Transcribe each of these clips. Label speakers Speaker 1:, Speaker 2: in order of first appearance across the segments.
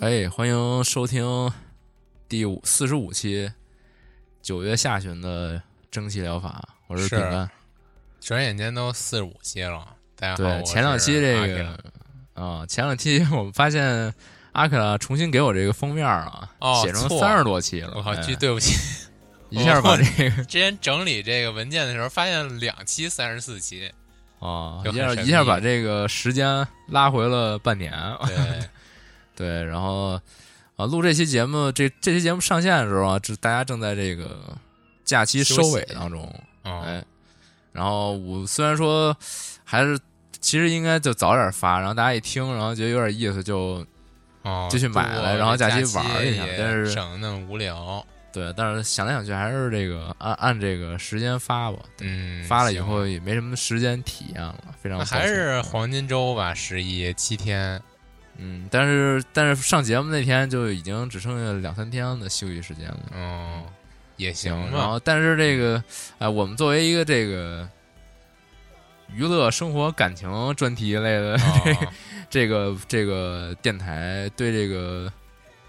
Speaker 1: 哎，欢迎收听第五四十五期九月下旬的蒸汽疗法，我是饼干。
Speaker 2: 转眼间都四十五期了，大家好。
Speaker 1: 对，前两期这个啊、嗯，前两期我们发现阿克拉重新给我这个封面啊，
Speaker 2: 哦、
Speaker 1: 写成三十多期了。
Speaker 2: 我靠，
Speaker 1: 巨
Speaker 2: 对不起，
Speaker 1: 一下把这个
Speaker 2: 之前整理这个文件的时候，发现两期三十四期
Speaker 1: 啊、哦，一下一下把这个时间拉回了半年。
Speaker 2: 对。
Speaker 1: 对，然后啊，录这期节目，这这期节目上线的时候啊，这大家正在这个假期收尾当中，
Speaker 2: 哦、
Speaker 1: 哎，然后我虽然说还是其实应该就早点发，然后大家一听，然后觉得有点意思就，
Speaker 2: 哦，
Speaker 1: 就去买了，然后
Speaker 2: 假
Speaker 1: 期玩一下，但是
Speaker 2: 省那么无聊。
Speaker 1: 对，但是想来想去还是这个按按这个时间发吧，
Speaker 2: 嗯，
Speaker 1: 发了以后也没什么时间体验了，非常
Speaker 2: 还是黄金周吧，十一七天。
Speaker 1: 嗯，但是但是上节目那天就已经只剩下两三天的休息时间了。
Speaker 2: 嗯，也行。哦
Speaker 1: 然后，但是这个，哎、呃，我们作为一个这个娱乐、生活、感情专题类的、
Speaker 2: 哦、
Speaker 1: 这个这个电台，对这个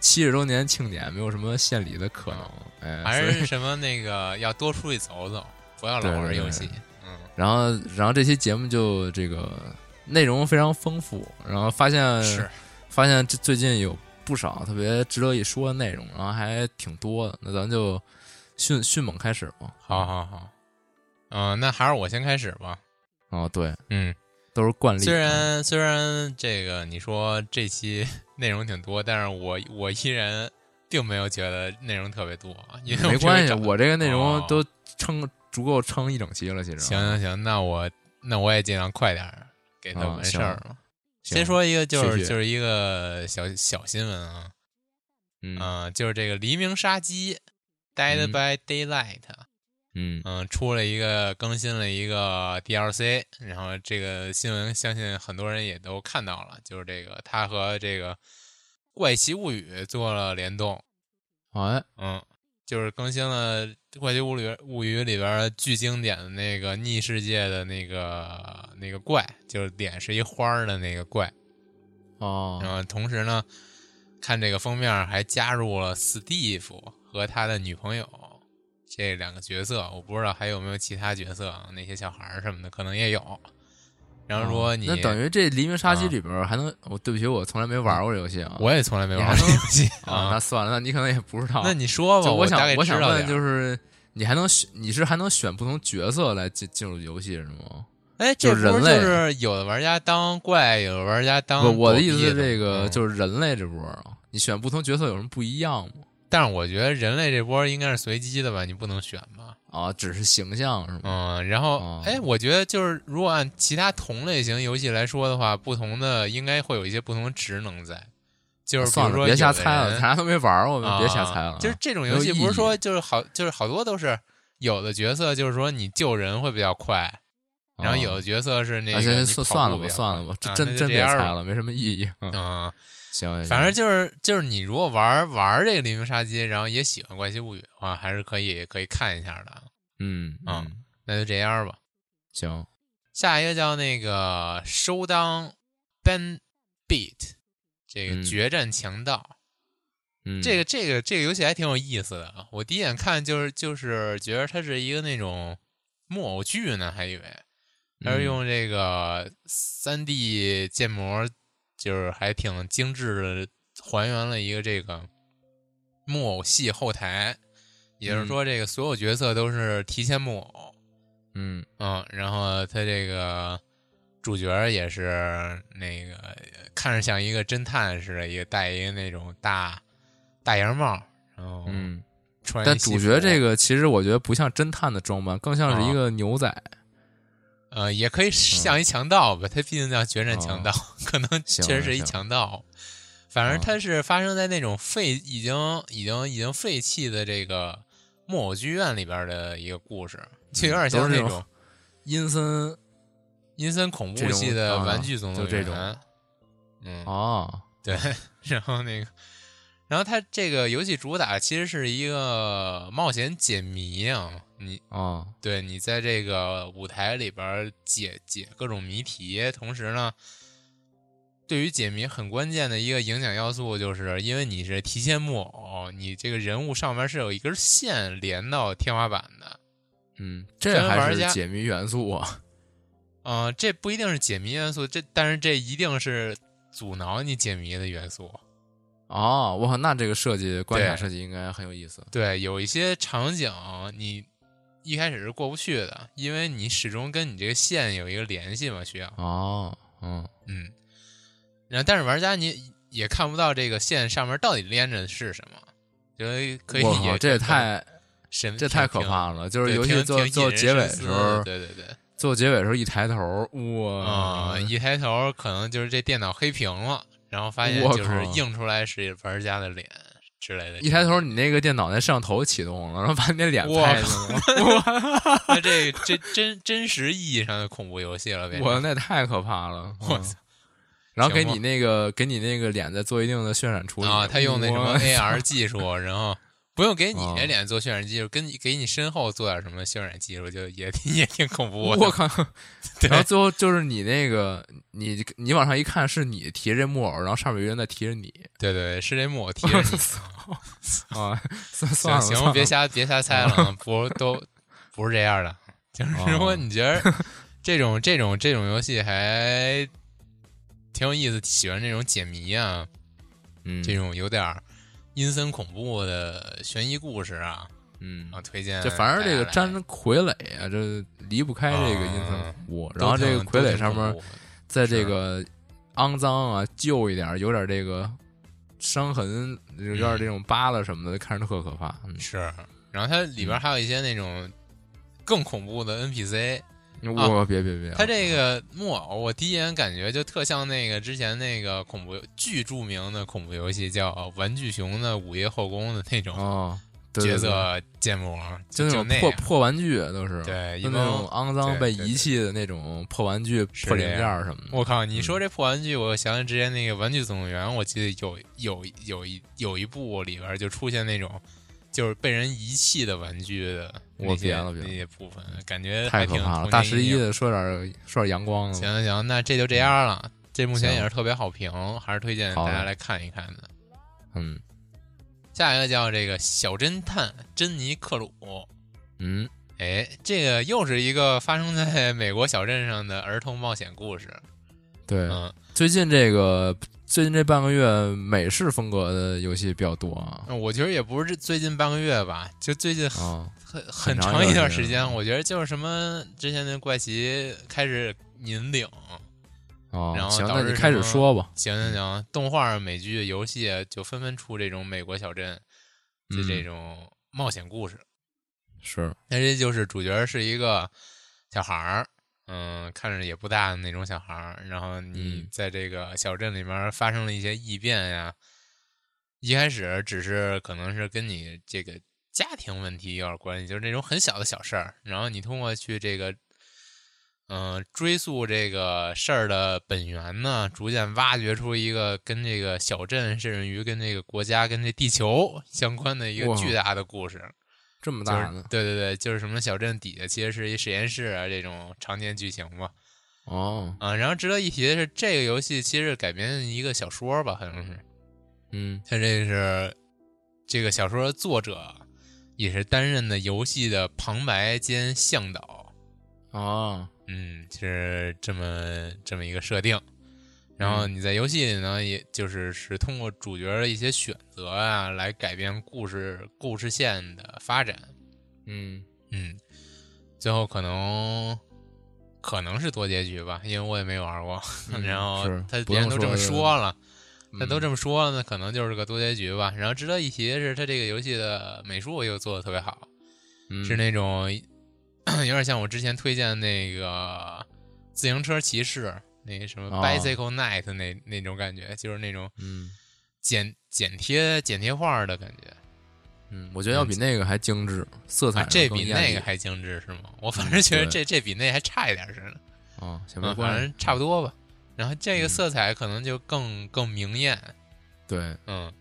Speaker 1: 七十周年庆典没有什么献礼的可能。嗯、哎，
Speaker 2: 还是什么那个要多出去走走，不要老玩游戏。嗯。
Speaker 1: 然后，然后这期节目就这个。内容非常丰富，然后发现
Speaker 2: 是
Speaker 1: 发现这最近有不少特别值得一说的内容，然后还挺多的。那咱就迅迅猛开始吧。
Speaker 2: 好好好，嗯、呃，那还是我先开始吧。
Speaker 1: 哦，对，
Speaker 2: 嗯，
Speaker 1: 都是惯例。
Speaker 2: 虽然虽然这个你说这期 内容挺多，但是我我依然并没有觉得内容特别多，啊因为
Speaker 1: 没关系，
Speaker 2: 我
Speaker 1: 这个内容都撑、哦、足够撑一整期了。其实
Speaker 2: 行行行，那我那我也尽量快点。给他完事儿了、
Speaker 1: 啊。
Speaker 2: 先说一个，就是就是一个小小新闻啊，
Speaker 1: 嗯、
Speaker 2: 呃，就是这个《黎明杀机》（Dead by Daylight），
Speaker 1: 嗯
Speaker 2: 嗯、呃，出了一个更新了一个 DLC，然后这个新闻相信很多人也都看到了，就是这个它和这个《怪奇物语》做了联动，
Speaker 1: 哎，
Speaker 2: 嗯，就是更新了《怪奇物语》物语里边巨经典的那个逆世界的那个。那个怪就是脸是一花儿的那个怪，
Speaker 1: 哦，
Speaker 2: 然后啊同时呢，看这个封面还加入了 Steve 和他的女朋友这两个角色，我不知道还有没有其他角色，啊那些小孩儿什么的可能也有。然后如果你、啊
Speaker 1: 哦、那等于这《黎明杀机》里边还能，我、哦、对不起，我从来没玩过这游戏啊，
Speaker 2: 我也从来没玩过这游戏
Speaker 1: 啊、哦，那算了，那你可能也不知道。
Speaker 2: 那你说吧，
Speaker 1: 哦我想
Speaker 2: 我
Speaker 1: 想问就是，你还能选，你是还能选不同角色来进进入游戏是吗？
Speaker 2: 哎，这
Speaker 1: 人
Speaker 2: 波就是有的玩家当怪，有的玩家当
Speaker 1: 我我的意思
Speaker 2: 是，
Speaker 1: 这个、嗯、就是人类这波啊，你选不同角色有什么不一样吗？
Speaker 2: 但是我觉得人类这波应该是随机的吧，你不能选吧？
Speaker 1: 啊，只是形象是吗？
Speaker 2: 嗯，然后哎、
Speaker 1: 啊，
Speaker 2: 我觉得就是如果按其他同类型游戏来说的话，不同的应该会有一些不同职能在。就是
Speaker 1: 算了，别瞎猜了，大家都没玩过，
Speaker 2: 啊、
Speaker 1: 别瞎猜了。
Speaker 2: 就是这种游戏不是说就是好，就是好多都是有的角色就是说你救人会比较快。然后有
Speaker 1: 哦
Speaker 2: 的角色是那个，
Speaker 1: 啊、算了吧，算了吧，这真、
Speaker 2: 啊、
Speaker 1: 真别猜了，没什么意义。嗯，
Speaker 2: 嗯
Speaker 1: 行，
Speaker 2: 反正就是就是你如果玩玩这个《黎明杀机》，然后也喜欢《怪奇物语》的话，还是可以可以看一下的。
Speaker 1: 嗯
Speaker 2: 嗯，那就这样吧。
Speaker 1: 行，
Speaker 2: 下一个叫那个收当 Ben Beat，这个决战强盗。
Speaker 1: 嗯，
Speaker 2: 这个这个这个游戏还挺有意思的。啊我第一眼看就是就是觉得它是一个那种木偶剧呢，还以为。
Speaker 1: 嗯
Speaker 2: 它是用这个三 D 建模，就是还挺精致的，还原了一个这个木偶戏后台，也就是说，这个所有角色都是提线木偶，
Speaker 1: 嗯
Speaker 2: 嗯，然后他这个主角儿也是那个看着像一个侦探似的，也戴一个那种大大檐帽，然后
Speaker 1: 嗯。
Speaker 2: 穿一
Speaker 1: 但
Speaker 2: 西
Speaker 1: 主角
Speaker 2: 服
Speaker 1: 这个其实我觉得不像侦探的装扮，更像是一
Speaker 2: 啊
Speaker 1: 个牛仔。
Speaker 2: 呃，也可以是
Speaker 1: 嗯
Speaker 2: 像一强盗吧，他毕竟叫决战强盗，可能
Speaker 1: 哦行
Speaker 2: 确
Speaker 1: 了
Speaker 2: 实是一
Speaker 1: 行
Speaker 2: 强盗。反正
Speaker 1: 啊
Speaker 2: 他是发生在那种废、已经、已经、已经废弃的这个木偶剧院里边的一个故事，就有点
Speaker 1: 嗯都
Speaker 2: 像
Speaker 1: 是那种
Speaker 2: 那种
Speaker 1: 阴森
Speaker 2: 阴森恐
Speaker 1: 这
Speaker 2: 怖系
Speaker 1: 种
Speaker 2: 的
Speaker 1: 啊
Speaker 2: 玩具总动
Speaker 1: 就
Speaker 2: 员。
Speaker 1: 这种
Speaker 2: 嗯，
Speaker 1: 哦，
Speaker 2: 对， 然后那个，然后它这个游戏主打其实是一个冒险解谜啊，你
Speaker 1: 哦，
Speaker 2: 对你在这个舞台里边儿解解各种谜题，同时呢，对于解谜很关键的一个影响要素，就是因为你是提线木偶，你这个人物上面是有一根线连到天花板的。
Speaker 1: 嗯，这
Speaker 2: 真人
Speaker 1: 还
Speaker 2: 玩
Speaker 1: 是
Speaker 2: 家
Speaker 1: 解谜元素啊。
Speaker 2: 嗯、这不一定是解谜元素，这但是这一定是阻挠你解谜的元素。
Speaker 1: 哦，我靠，那这个设计关卡
Speaker 2: 对
Speaker 1: 设计应该很有意思。
Speaker 2: 对，有一些场景你一开始是过不去的，因为你始终跟你这个线有一个联系嘛，需要。
Speaker 1: 哦，嗯，
Speaker 2: 嗯，然后但是玩家你也看不到这个线上面到底连着的是什么，所以 可以
Speaker 1: 我靠，
Speaker 2: 也
Speaker 1: 这也太
Speaker 2: 神，
Speaker 1: 这太可
Speaker 2: 了。
Speaker 1: 怕了！就
Speaker 2: 就是
Speaker 1: 尤其做做结尾的时候，嗯
Speaker 2: 对对对，
Speaker 1: 做结尾的时候一抬头，
Speaker 2: 啊、
Speaker 1: 哇，
Speaker 2: 一抬头可能就是这电脑黑屏了，然后发现
Speaker 1: 我
Speaker 2: 就是
Speaker 1: 靠
Speaker 2: 映出来是玩家的脸之类的。
Speaker 1: 一抬头，你那个电脑那摄像头启动了，然后把你那脸
Speaker 2: 我
Speaker 1: 拍
Speaker 2: 靠
Speaker 1: 上了，
Speaker 2: 那这这真真实意义上的恐怖游戏了呗？
Speaker 1: 我那太可怕了！
Speaker 2: 我
Speaker 1: 嗯
Speaker 2: 操
Speaker 1: 然后给
Speaker 2: 行吧
Speaker 1: 你那个给你那个脸再做一定的渲染处理
Speaker 2: 啊，他用那什么
Speaker 1: 我
Speaker 2: AR 技术，然后不用给你
Speaker 1: 啊
Speaker 2: 的脸做渲染技术，跟你给你身后做点什么渲染技术，就也 也挺恐怖的。
Speaker 1: 我 靠！然后最后就是你那个，你你往上一看，是你提着这木偶，然后上面有人在提着 你。
Speaker 2: 对对对，是这木 偶提着
Speaker 1: 我
Speaker 2: 你。
Speaker 1: 操！ 啊，算算
Speaker 2: 行
Speaker 1: 了，
Speaker 2: 行，
Speaker 1: 算
Speaker 2: 别
Speaker 1: 了
Speaker 2: 瞎别瞎猜了，啊不都不是这样的。就是如果
Speaker 1: 哦
Speaker 2: 你觉得这种这种这种游戏还挺有意思，喜欢这种解谜啊，
Speaker 1: 嗯
Speaker 2: 这种有点儿阴森恐怖的悬疑故事啊，
Speaker 1: 嗯
Speaker 2: 啊，，推荐
Speaker 1: 就反正这个
Speaker 2: 大家来啊
Speaker 1: 沾傀儡啊，这离不开这个阴森恐怖。
Speaker 2: 都
Speaker 1: 然后这个
Speaker 2: 挺
Speaker 1: 傀儡上，
Speaker 2: 都挺
Speaker 1: 面
Speaker 2: 恐怖的
Speaker 1: 在
Speaker 2: 是
Speaker 1: 这个肮脏啊、旧一点，有点这个伤痕，有点这种疤了什么的，看着特可怕。嗯
Speaker 2: 嗯是，然后它里边还有一些那种更恐怖的
Speaker 1: 嗯
Speaker 2: NPC。
Speaker 1: 我别别别，
Speaker 2: 它啊这个木偶，我第一眼感觉就特像那个之前那个恐怖游巨著名的恐怖游戏叫《玩具熊的午夜后宫》的那种
Speaker 1: 哦，对
Speaker 2: 角
Speaker 1: 对对
Speaker 2: 色建模，
Speaker 1: 就
Speaker 2: 就
Speaker 1: 那种
Speaker 2: 那
Speaker 1: 破
Speaker 2: 样
Speaker 1: 破玩具啊都是，
Speaker 2: 对，一
Speaker 1: 就那种
Speaker 2: 帮。
Speaker 1: 肮脏
Speaker 2: 对
Speaker 1: 被
Speaker 2: 对
Speaker 1: 遗弃的那种破玩具、
Speaker 2: 是
Speaker 1: 破零
Speaker 2: 这样
Speaker 1: 件儿什么的。
Speaker 2: 我靠！你
Speaker 1: 嗯
Speaker 2: 说这破玩具，我想起之前那个《玩具总动员》，我记得有有有一有一部里边就出现那种，就是被人遗弃的玩具的那
Speaker 1: 我
Speaker 2: 些
Speaker 1: 别了别
Speaker 2: 那
Speaker 1: 了
Speaker 2: 些部分，感觉
Speaker 1: 太
Speaker 2: 还
Speaker 1: 可
Speaker 2: 挺
Speaker 1: 怕
Speaker 2: 童
Speaker 1: 了！大
Speaker 2: 年
Speaker 1: 十
Speaker 2: 阴
Speaker 1: 一
Speaker 2: 影
Speaker 1: 的说点儿说点儿阳光
Speaker 2: 行
Speaker 1: 的，
Speaker 2: 行行，那这就这样了。这目前
Speaker 1: 嗯行
Speaker 2: 也是特别好评，还是推荐
Speaker 1: 好
Speaker 2: 大家
Speaker 1: 的
Speaker 2: 来看一看的。
Speaker 1: 嗯
Speaker 2: 下一个叫这个小侦探珍妮克鲁，
Speaker 1: 嗯，
Speaker 2: 哎，这个又是一个发生在美国小镇上的儿童冒险故事。
Speaker 1: 对。
Speaker 2: 嗯，
Speaker 1: 最近这个最近这半个月，美式风格的游戏比较多啊。
Speaker 2: 我觉得也不是这最近半个月吧，就最近很
Speaker 1: 啊，
Speaker 2: 很
Speaker 1: 很
Speaker 2: 很
Speaker 1: 长
Speaker 2: 长
Speaker 1: 一
Speaker 2: 一
Speaker 1: 段
Speaker 2: 段
Speaker 1: 时
Speaker 2: 时
Speaker 1: 间了
Speaker 2: 间，我觉得就是什么之前那怪奇开始引领，然
Speaker 1: 哦，
Speaker 2: 后
Speaker 1: 行，
Speaker 2: 导
Speaker 1: 那你
Speaker 2: 致
Speaker 1: 开
Speaker 2: 什
Speaker 1: 始
Speaker 2: 么
Speaker 1: 说吧。
Speaker 2: 行行行，动画、美剧、游戏啊就纷纷出这种美国小镇就这
Speaker 1: 嗯
Speaker 2: 种冒险故事。
Speaker 1: 是，
Speaker 2: 那这就是主角是一个小孩儿，嗯，看着也不大的那种小孩儿。然后你
Speaker 1: 嗯
Speaker 2: 在这个小镇里面发生了一些异变呀。一开始只是可能是跟你这个家庭问题有点关系，就是那种很小的小事儿。然后你通过去这个，嗯、追溯这个事儿的本源呢，逐渐挖掘出一个跟这个小镇，甚至于跟这个国家、跟这地球相关的一个
Speaker 1: 哇
Speaker 2: 巨大的故事。
Speaker 1: 这么
Speaker 2: 就
Speaker 1: 大
Speaker 2: 是
Speaker 1: 呢？
Speaker 2: 对对对，就是什么小镇底下其实是一实验室啊，这种常见剧情嘛。
Speaker 1: 哦，
Speaker 2: 啊，然后值得一提的是，这个游戏其实改编一个小说吧，好像是。
Speaker 1: 嗯，
Speaker 2: 它这是这个小说的作者也是担任的游戏的旁白兼向导，
Speaker 1: 哦，
Speaker 2: 嗯，是这么这么一个设定。然后你在游戏里呢，也就是是通过主角的一些选择啊，来改变故事故事线的发展。
Speaker 1: 嗯
Speaker 2: 嗯，最后可能可能是多结局吧，因为我也没玩过。
Speaker 1: 嗯
Speaker 2: 然后
Speaker 1: 是
Speaker 2: 他
Speaker 1: 不
Speaker 2: 别人
Speaker 1: 用
Speaker 2: 都这么
Speaker 1: 说这个
Speaker 2: 说了，他
Speaker 1: 嗯
Speaker 2: 都这么说了，那可能就是个多结局吧。然后值得一提的是，他这个游戏的美术又做的特别好，
Speaker 1: 嗯
Speaker 2: 是那种有点像我之前推荐那个自行车骑士那什么
Speaker 1: 哦
Speaker 2: Bicycle Night 那、那种感觉，就是那种
Speaker 1: 嗯
Speaker 2: 剪剪贴剪贴画的感觉。
Speaker 1: 嗯，我觉得要比那个还精致，色彩
Speaker 2: 啊
Speaker 1: 上、
Speaker 2: 这比那个还精致是吗？我
Speaker 1: 嗯
Speaker 2: 反正觉得这这比那还差一点似的。
Speaker 1: 啊，行吧，
Speaker 2: 嗯，
Speaker 1: 没关
Speaker 2: 反
Speaker 1: 系
Speaker 2: 正差不多吧。然后这个
Speaker 1: 嗯
Speaker 2: 色彩可能就更更明艳，
Speaker 1: 对，
Speaker 2: 嗯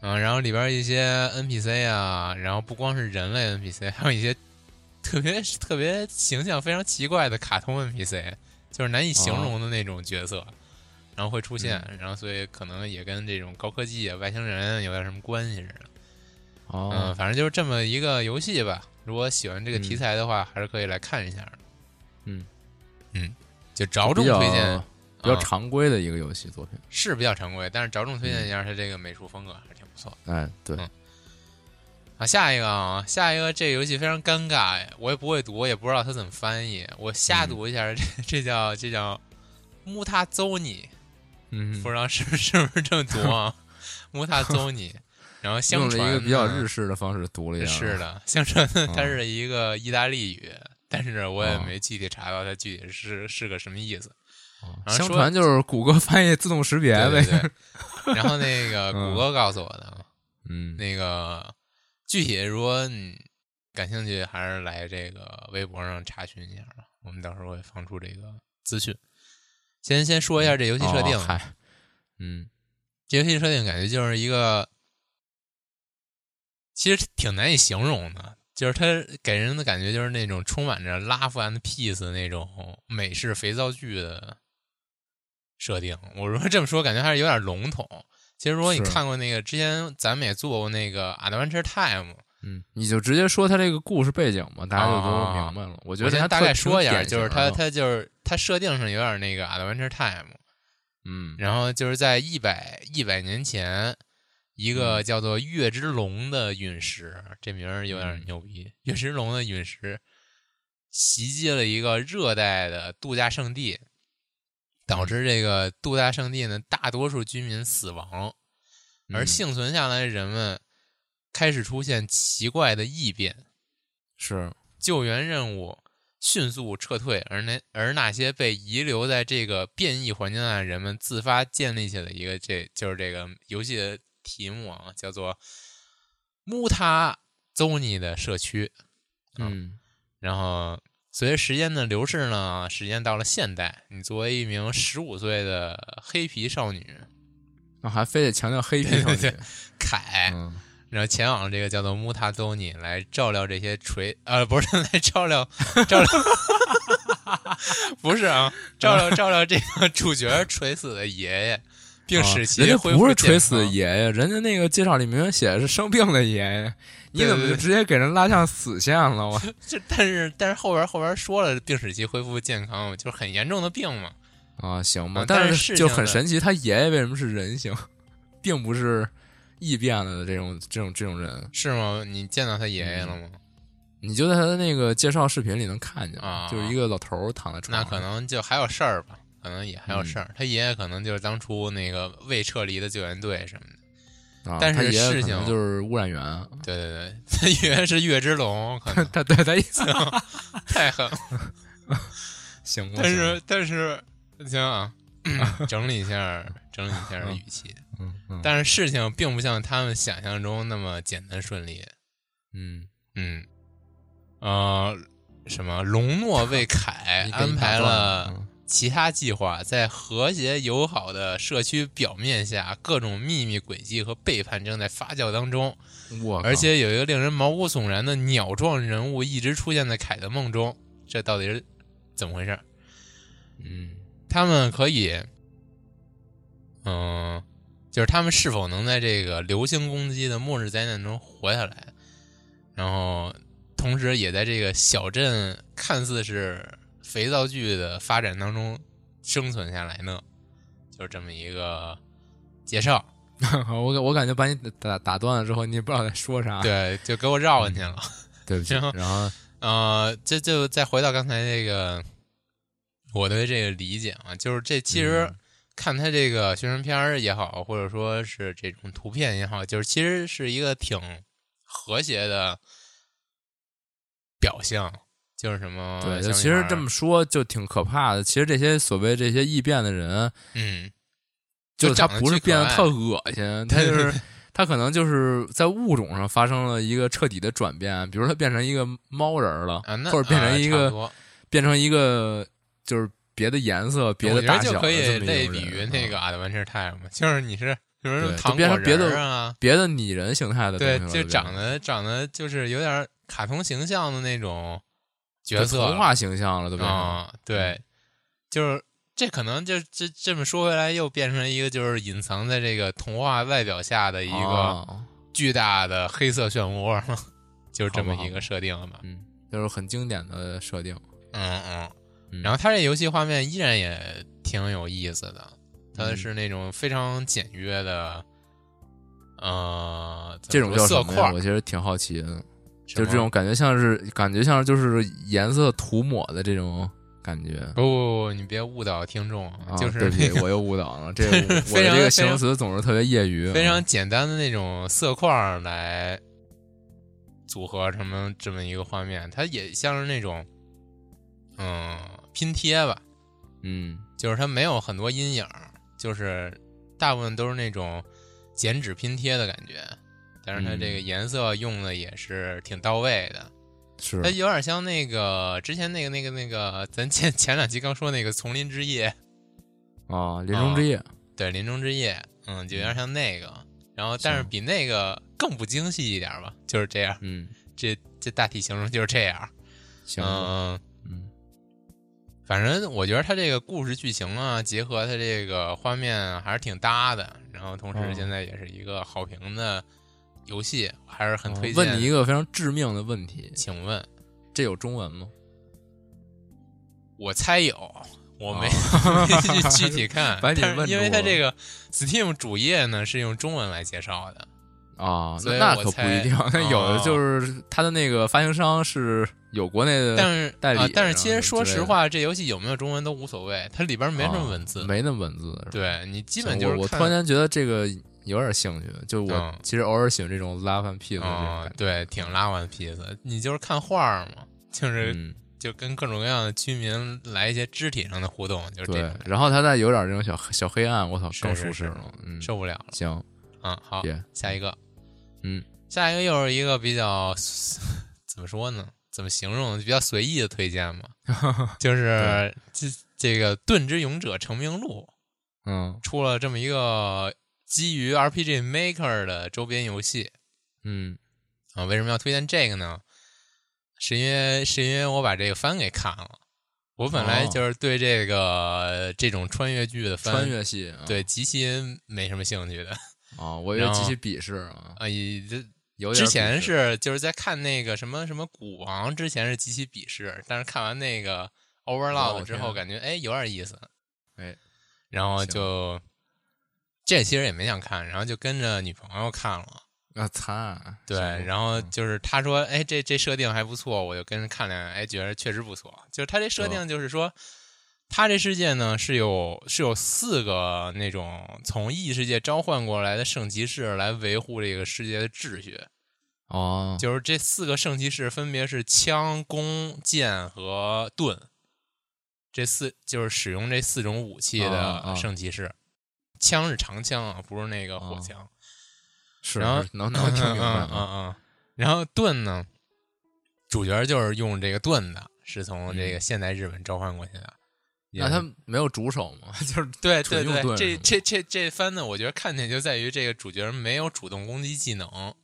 Speaker 2: 嗯，然后里边一些 NPC 啊，然后不光是人类 NPC，还有一些特别特别形象非常奇怪的卡通 NPC，就是难以
Speaker 1: 哦
Speaker 2: 形容的那种角色，然后会出现，
Speaker 1: 嗯
Speaker 2: 然后所以可能也跟这种高科技啊、外星人有点什么关系似的。嗯，
Speaker 1: 哦，
Speaker 2: 反正就是这么一个游戏吧。如果喜欢这个
Speaker 1: 嗯
Speaker 2: 题材的话，还是可以来看一下的。
Speaker 1: 嗯
Speaker 2: 嗯，就着重
Speaker 1: 比较
Speaker 2: 推荐，
Speaker 1: 比较
Speaker 2: 嗯
Speaker 1: 常规的一个游戏作品，
Speaker 2: 是比较常规，但是着重推
Speaker 1: 嗯
Speaker 2: 荐一下它这个美术风格还是挺不错的
Speaker 1: 哎，对，
Speaker 2: 嗯啊。下一个啊，下一个这个游戏非常尴尬呀，我也不会读，也不知道它怎么翻译，我
Speaker 1: 嗯
Speaker 2: 瞎读一下，这这叫这叫穆塔邹尼，
Speaker 1: 嗯
Speaker 2: 不，知道是不是是不是这么读啊？ 穆塔邹尼，然后相
Speaker 1: 用了
Speaker 2: 传
Speaker 1: 一个比较
Speaker 2: 呢
Speaker 1: 日式的方式读了一下，
Speaker 2: 是，的，相传呢它
Speaker 1: 嗯
Speaker 2: 是一个意大利语，但是我也
Speaker 1: 哦
Speaker 2: 没具体查到它具体是是个什么意思。然后
Speaker 1: 啊相
Speaker 2: 说
Speaker 1: 传就是谷歌翻译自动识别
Speaker 2: 对
Speaker 1: 呗，
Speaker 2: 对对。然后那个
Speaker 1: 嗯
Speaker 2: 谷歌告诉我的，啊，
Speaker 1: 嗯，
Speaker 2: 那个具体如果你感兴趣，还是来这个微博上查询一下吧。我们到时候会放出这个资讯。先先说一下这游戏设定
Speaker 1: 哦
Speaker 2: 吧，
Speaker 1: 嗨，嗯
Speaker 2: 这游戏设定感觉就是一个，其实挺难以形容的，就是它给人的感觉就是那种充满着拉夫兰的 peace 那种美式肥皂剧的设定。我如果这么说，感觉还是有点笼统。其实如果你
Speaker 1: 是
Speaker 2: 看过那个之前咱们也做过那个《Adventure Time》，
Speaker 1: 嗯，你就直接说他这个故事背景吧，大家就都明白了。我觉
Speaker 2: 啊
Speaker 1: 得
Speaker 2: 我先
Speaker 1: 他
Speaker 2: 大概说一下，
Speaker 1: 典型嗯
Speaker 2: 就是它
Speaker 1: 的
Speaker 2: 它就是它设定上有点那个《Adventure Time》，
Speaker 1: 嗯
Speaker 2: 然后就是在一百一百年前，一
Speaker 1: 嗯
Speaker 2: 个叫做月之龙的陨石，这名儿有点
Speaker 1: 嗯
Speaker 2: 牛逼。月之龙的陨石袭击了一个热带的度假胜地，导致这个度假胜地呢大多数居民死亡，而
Speaker 1: 嗯
Speaker 2: 幸存下来的人们开始出现奇怪的异变，
Speaker 1: 是
Speaker 2: 啊救援任务迅速撤退，而那而那些被遗留在这个变异环境下的人们自发建立起了一个这就是这个游戏的题目啊，叫做穆塔邹尼的社区。
Speaker 1: 嗯
Speaker 2: 然后随着时间的流逝呢，时间到了现代，你作为一名十五岁的黑皮少女
Speaker 1: 那还非得强调黑皮
Speaker 2: 对
Speaker 1: 上去
Speaker 2: 对对，凯，
Speaker 1: 嗯
Speaker 2: 然后前往这个叫做穆塔邹尼来照料这些垂呃不是 来照料照料， 不是啊，照料照料这个主角垂死的爷爷，并使
Speaker 1: 啊
Speaker 2: 其
Speaker 1: 人家
Speaker 2: 恢
Speaker 1: 不
Speaker 2: 复
Speaker 1: 是垂
Speaker 2: 健
Speaker 1: 死的
Speaker 2: 康。
Speaker 1: 爷爷，人家那个介绍里明明写的是生病的爷爷，你
Speaker 2: 对
Speaker 1: 怎么
Speaker 2: 对
Speaker 1: 就
Speaker 2: 对
Speaker 1: 直接给人拉向死线了？ 我
Speaker 2: 这但是但是后边后边说了，并使其恢复健康，就是很严重的病嘛。
Speaker 1: 啊，行吧
Speaker 2: 啊，但
Speaker 1: 但
Speaker 2: 是
Speaker 1: 是
Speaker 2: 事
Speaker 1: 就
Speaker 2: 情
Speaker 1: 很
Speaker 2: 呢
Speaker 1: 神奇，他爷爷为什么是人形，并不是异变了的这种这种这种人？
Speaker 2: 是吗？你见到他爷爷了吗？
Speaker 1: 嗯你就在他的那个介绍视频里能看见，
Speaker 2: 啊
Speaker 1: 就是一个老头儿躺在床
Speaker 2: 那
Speaker 1: 上，
Speaker 2: 可能就还有事儿吧，可能也还有
Speaker 1: 嗯
Speaker 2: 事儿。他爷爷可能就是当初那个未撤离的救援队什么的。
Speaker 1: 啊，
Speaker 2: 但
Speaker 1: 他
Speaker 2: 是
Speaker 1: 爷爷
Speaker 2: 事
Speaker 1: 可能
Speaker 2: 情
Speaker 1: 就是污染源，啊
Speaker 2: 对对对， 他爷爷是月之龙，可能
Speaker 1: 他对他意思
Speaker 2: 太狠了。
Speaker 1: 行吗？
Speaker 2: 但是但是，你想想 啊，整理一下，整理一下
Speaker 1: 嗯
Speaker 2: 语气。
Speaker 1: 嗯 嗯
Speaker 2: 但是事情并不像他们想象中那么简单顺利。
Speaker 1: 嗯，
Speaker 2: 嗯，呃，什么？隆诺为凯
Speaker 1: 你给
Speaker 2: 安
Speaker 1: 你打
Speaker 2: 排
Speaker 1: 断
Speaker 2: 了
Speaker 1: 嗯
Speaker 2: 其他计划，在和谐友好的社区表面下，各种秘密诡计和背叛正在发酵当中。
Speaker 1: 嗯我靠
Speaker 2: 而且有一个令人毛骨悚然的鸟状人物一直出现在凯的梦中，这到底是怎么回事？
Speaker 1: 嗯
Speaker 2: 他们可以，嗯、就是他们是否能在这个流星攻击的末日灾难中活下来，然后同时也在这个小镇看似是肥皂剧的发展当中生存下来呢？就是这么一个介绍。
Speaker 1: 我感我感觉把你打打断了之后，你也不知道在说啥，
Speaker 2: 对，就给我绕进去了。
Speaker 1: 对不起
Speaker 2: 行。
Speaker 1: 然后
Speaker 2: 呃，这就再回到刚才这个我对这个理解啊，就是这其
Speaker 1: 嗯
Speaker 2: 实看他这个宣传片儿也好，或者说是这种图片也好，就是其实是一个挺和谐的表象，就是什么
Speaker 1: 对，
Speaker 2: 小
Speaker 1: 就
Speaker 2: 女
Speaker 1: 其实
Speaker 2: 孩儿
Speaker 1: 这么说就挺可怕的。其实这些所谓这些异变的人，
Speaker 2: 嗯，
Speaker 1: 就他
Speaker 2: 长得
Speaker 1: 不是
Speaker 2: 巨可
Speaker 1: 变得
Speaker 2: 爱
Speaker 1: 特恶心，他就是他可能就是在物种上发生了一个彻底的转变，比如他变成一个猫人儿了，
Speaker 2: 啊，那
Speaker 1: 或者变
Speaker 2: 啊
Speaker 1: 成一
Speaker 2: 差不
Speaker 1: 个、
Speaker 2: 多
Speaker 1: 变成一个就是别的颜色、别
Speaker 2: 我
Speaker 1: 的
Speaker 2: 觉得
Speaker 1: 大
Speaker 2: 就
Speaker 1: 小
Speaker 2: 可
Speaker 1: 的这
Speaker 2: 以
Speaker 1: 么一
Speaker 2: 类
Speaker 1: 种
Speaker 2: 比于
Speaker 1: 人
Speaker 2: 那
Speaker 1: 嗯
Speaker 2: 个 Adventure Time，嘛就是你是比如说
Speaker 1: 对就
Speaker 2: 糖果
Speaker 1: 变成别的
Speaker 2: 人儿啊，
Speaker 1: 别的拟人形态的东西
Speaker 2: 对
Speaker 1: 了，
Speaker 2: 就长
Speaker 1: 得
Speaker 2: 得长得就是有点卡通形象的那种角
Speaker 1: 就
Speaker 2: 色
Speaker 1: 童
Speaker 2: 了
Speaker 1: 话形象了，对嗯吧？
Speaker 2: 啊、对，就是这可能就这这么说回来，又变成一个就是隐藏在这个童话外表下的一个
Speaker 1: 啊
Speaker 2: 巨大的黑色漩涡了，就是这么
Speaker 1: 好吧
Speaker 2: 一
Speaker 1: 好吧
Speaker 2: 个设定了吧？
Speaker 1: 嗯，就是很经典的设定。
Speaker 2: 嗯嗯。
Speaker 1: 嗯
Speaker 2: 然后它这游戏画面依然也挺有意思的，它
Speaker 1: 嗯
Speaker 2: 是那种非常简约的，呃，
Speaker 1: 这
Speaker 2: 怎
Speaker 1: 种
Speaker 2: 么
Speaker 1: 叫
Speaker 2: 说
Speaker 1: 什
Speaker 2: 色
Speaker 1: 么呀？
Speaker 2: 块
Speaker 1: 我，其实挺好奇的，
Speaker 2: 什
Speaker 1: 就这
Speaker 2: 么
Speaker 1: 种感觉像是感觉像就是颜色涂抹的这种感觉。
Speaker 2: 不不不，你别误导听众啊，
Speaker 1: 啊
Speaker 2: 就
Speaker 1: 对
Speaker 2: 是
Speaker 1: 不 起，
Speaker 2: 那个
Speaker 1: 我又误导了。 这个我我
Speaker 2: 非
Speaker 1: 的
Speaker 2: 常
Speaker 1: 这
Speaker 2: 非
Speaker 1: 个形容
Speaker 2: 常
Speaker 1: 词总是特别业余，
Speaker 2: 非常
Speaker 1: 嗯
Speaker 2: 简单的那种色块儿来组合成这么一个画面，它也像是那种嗯拼贴吧，
Speaker 1: 嗯
Speaker 2: 就是它没有很多阴影儿，就是大部分都是那种剪纸拼贴的感觉，但是它这个
Speaker 1: 嗯
Speaker 2: 颜色用的也是挺到位的，
Speaker 1: 是
Speaker 2: 它有点像那个之前那个那个那个咱前前两期刚说那个《丛林之夜》。
Speaker 1: 啊，《林中之夜》
Speaker 2: 对，《林中之夜》，嗯，就有点像那个，然后但是
Speaker 1: 行
Speaker 2: 比那个更不精细一点吧，就是这样，
Speaker 1: 嗯，
Speaker 2: 这这大体形容就是这样，
Speaker 1: 行，
Speaker 2: 嗯，
Speaker 1: 嗯
Speaker 2: 反正我觉得它这个故事剧情啊，结合它这个画面啊还是挺搭的，然后同时
Speaker 1: 嗯
Speaker 2: 现在也是一个好评的游戏，还是很
Speaker 1: 啊
Speaker 2: 推荐。
Speaker 1: 问你一，个非常致命的问题，
Speaker 2: 请问，
Speaker 1: 这有中文吗？
Speaker 2: 我猜有。我没、
Speaker 1: 哦
Speaker 2: 没去 具体看，
Speaker 1: 把你
Speaker 2: 但
Speaker 1: 问
Speaker 2: 是因为
Speaker 1: 住
Speaker 2: 它
Speaker 1: 了
Speaker 2: 这个 Steam 主页呢是用中文来介绍的，
Speaker 1: 啊，
Speaker 2: 所
Speaker 1: 那
Speaker 2: 以
Speaker 1: 那可
Speaker 2: 我
Speaker 1: 不
Speaker 2: 猜
Speaker 1: 一定，那有的
Speaker 2: 哦
Speaker 1: 就是它的那个发行商是有国内的
Speaker 2: 但是
Speaker 1: 代理
Speaker 2: 啊，但是
Speaker 1: 然
Speaker 2: 其
Speaker 1: 后
Speaker 2: 实
Speaker 1: 之
Speaker 2: 说
Speaker 1: 类
Speaker 2: 实
Speaker 1: 的
Speaker 2: 话，这游戏有没有中文都无所谓，它里边没什么文字
Speaker 1: 啊，没那么文字，是吧
Speaker 2: 对你基
Speaker 1: 行
Speaker 2: 本就是
Speaker 1: 我我突
Speaker 2: 看
Speaker 1: 然间觉得这个有点兴趣，就我
Speaker 2: 嗯
Speaker 1: 其实偶尔喜欢这种拉翻屁的这种
Speaker 2: 啊、
Speaker 1: 感觉，
Speaker 2: 对，挺拉完 P 的，你就是看画儿嘛，就是、
Speaker 1: 嗯，
Speaker 2: 就跟各种各样的居民来一些肢体上的互动，就是这种
Speaker 1: 对
Speaker 2: 感，觉
Speaker 1: 然后它再有点这种小小黑暗，我操，
Speaker 2: 是
Speaker 1: 更
Speaker 2: 是
Speaker 1: 舒
Speaker 2: 是
Speaker 1: 适了，嗯，
Speaker 2: 受不了了。
Speaker 1: 行，
Speaker 2: 嗯，好
Speaker 1: 别，
Speaker 2: 下一个，
Speaker 1: 嗯，
Speaker 2: 下一个又是一个比较怎么说呢？怎么形容呢？比较随意的推荐 嘛，就是这这个《盾之勇者成名录》。
Speaker 1: 嗯
Speaker 2: 出了这么一个基于 RPG Maker 的周边游戏
Speaker 1: 嗯
Speaker 2: 啊。为什么要推荐这个呢？是因为是因为我把这个番给看了，我本来
Speaker 1: 哦
Speaker 2: 就是对这个这种穿越剧的番
Speaker 1: 穿越系啊
Speaker 2: 对极其没什么兴趣的
Speaker 1: 啊，我以为
Speaker 2: 然
Speaker 1: 极
Speaker 2: 后
Speaker 1: 其鄙视啊，
Speaker 2: 啊。也这
Speaker 1: 有点
Speaker 2: 之
Speaker 1: 鄙
Speaker 2: 前
Speaker 1: 视
Speaker 2: 是就是在看那个什么什么古王之前是极其鄙视，但是看完那个 Overlord 之后，
Speaker 1: 哦天啊
Speaker 2: 感觉哎有点意思，
Speaker 1: 哎，
Speaker 2: 然后
Speaker 1: 行
Speaker 2: 就这其实也没想看，然后就跟着女朋友看了。
Speaker 1: 啊，惨，
Speaker 2: 对，
Speaker 1: 行
Speaker 2: 然后
Speaker 1: 嗯
Speaker 2: 就是他说，哎，这这设定还不错，我就跟着看了，哎，觉得确实不错。就是他这设定，就是说，他这世界呢是有是有四个那种从异世界召唤过来的圣骑士来维护这个世界的秩序，
Speaker 1: 哦，
Speaker 2: 就是这四个圣骑士分别是枪、弓、剑和盾，这四就是使用这四种武器
Speaker 1: 啊啊
Speaker 2: 的圣骑士。枪是长枪啊，不是那个火
Speaker 1: 哦
Speaker 2: 枪。
Speaker 1: 是
Speaker 2: 然后
Speaker 1: 是能能听明白
Speaker 2: 嗯嗯
Speaker 1: 啊，
Speaker 2: 嗯。然后盾呢，主角就是用这个盾的，是从这个现代日本召唤过去的。
Speaker 1: 嗯那他没有主手吗？ 就是
Speaker 2: 对对
Speaker 1: 纯用
Speaker 2: 对，
Speaker 1: 盾
Speaker 2: 这
Speaker 1: 是吗
Speaker 2: 这这这番呢，我觉得看点就在于这个主角没有主动攻击技能，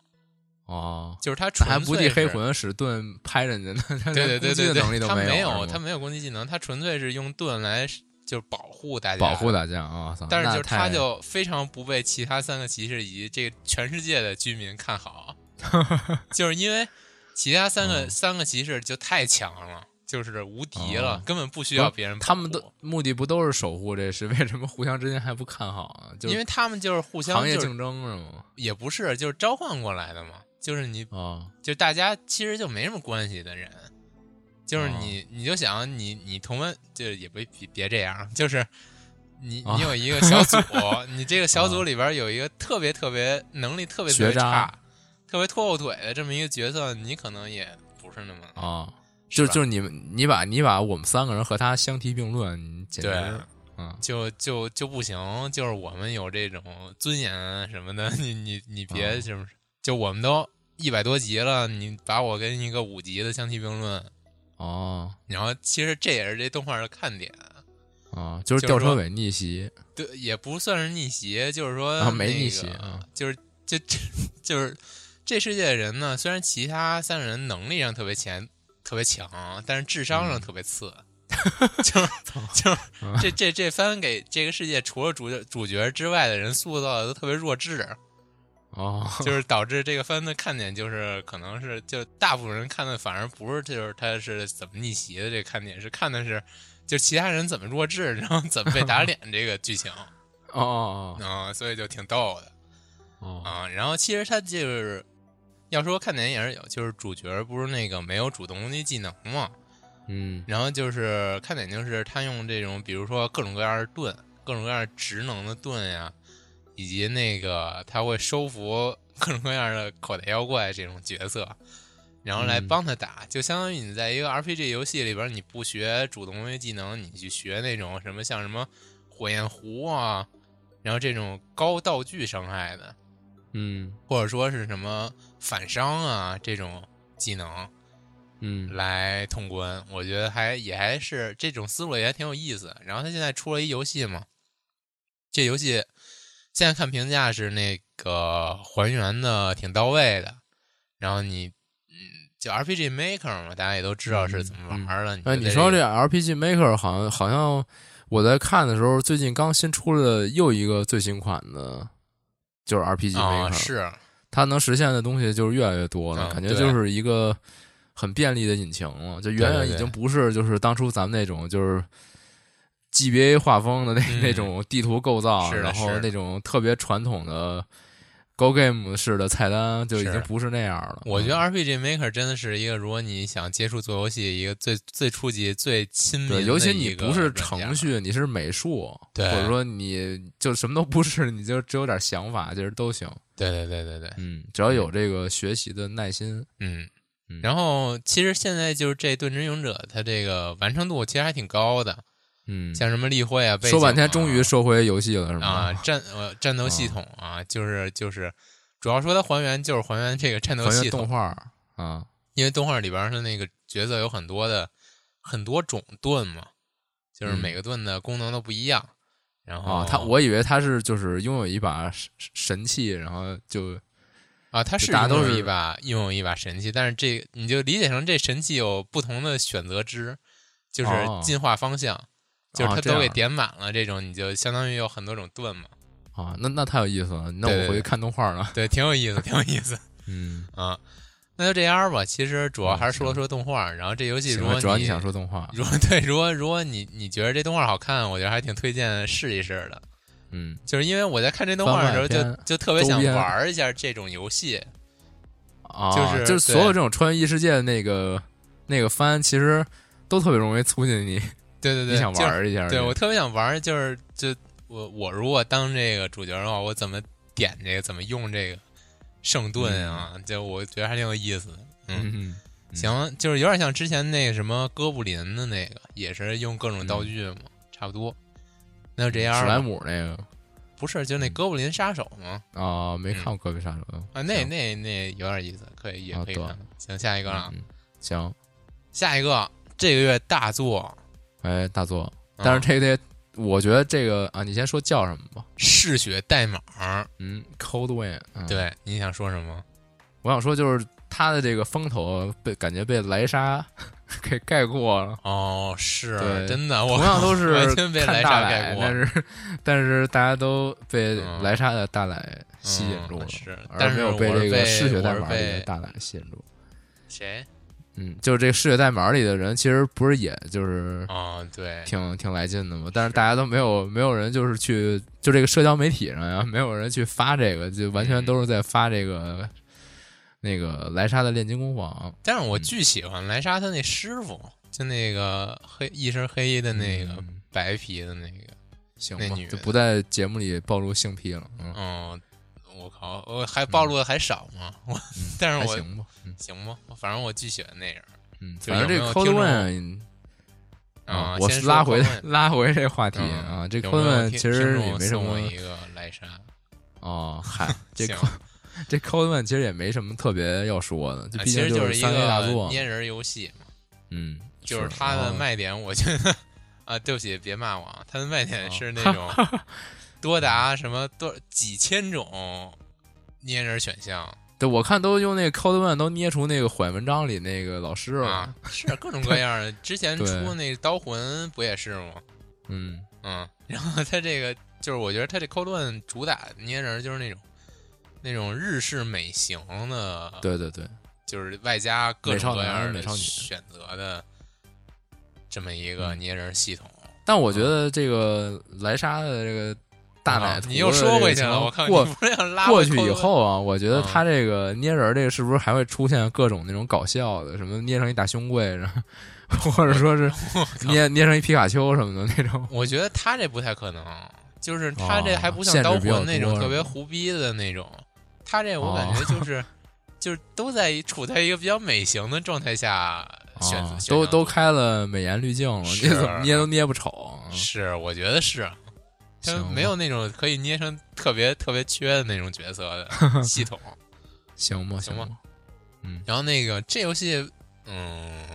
Speaker 1: 哦，
Speaker 2: 就是他
Speaker 1: 那
Speaker 2: 嗯纯
Speaker 1: 还不
Speaker 2: 粹
Speaker 1: 地黑
Speaker 2: 是。
Speaker 1: 魂使盾拍人家呢， 他连
Speaker 2: 对对
Speaker 1: 攻击
Speaker 2: 对对
Speaker 1: 的能力
Speaker 2: 对，
Speaker 1: 都
Speaker 2: 他
Speaker 1: 没
Speaker 2: 有，他
Speaker 1: 是吗
Speaker 2: 没有攻击技能，他纯粹是用盾来就是保护大家，
Speaker 1: 保护。大家啊，操
Speaker 2: 但是
Speaker 1: 那
Speaker 2: 就是他
Speaker 1: 太
Speaker 2: 就非常不被其他三个骑士以及这个全世界的居民看 好，就是因为其他三个、
Speaker 1: 嗯
Speaker 2: 三个骑士就太强了，就是无敌了，
Speaker 1: 哦
Speaker 2: 根本不需要
Speaker 1: 不是
Speaker 2: 别人保护。
Speaker 1: 他们都目的不都是守护这事？为什么互相之间还不看好啊？就
Speaker 2: 因为他们就是互相
Speaker 1: 行业
Speaker 2: 就是
Speaker 1: 竞争是吗？
Speaker 2: 也不是就是召唤过来的嘛，就是你
Speaker 1: 啊，
Speaker 2: 就大家其实就没什么关系的人，
Speaker 1: 哦
Speaker 2: 就是你，你就想你你同温，就也不别别这样，就是你
Speaker 1: 啊
Speaker 2: 你有一个 小组，你这个小组里边有一个特别特别能力特别特别
Speaker 1: 哦学渣
Speaker 2: 差、特别拖后腿的这么一个角色，你可能也不是那么
Speaker 1: 啊，
Speaker 2: 是
Speaker 1: 就
Speaker 2: 吧
Speaker 1: 就是你们，你把你把我们三个人和他相提并论，你简直
Speaker 2: 对，
Speaker 1: 嗯
Speaker 2: 就就就不行，就是我们有这种尊严啊什么的，你你你别
Speaker 1: 哦
Speaker 2: 就是、就我们都一百多集了，你把我跟一个五级的相提并论，
Speaker 1: 哦
Speaker 2: 然后其实这也是这动画的看点。
Speaker 1: 啊，就是
Speaker 2: 就
Speaker 1: 吊
Speaker 2: 是说
Speaker 1: 车尾逆袭
Speaker 2: 对，也不算是逆袭，就是说、
Speaker 1: 啊，没逆
Speaker 2: 那
Speaker 1: 袭
Speaker 2: 个
Speaker 1: 啊，
Speaker 2: 就是就这就是这世界的人呢，虽然其他三个人能力上特别强，特别强，但是智商
Speaker 1: 嗯
Speaker 2: 上特别 次，就是就是
Speaker 1: 啊
Speaker 2: 这这这番给这个世界除了主角主角之外的人塑造的都特别弱智，
Speaker 1: 哦，
Speaker 2: 就是导致这个番的看点就是可能是就大部分人看的反而不是就是他是怎么逆袭的这个看点，是看的是就其他人怎么弱智，然后怎么被打脸这个剧情。
Speaker 1: 哦哦
Speaker 2: 嗯、所以就挺逗的
Speaker 1: 哦哦
Speaker 2: 啊、然后其实他就是要说看点也是有，就是主角不是那个没有主动攻击技能嘛，
Speaker 1: 嗯
Speaker 2: 然后就是看点就是他用这种比如说各种各样的盾、各种各样的职能的盾呀，以及那个他会收服 各种各样的口袋妖怪这种角色。然后来
Speaker 1: 嗯
Speaker 2: 帮他打，就相当于你在一个 RPG 游戏里边，你不学主动攻击技能，你去学那种什么像什么火焰壶啊，然后这种高道具伤害的，
Speaker 1: 嗯
Speaker 2: 或者说是什么反伤啊这种技能
Speaker 1: 嗯
Speaker 2: 来通关，我觉得还也还是这种思路也还挺有意思。然后他现在出了一游戏嘛，这游戏现在看评价是那个还原的挺到位的，然后你嗯，就 RPG Maker 嘛，大家也都知道是怎么玩了。
Speaker 1: 哎，你
Speaker 2: 你就在
Speaker 1: 说
Speaker 2: 这
Speaker 1: 这 RPG Maker 好像好像我在看的时候，最近刚新出了又一个最新款的，就是 RPG
Speaker 2: 个啊、
Speaker 1: Maker，嗯
Speaker 2: 是
Speaker 1: 它能实现的东西就是越来越多了，
Speaker 2: 嗯
Speaker 1: 感觉
Speaker 2: 对
Speaker 1: 就是一个很便利的引擎了，就远
Speaker 2: 对
Speaker 1: 远
Speaker 2: 对
Speaker 1: 已经不是就是当初咱们那种就是 GBA 画风的那、
Speaker 2: 嗯
Speaker 1: 那种地图构造，
Speaker 2: 是的
Speaker 1: 然后
Speaker 2: 是的
Speaker 1: 那种特别传统的 Go Game 式的菜单，就已
Speaker 2: 是
Speaker 1: 经不是那样了。
Speaker 2: 我
Speaker 1: 嗯
Speaker 2: 觉得 RPG Maker 真的是一个，如果你想接触做游戏，一个最最初级、最亲民的
Speaker 1: 对，
Speaker 2: 一
Speaker 1: 尤
Speaker 2: 个
Speaker 1: 其你不是
Speaker 2: 软件
Speaker 1: 程，序，你是美术，
Speaker 2: 对
Speaker 1: 或者说你就什么都不是，你就只有点想法，就是都行。
Speaker 2: 对对对对对，
Speaker 1: 嗯，只要有这个学习的耐心，
Speaker 2: 嗯。
Speaker 1: 嗯
Speaker 2: 然后其实现在就是这《盾之勇者》，它这个完成度其实还挺高的，
Speaker 1: 嗯，
Speaker 2: 像什么例会啊，背景
Speaker 1: 说半天
Speaker 2: 啊
Speaker 1: 终于说回游戏了，是吗？哦
Speaker 2: 啊战呃战斗系统啊，就是就是主要说它还原就是还原这个战斗
Speaker 1: 还
Speaker 2: 系
Speaker 1: 原
Speaker 2: 统
Speaker 1: 动，画儿啊，
Speaker 2: 因为动画里边的那个角色有很多的很多种盾嘛，就是
Speaker 1: 嗯
Speaker 2: 每个盾的功能都不一样。然后
Speaker 1: 啊，他我以为他是就是拥有一把神神器，然后就
Speaker 2: 啊，它
Speaker 1: 就是大家
Speaker 2: 拥
Speaker 1: 都
Speaker 2: 有一
Speaker 1: 是
Speaker 2: 把拥有一把神器，但是这你就理解成这神器有不同的选择之，就是
Speaker 1: 哦
Speaker 2: 进化方向，就是
Speaker 1: 啊
Speaker 2: 它
Speaker 1: 这
Speaker 2: 都给
Speaker 1: 样
Speaker 2: 点满了，这种你就相当于有很多种盾嘛，
Speaker 1: 啊，那那太有意思了，那
Speaker 2: 对对
Speaker 1: 我回
Speaker 2: 对
Speaker 1: 去看动画了。
Speaker 2: 对，挺有意思，挺有意思
Speaker 1: 嗯，
Speaker 2: 啊。那就这样吧，其实主要
Speaker 1: 嗯
Speaker 2: 还是说
Speaker 1: 行
Speaker 2: 说动画，然后这游戏
Speaker 1: 行
Speaker 2: 如
Speaker 1: 吧
Speaker 2: 果
Speaker 1: 主要你想说动画，
Speaker 2: 如果对，如果如果你你觉得这动画好看，我觉得还挺推荐试一试的。
Speaker 1: 嗯，
Speaker 2: 就是因为我在看这动画的时候
Speaker 1: 番
Speaker 2: 就，
Speaker 1: 外篇
Speaker 2: 就特别
Speaker 1: 周
Speaker 2: 想
Speaker 1: 边
Speaker 2: 玩一下这种游戏。
Speaker 1: 啊，
Speaker 2: 就是
Speaker 1: 就是所有
Speaker 2: 对
Speaker 1: 这种穿越异世界的那个那个番，其实都特别容易促进你
Speaker 2: 对对对，
Speaker 1: 你想
Speaker 2: 就是
Speaker 1: 玩儿一下。
Speaker 2: 对我特别想玩儿，就是就我我如果当这个主角的话，我怎么点这个，怎么用这个圣盾啊？就我觉得还挺有意思的。嗯，
Speaker 1: 嗯，嗯
Speaker 2: 行，就是有点像之前那个什么哥布林的那个，也是用各种道具嘛，差不多。那就这样
Speaker 1: 嗯史莱
Speaker 2: 吧，
Speaker 1: 姆嗯那个
Speaker 2: 不是就那哥布林杀手吗？
Speaker 1: 啊，
Speaker 2: 嗯
Speaker 1: 没看过《隔壁杀手》
Speaker 2: 啊，那
Speaker 1: 行
Speaker 2: 那那有点意思，可以也
Speaker 1: 啊
Speaker 2: 可以
Speaker 1: 对
Speaker 2: 看。行，下一个了，
Speaker 1: 嗯行，
Speaker 2: 下一个这个月大作，
Speaker 1: 哎，大作，
Speaker 2: 嗯
Speaker 1: 但是这个得，我觉得这个啊，你先说叫什么吧。
Speaker 2: 嗜血代码，
Speaker 1: 嗯，Cold Wind，嗯，
Speaker 2: 对，你想说什么？
Speaker 1: 我想说就是他的这个风头被感觉被莱莎 给盖过了。
Speaker 2: 哦，是
Speaker 1: 对
Speaker 2: 真的，我
Speaker 1: 同样都
Speaker 2: 完
Speaker 1: 是
Speaker 2: 全被
Speaker 1: 看
Speaker 2: 莱
Speaker 1: 大
Speaker 2: 莎
Speaker 1: 奶，
Speaker 2: 盖过，
Speaker 1: 但是但是大家都被
Speaker 2: 嗯
Speaker 1: 莱莎的大奶吸引住了，
Speaker 2: 嗯是
Speaker 1: 而
Speaker 2: 但是
Speaker 1: 没有被
Speaker 2: 我是
Speaker 1: 这
Speaker 2: 被
Speaker 1: 个嗜血代
Speaker 2: 我
Speaker 1: 码
Speaker 2: 是
Speaker 1: 里的
Speaker 2: 被
Speaker 1: 大奶吸引住。
Speaker 2: 谁？
Speaker 1: 嗯，就是这个视觉代码里的人，其实不是也就是
Speaker 2: 啊、对，
Speaker 1: 挺挺来劲的嘛，但是大家都没有没有人就是去就这个社交媒体上呀，没有人去发这个，就完
Speaker 2: 嗯
Speaker 1: 全都是在发这个、那个莱莎的炼金工坊。
Speaker 2: 但是我巨喜欢莱莎她那师傅，就那个黑一身黑衣的那个、
Speaker 1: 嗯
Speaker 2: 白皮的那个，
Speaker 1: 行
Speaker 2: 那
Speaker 1: 吧
Speaker 2: 女，
Speaker 1: 就
Speaker 2: 的
Speaker 1: 不在节目里暴露性癖了，嗯，
Speaker 2: 嗯，我靠，我还暴露的还少吗？ 我，但是
Speaker 1: 还
Speaker 2: 我
Speaker 1: 行吧，嗯
Speaker 2: 行吗？反正我巨喜欢那人
Speaker 1: 嗯，
Speaker 2: 就
Speaker 1: 反正
Speaker 2: 有
Speaker 1: 这
Speaker 2: 没
Speaker 1: 个
Speaker 2: 有
Speaker 1: Cold
Speaker 2: 听众
Speaker 1: One
Speaker 2: 啊。
Speaker 1: 嗯我
Speaker 2: 先
Speaker 1: 是
Speaker 2: 说
Speaker 1: 拉 回
Speaker 2: Coldplay
Speaker 1: 拉回这话题
Speaker 2: 嗯
Speaker 1: 啊，这
Speaker 2: 有
Speaker 1: Cold
Speaker 2: 没有
Speaker 1: One
Speaker 2: 听
Speaker 1: 其实
Speaker 2: 听
Speaker 1: 也
Speaker 2: 众
Speaker 1: 没什
Speaker 2: 送我
Speaker 1: 么
Speaker 2: 一个莱莎，
Speaker 1: 哦， 嗨，这
Speaker 2: 行
Speaker 1: Cold- 这 Cold One 其实也没什么特别要说的，就
Speaker 2: 啊
Speaker 1: 毕
Speaker 2: 其
Speaker 1: 竟
Speaker 2: 实
Speaker 1: 就是
Speaker 2: 一
Speaker 1: 三 A 大作
Speaker 2: 个
Speaker 1: 嘛，
Speaker 2: 捏人游戏嘛，
Speaker 1: 嗯，
Speaker 2: 就是它
Speaker 1: 然
Speaker 2: 的
Speaker 1: 后
Speaker 2: 卖点，我觉得啊，对不起，别骂我，啊，它的卖点
Speaker 1: 哦
Speaker 2: 是那种多达什么多几千种捏人选项
Speaker 1: 对，我看都用那个 Code One 都捏出那个缓文章里那个老师了。
Speaker 2: 啊，是各种各样的。之前
Speaker 1: 对
Speaker 2: 出那刀魂不也是吗？
Speaker 1: 嗯，
Speaker 2: 嗯，然后他这个就是，我觉得他这 Cold One 主打捏人就是那种那种日式美型的，，
Speaker 1: 对对对，
Speaker 2: 就是外加各
Speaker 1: 美
Speaker 2: 种
Speaker 1: 少
Speaker 2: 各
Speaker 1: 男
Speaker 2: 样的
Speaker 1: 美少女
Speaker 2: 选择的这么一个
Speaker 1: 嗯
Speaker 2: 捏人系统。
Speaker 1: 但我觉得这个莱莎的这个大奶
Speaker 2: 嗯啊
Speaker 1: 图、
Speaker 2: 你又说回去 了，我靠，你
Speaker 1: 过
Speaker 2: 不是要拉回
Speaker 1: 过去
Speaker 2: Cold
Speaker 1: 以
Speaker 2: One？
Speaker 1: 后啊，我觉得
Speaker 2: 嗯
Speaker 1: 他这个捏人儿这个是不是还会出现各种那种搞笑的，什么捏成一大胸柜，然后或者说是捏捏成一皮卡丘什么的那种。
Speaker 2: 我觉得他这不太可能，就是他
Speaker 1: 哦
Speaker 2: 这还不像
Speaker 1: 限制
Speaker 2: 刀
Speaker 1: 比较
Speaker 2: 魂那种
Speaker 1: 多
Speaker 2: 特
Speaker 1: 是
Speaker 2: 别
Speaker 1: 吧哦
Speaker 2: 胡逼的那种，他这我感觉就是、就是都在处在一个比较美型的状态下选择，
Speaker 1: 啊
Speaker 2: 选、
Speaker 1: 都
Speaker 2: 择
Speaker 1: 都开了美颜滤镜了，
Speaker 2: 是啊
Speaker 1: 你怎么捏都捏不丑。啊
Speaker 2: 是，我觉得是，他
Speaker 1: 行
Speaker 2: 没有那种可以捏成特别特别缺的那种角色 的系统。
Speaker 1: 行吧，
Speaker 2: 行吧
Speaker 1: 吧，
Speaker 2: 然后那个这游戏，嗯，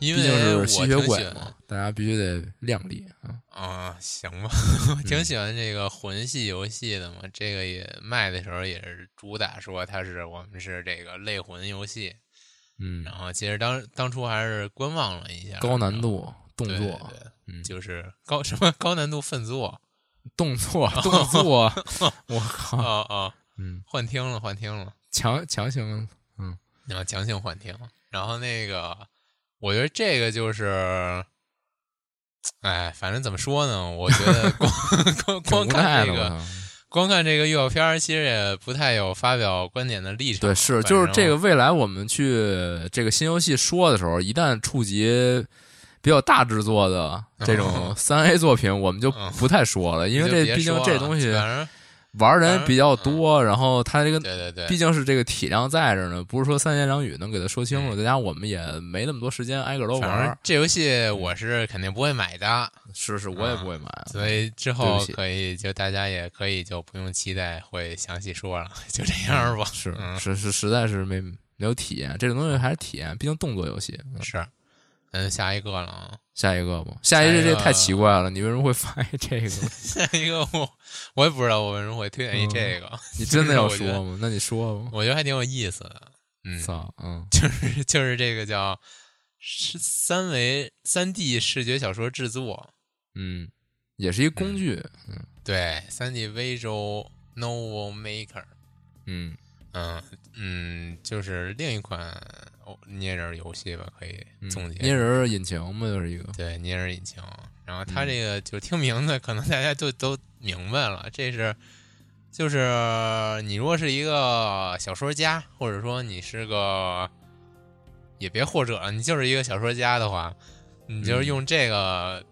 Speaker 2: 因
Speaker 1: 毕竟
Speaker 2: 为
Speaker 1: 是
Speaker 2: 我
Speaker 1: 吸
Speaker 2: 挺
Speaker 1: 血
Speaker 2: 喜
Speaker 1: 鬼
Speaker 2: 欢
Speaker 1: 嘛，大家必须得靓丽啊。
Speaker 2: 啊、行吧， 我
Speaker 1: 嗯
Speaker 2: 挺喜欢这个魂系游戏的嘛。这个也卖的时候也是主打说它是我们是这个类魂游戏，
Speaker 1: 嗯，
Speaker 2: 然后其实当当初还是观望了一下，
Speaker 1: 高难
Speaker 2: 然后
Speaker 1: 度动
Speaker 2: 对
Speaker 1: 作，
Speaker 2: 对
Speaker 1: 嗯，
Speaker 2: 就是高什么高难度 分作，
Speaker 1: 动 作动作，我
Speaker 2: 啊
Speaker 1: 靠，
Speaker 2: 啊，
Speaker 1: 嗯，
Speaker 2: 幻听了，幻听了。
Speaker 1: 强强行，嗯，
Speaker 2: 然后强行缓停，然后那个，我觉得这个就是，哎，反正怎么说呢？我觉得 光光
Speaker 1: 挺
Speaker 2: 光
Speaker 1: 无奈的
Speaker 2: 看这
Speaker 1: 我
Speaker 2: 个，
Speaker 1: 操。
Speaker 2: 光看这个预告片儿，其实也不太有发表观点的立场。
Speaker 1: 对，是
Speaker 2: 反
Speaker 1: 就是
Speaker 2: 正
Speaker 1: 这个，未来我们去这个新游戏说的时候，一旦触及比较大制作的这种
Speaker 2: 嗯
Speaker 1: 三 A 作品，我们就
Speaker 2: 嗯
Speaker 1: 不太说了，
Speaker 2: 你
Speaker 1: 因为
Speaker 2: 就
Speaker 1: 这
Speaker 2: 别
Speaker 1: 毕竟
Speaker 2: 说
Speaker 1: 这
Speaker 2: 了
Speaker 1: 东西
Speaker 2: 反正
Speaker 1: 玩人
Speaker 2: 正
Speaker 1: 比较多，然后它这个
Speaker 2: 嗯对对对，
Speaker 1: 毕竟是这个体量在这儿呢，不是说三言两语能给它说清楚，
Speaker 2: 嗯
Speaker 1: 再加上我们也没那么多时间挨个都玩
Speaker 2: 反正
Speaker 1: 儿，
Speaker 2: 这游戏我是肯定不会买的，
Speaker 1: 是是，
Speaker 2: 嗯
Speaker 1: 我也不会买，啊
Speaker 2: 所以之
Speaker 1: 对
Speaker 2: 后
Speaker 1: 不起
Speaker 2: 可以就大家也可以就不用期待会详细说了，就这样吧。
Speaker 1: 是
Speaker 2: 嗯
Speaker 1: 是是，实在是没没有体验，这种东西还是体验，毕竟动作游戏。嗯
Speaker 2: 是，嗯，下一个了啊。
Speaker 1: 下一个吧，下一
Speaker 2: 下一
Speaker 1: 个
Speaker 2: 个
Speaker 1: 这太奇怪了，你为什么会发现这个？
Speaker 2: 下一个我我也不知道我为什么会推荐一
Speaker 1: 嗯
Speaker 2: 这个，
Speaker 1: 你真的要说
Speaker 2: 我觉得
Speaker 1: 吗？那你说吧。
Speaker 2: 我觉得还挺有意思的。嗯，
Speaker 1: 操，嗯，
Speaker 2: 就是就是这个叫是三维三 D 视觉小说制作，
Speaker 1: 嗯，也是一工具，
Speaker 2: 对，三 D Visual Novel Maker，
Speaker 1: 嗯，
Speaker 2: 嗯嗯，就是另一款哦捏人游戏吧，可以
Speaker 1: 嗯
Speaker 2: 总结、
Speaker 1: 捏人儿引擎嘛，就是一个，
Speaker 2: 对捏人引擎。然后它
Speaker 1: 嗯
Speaker 2: 这个就听名字，可能大家就都明白了，这是就是你如果是一个小说家，或者说你是个也别或者了，你就是一个小说家的话，你就是
Speaker 1: 嗯
Speaker 2: 用这个、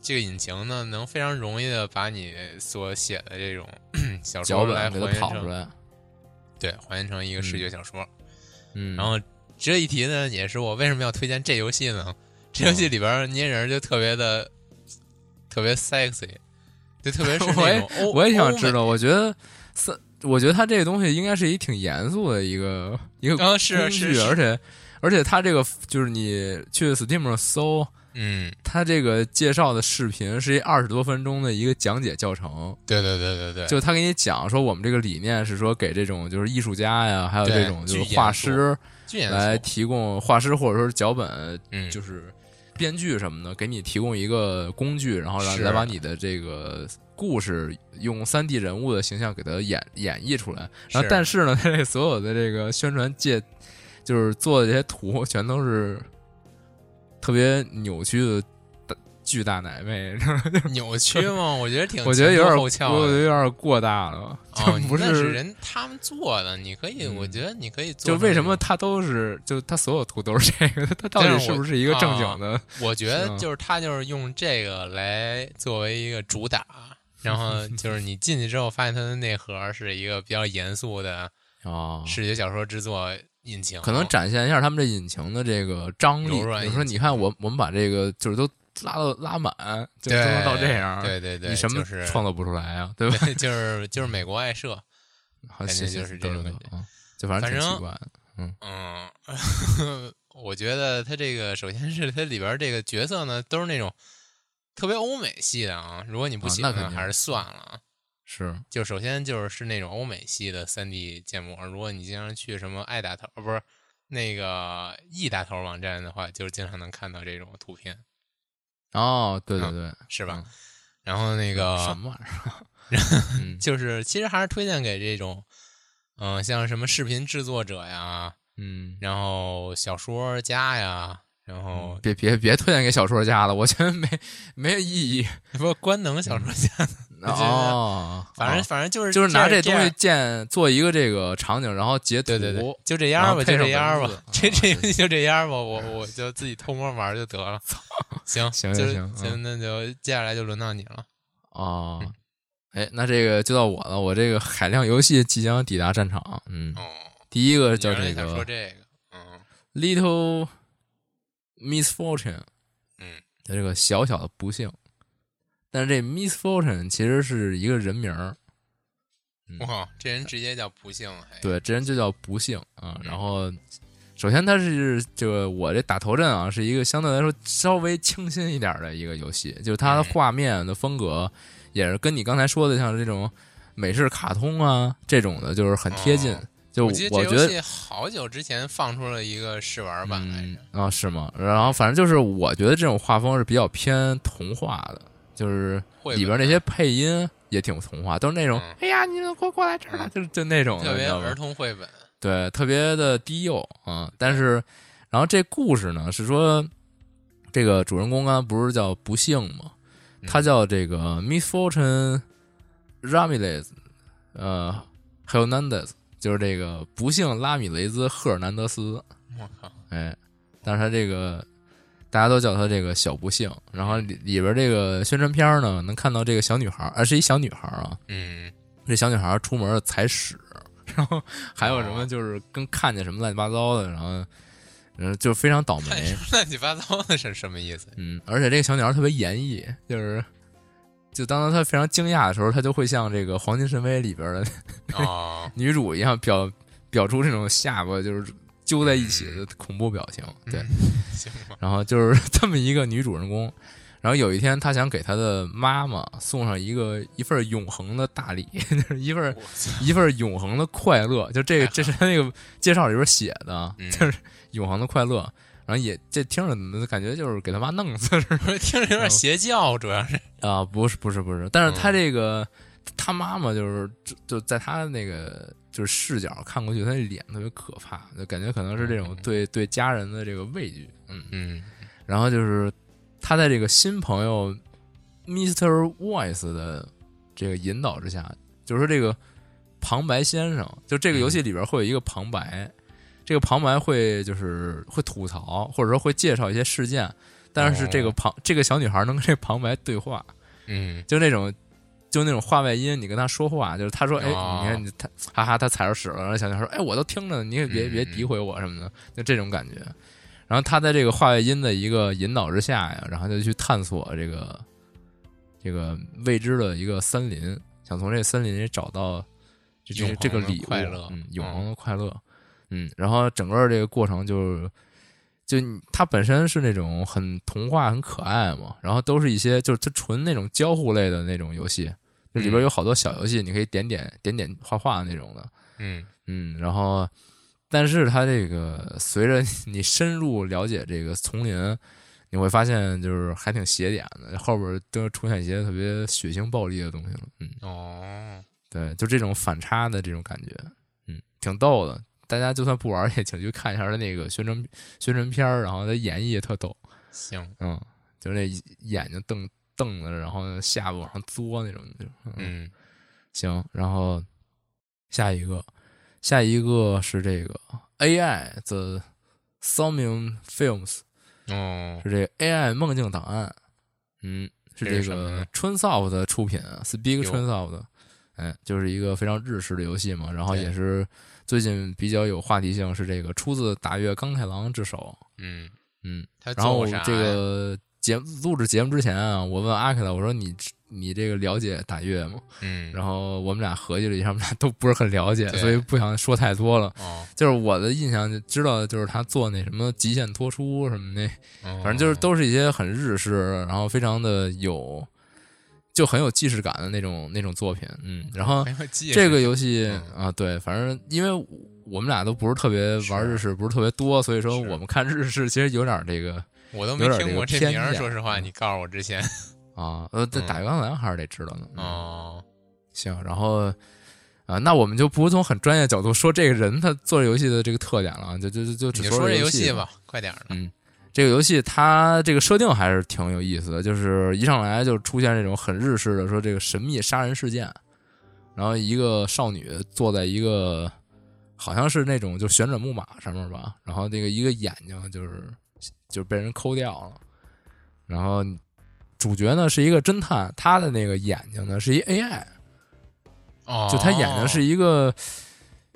Speaker 2: 这个引擎呢，能非常容易的把你所写的这种 小
Speaker 1: 脚
Speaker 2: 说来
Speaker 1: 本给
Speaker 2: 还
Speaker 1: 它
Speaker 2: 原
Speaker 1: 跑出
Speaker 2: 成，
Speaker 1: 来，
Speaker 2: 对，还原成一个视觉小说。
Speaker 1: 嗯，
Speaker 2: 然后这一提呢，也是我为什么要推荐这游戏呢？这游戏
Speaker 1: 哦
Speaker 2: 里边儿捏人就特别的、特别 sexy，就特别是
Speaker 1: 我
Speaker 2: 那
Speaker 1: 也
Speaker 2: 种欧
Speaker 1: 我也想知。
Speaker 2: 欧
Speaker 1: 道，我觉得三，我觉得他这个东西应该是一挺严肃的一个一个
Speaker 2: 美啊，是
Speaker 1: 工
Speaker 2: 是
Speaker 1: 具，
Speaker 2: 是
Speaker 1: 而，且而且他这个就是你去 Steam 上搜。
Speaker 2: 嗯，
Speaker 1: 他这个介绍的视频是一二十多分钟的一个讲解教程，
Speaker 2: 对对对对对，
Speaker 1: 就他给你讲说我们这个理念是说给这种就是艺术家呀，还有
Speaker 2: 对
Speaker 1: 这种就
Speaker 2: 巨
Speaker 1: 是画
Speaker 2: 严肃
Speaker 1: 师
Speaker 2: 巨严
Speaker 1: 来
Speaker 2: 肃，
Speaker 1: 提供画师或者说是脚本，
Speaker 2: 嗯，
Speaker 1: 就是编剧什么的，给你提供一个工具，然后来
Speaker 2: 是
Speaker 1: 来把你的这个故事用三 D 人物的形象给它演演绎出来。然后，但是呢，它这所有的这个宣传界，就是做的这些图，全都是特别扭曲的大巨大奶 妹，
Speaker 2: 扭曲吗？我觉得挺，
Speaker 1: 我觉得有点，
Speaker 2: 后
Speaker 1: 我觉
Speaker 2: 翘的。
Speaker 1: 得有点过大了， 就
Speaker 2: 哦，
Speaker 1: 不
Speaker 2: 那是
Speaker 1: 是。嗯
Speaker 2: 人他们做的，你可以，我觉得你可以做。
Speaker 1: 就为什么？他都是，就他所有图都是这个，他他到底
Speaker 2: 但是
Speaker 1: 是
Speaker 2: 我
Speaker 1: 不是一个正经的？
Speaker 2: 我觉
Speaker 1: 是
Speaker 2: 得
Speaker 1: 啊
Speaker 2: 就是他就是用这个来作为一个 主打，然后就是你进去之后发现它的内核是一个比较严肃的
Speaker 1: 哦
Speaker 2: 视觉小说制作引擎，
Speaker 1: 可能展现一下他们这引擎的这个张力。
Speaker 2: 哦柔软
Speaker 1: 比
Speaker 2: 引
Speaker 1: 如
Speaker 2: 擎
Speaker 1: 说，你看我我们把这个就是都拉到拉满，就都
Speaker 2: 对
Speaker 1: 能到这样，
Speaker 2: 对对对，
Speaker 1: 你什么
Speaker 2: 就是
Speaker 1: 创作不出来啊？对吧？
Speaker 2: 对，就是就是美国爱社，
Speaker 1: 好，
Speaker 2: 感
Speaker 1: 行
Speaker 2: 觉就
Speaker 1: 行
Speaker 2: 是这
Speaker 1: 懂懂
Speaker 2: 种感
Speaker 1: 懂啊就反正
Speaker 2: 反
Speaker 1: 挺
Speaker 2: 正
Speaker 1: 奇怪的。
Speaker 2: 嗯， 我觉得它这个首先是它里边这个角色呢都是那种特别欧美系的啊，如果你不
Speaker 1: 啊
Speaker 2: 喜
Speaker 1: 那
Speaker 2: 欢、
Speaker 1: 肯定
Speaker 2: 还是算了啊。
Speaker 1: 是，
Speaker 2: 就首先就是是那种欧美系的三 D 建模，如果你经常去什么爱打头，呃不是那个 E 打头网站的话，就是经常能看到这种图片，
Speaker 1: 哦，对对
Speaker 2: 嗯
Speaker 1: 对，
Speaker 2: 是吧？
Speaker 1: 嗯
Speaker 2: 然后
Speaker 1: 什
Speaker 2: 那个
Speaker 1: 么玩意儿？ 嗯
Speaker 2: 就是其实还是推荐给这种，嗯、像什么视频制作者呀，
Speaker 1: 嗯，
Speaker 2: 然后小说家呀，然后
Speaker 1: 别别别推荐给小说家了，我觉得没没有意义。
Speaker 2: 不官能小说家，觉得
Speaker 1: 哦，
Speaker 2: 反正
Speaker 1: 嗯哦
Speaker 2: 反正就是
Speaker 1: 就是拿这东
Speaker 2: 样
Speaker 1: 西建做一个这个场景，然后截图。
Speaker 2: 对对对，就这
Speaker 1: 然
Speaker 2: 样
Speaker 1: 后
Speaker 2: 吧，
Speaker 1: 配
Speaker 2: 就
Speaker 1: 上
Speaker 2: 这样
Speaker 1: 文字
Speaker 2: 吧，这 这
Speaker 1: 啊嗯
Speaker 2: 游戏就这样吧，我我就自己偷摸玩就得 了。行
Speaker 1: 行
Speaker 2: 就
Speaker 1: 行
Speaker 2: 行
Speaker 1: 嗯
Speaker 2: 那就接下来就轮到你了。
Speaker 1: 哦，
Speaker 2: 嗯
Speaker 1: 哎，那这个就到我了，我这个海量游戏即将抵达战场。嗯，
Speaker 2: 哦，
Speaker 1: 第一个
Speaker 2: 我
Speaker 1: 叫这
Speaker 2: 想说
Speaker 1: 个
Speaker 2: 这个，嗯
Speaker 1: Little Misfortune，
Speaker 2: 嗯，
Speaker 1: 它这个小小的不幸。但是这 Misfortune 其实是一个人名儿，
Speaker 2: 哇，这人直接叫不幸，还，
Speaker 1: 对，这人就叫不幸啊。
Speaker 2: 嗯
Speaker 1: 然后，首先它是这个我这打头阵啊，是一个相对来说稍微清新一点的一个游戏，就是它的
Speaker 2: 嗯
Speaker 1: 画面的风格也是跟你刚才说的像这种美式卡通啊这种的，就是很贴近
Speaker 2: 哦。
Speaker 1: 就
Speaker 2: 我记得
Speaker 1: 我
Speaker 2: 这
Speaker 1: 觉
Speaker 2: 游
Speaker 1: 得
Speaker 2: 戏好久之前放出了一个试玩版来
Speaker 1: 嗯
Speaker 2: 着，
Speaker 1: 啊是吗？然后反正就是我觉得这种画风是比较偏童话的，就是
Speaker 2: 绘
Speaker 1: 里边
Speaker 2: 本
Speaker 1: 那些配音也挺童话，都是那种、
Speaker 2: 哎嗯
Speaker 1: 哎呀你们快过来这儿了，就是就那种的
Speaker 2: 特
Speaker 1: 你
Speaker 2: 别
Speaker 1: 知道吗
Speaker 2: 儿？童绘本，
Speaker 1: 对，特别的低幼啊、但是，然后这故事呢是说，这个主人公刚才不是叫不幸吗？
Speaker 2: 嗯
Speaker 1: 他叫这个 Misfortune Ramirez，呃，Hernandez，就是这个不幸拉米雷兹·赫尔南德斯。
Speaker 2: 我靠，
Speaker 1: 哎，但是他这个大家都叫他这个小不幸。然后里里边这个宣传片呢，能看到这个小女孩儿，啊，是一小女孩儿啊，
Speaker 2: 嗯，
Speaker 1: 这小女孩出门踩屎，然后还有什么
Speaker 2: 哦
Speaker 1: 就是跟看见什么乱七八糟的，然后嗯就非常倒
Speaker 2: 看
Speaker 1: 霉
Speaker 2: 什。么乱七八糟的是什么意思？
Speaker 1: 嗯，而且这个小女孩特别演绎，就是就当她非常惊讶的时候，她就会像这个《黄金神威》里边的
Speaker 2: 哦，
Speaker 1: 女主一样表表出这种下巴就是揪在一起的恐怖表情。对，
Speaker 2: 行吧，
Speaker 1: 然后就是 这么一个女主人公。然后有一天，她想给她的妈妈送上一个一份永恒的大礼， 就是一份
Speaker 2: 我操
Speaker 1: 一份永恒的快乐，就这个，
Speaker 2: 太好
Speaker 1: 这是他那个介绍里边写的，
Speaker 2: 哎嗯
Speaker 1: 就是永恒的快乐。然后也这听着感觉就是给他妈弄死似的
Speaker 2: 不是听着有点
Speaker 1: 嗯
Speaker 2: 邪教，主要是，
Speaker 1: 啊！不是不是不是，但是他
Speaker 2: 嗯
Speaker 1: 这个、他妈妈就是就就在他那个就是视角看过去，他脸特别可怕，就感觉可能是这种
Speaker 2: 嗯
Speaker 1: 对对家人的这个畏惧，嗯。
Speaker 2: 嗯
Speaker 1: 然后就是他在这个新朋友 Mr. Voice 的这个引导之下，就是说这个旁白先生，就这个游戏里边会有一个旁白，这个旁白会就是会吐槽，或者说会介绍一些事件，但是这个旁、这个小女孩能跟这旁白对话，
Speaker 2: 嗯，
Speaker 1: 就那种。就那种话外音，你跟他说话，就是他说，哎，
Speaker 2: 哦
Speaker 1: 你看你他，哈哈，他踩着屎了，然后小女孩说，哎，我都听着呢，你也别
Speaker 2: 嗯
Speaker 1: 别
Speaker 2: 嗯
Speaker 1: 诋毁我什么的，就这种感觉。然后他在这个话外音的一个引导之下呀，然后就去探索这个这个未知的一个森林，想从这森林里找到这这
Speaker 2: 永恒的
Speaker 1: 这个礼物，
Speaker 2: 快乐
Speaker 1: 嗯，永恒的快乐，嗯。然后整个这个过程就是。就你它本身是那种很童话、很可爱嘛，然后都是一些就是它纯那种交互类的那种游戏，就里边
Speaker 2: 嗯
Speaker 1: 有好多小游戏，你可以点点点点画画那种的，
Speaker 2: 嗯
Speaker 1: 嗯，然后，但是它这个随着你 深入了解这个丛林，你会发现就是还挺邪点的，后边儿都出现一些特别血腥暴力的东西了。嗯，
Speaker 2: 哦，
Speaker 1: 对，就这种反差的这种感觉，嗯，挺逗的。大家就算不玩儿也请去看一下它那个宣传宣传片儿，然后它演绎也特逗。
Speaker 2: 行，
Speaker 1: 嗯，就那眼睛瞪瞪着，然后下巴往上嘬那种，就
Speaker 2: 嗯
Speaker 1: 行，然后下一个，下一个是这个 AI the Somnium Films，
Speaker 2: 哦，
Speaker 1: 嗯是这个 AI 梦境档案，嗯，是
Speaker 2: 这
Speaker 1: 这
Speaker 2: 是什么
Speaker 1: 个
Speaker 2: 呢
Speaker 1: Chunsoft 的出品，Speak
Speaker 2: 哟
Speaker 1: Chunsoft，哎，就是一个非常日式的游戏嘛，然后
Speaker 2: 对
Speaker 1: 也是最近比较有话题性，是这个出自打月刚太郎之手，
Speaker 2: 嗯，
Speaker 1: 嗯，
Speaker 2: 他
Speaker 1: 然
Speaker 2: 做
Speaker 1: 后
Speaker 2: 过啥呀？
Speaker 1: 这个节目录制节目之前啊，我问阿克的，我说你你这个了解打月吗？
Speaker 2: 嗯，
Speaker 1: 然后我们俩合计了一下，我们俩都不是很了解，
Speaker 2: 对
Speaker 1: 所以不想说太多了。
Speaker 2: 哦，
Speaker 1: 就是我的印象就知道，就是他做那什么极限脱出什么那，
Speaker 2: 反
Speaker 1: 反正
Speaker 2: 哦
Speaker 1: 就是都是一些很日式，然后非常的有，就很有既视感的那种那种作品。嗯，然后
Speaker 2: 很有技
Speaker 1: 这
Speaker 2: 术
Speaker 1: 个游戏
Speaker 2: 哎嗯
Speaker 1: 啊，对，反正因为我们俩都不是特别玩日式，不是特别多，所以说
Speaker 2: 是
Speaker 1: 我们看日式其实有点这个
Speaker 2: 我都没
Speaker 1: 有点
Speaker 2: 听
Speaker 1: 这
Speaker 2: 过
Speaker 1: 个
Speaker 2: 这
Speaker 1: 偏
Speaker 2: 名儿，
Speaker 1: 见
Speaker 2: 说实话，
Speaker 1: 嗯
Speaker 2: 你告诉我之前
Speaker 1: 啊，呃，这
Speaker 2: 嗯
Speaker 1: 打钢弹还是得知道的。嗯
Speaker 2: 哦，
Speaker 1: 行，然后啊、那我们就不从很专业角度说这个人他做游戏的这个特点了啊，就就就就
Speaker 2: 你
Speaker 1: 只
Speaker 2: 就说
Speaker 1: 这
Speaker 2: 这游
Speaker 1: 戏
Speaker 2: 戏。吧，快点儿的，
Speaker 1: 这个游戏它这个设定还是挺有意思的，就是一上来就出现这种很日式的说这个神秘杀人事件，然后一个少女坐在一个好像是那种就旋转木马上面吧，然后那个一个眼睛就是就被人抠掉了，然后主角呢是一个侦探，他的那个眼睛呢是一 AI，
Speaker 2: 哦，
Speaker 1: 嗯就他演的是一个，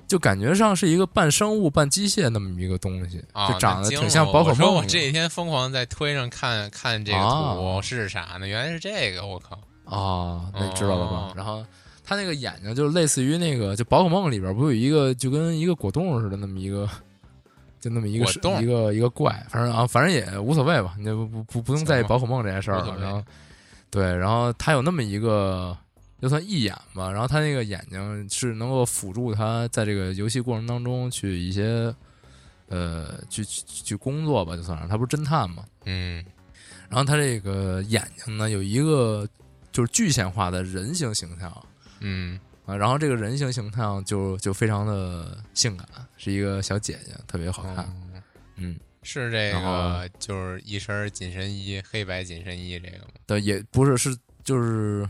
Speaker 1: 就感觉上是一个半生物半机械那么一个东西，
Speaker 2: 啊
Speaker 1: 就长
Speaker 2: 那
Speaker 1: 得
Speaker 2: 惊
Speaker 1: 挺
Speaker 2: 了
Speaker 1: 像宝可
Speaker 2: 我说
Speaker 1: 梦
Speaker 2: 我
Speaker 1: 的
Speaker 2: 这几天疯狂在推上看看这个
Speaker 1: 哦
Speaker 2: 图是啥呢？原来是这个，我靠！
Speaker 1: 啊，那你知道了吧？
Speaker 2: 哦
Speaker 1: 然后他那个眼睛就类似于那个，就宝可梦里边不有一个就跟一个果冻似的那么一个。就那么一个
Speaker 2: 果
Speaker 1: 是
Speaker 2: 冻
Speaker 1: 一个一个怪，反正啊，反正也无所谓吧，你就不不不不用在意
Speaker 2: 行吧
Speaker 1: 宝可梦这件事儿
Speaker 2: 无
Speaker 1: 了。
Speaker 2: 所谓
Speaker 1: 然后，对，然后他有那么一个，就算义眼吧，然后他那个眼睛是能够辅助他在这个游戏过程当中去一些，呃，去去去工作吧，就算是他不是侦探嘛，
Speaker 2: 嗯，
Speaker 1: 然后他这个眼睛呢有一个就是具象化的人形形象
Speaker 2: 嗯，
Speaker 1: 啊，然后这个人形形象就就非常的性感，是一个小姐姐，特别好看。
Speaker 2: 嗯
Speaker 1: 嗯，
Speaker 2: 是这
Speaker 1: 然后
Speaker 2: 个，就是一身紧身衣，黑白紧身衣这个吗？
Speaker 1: 但也不是是就是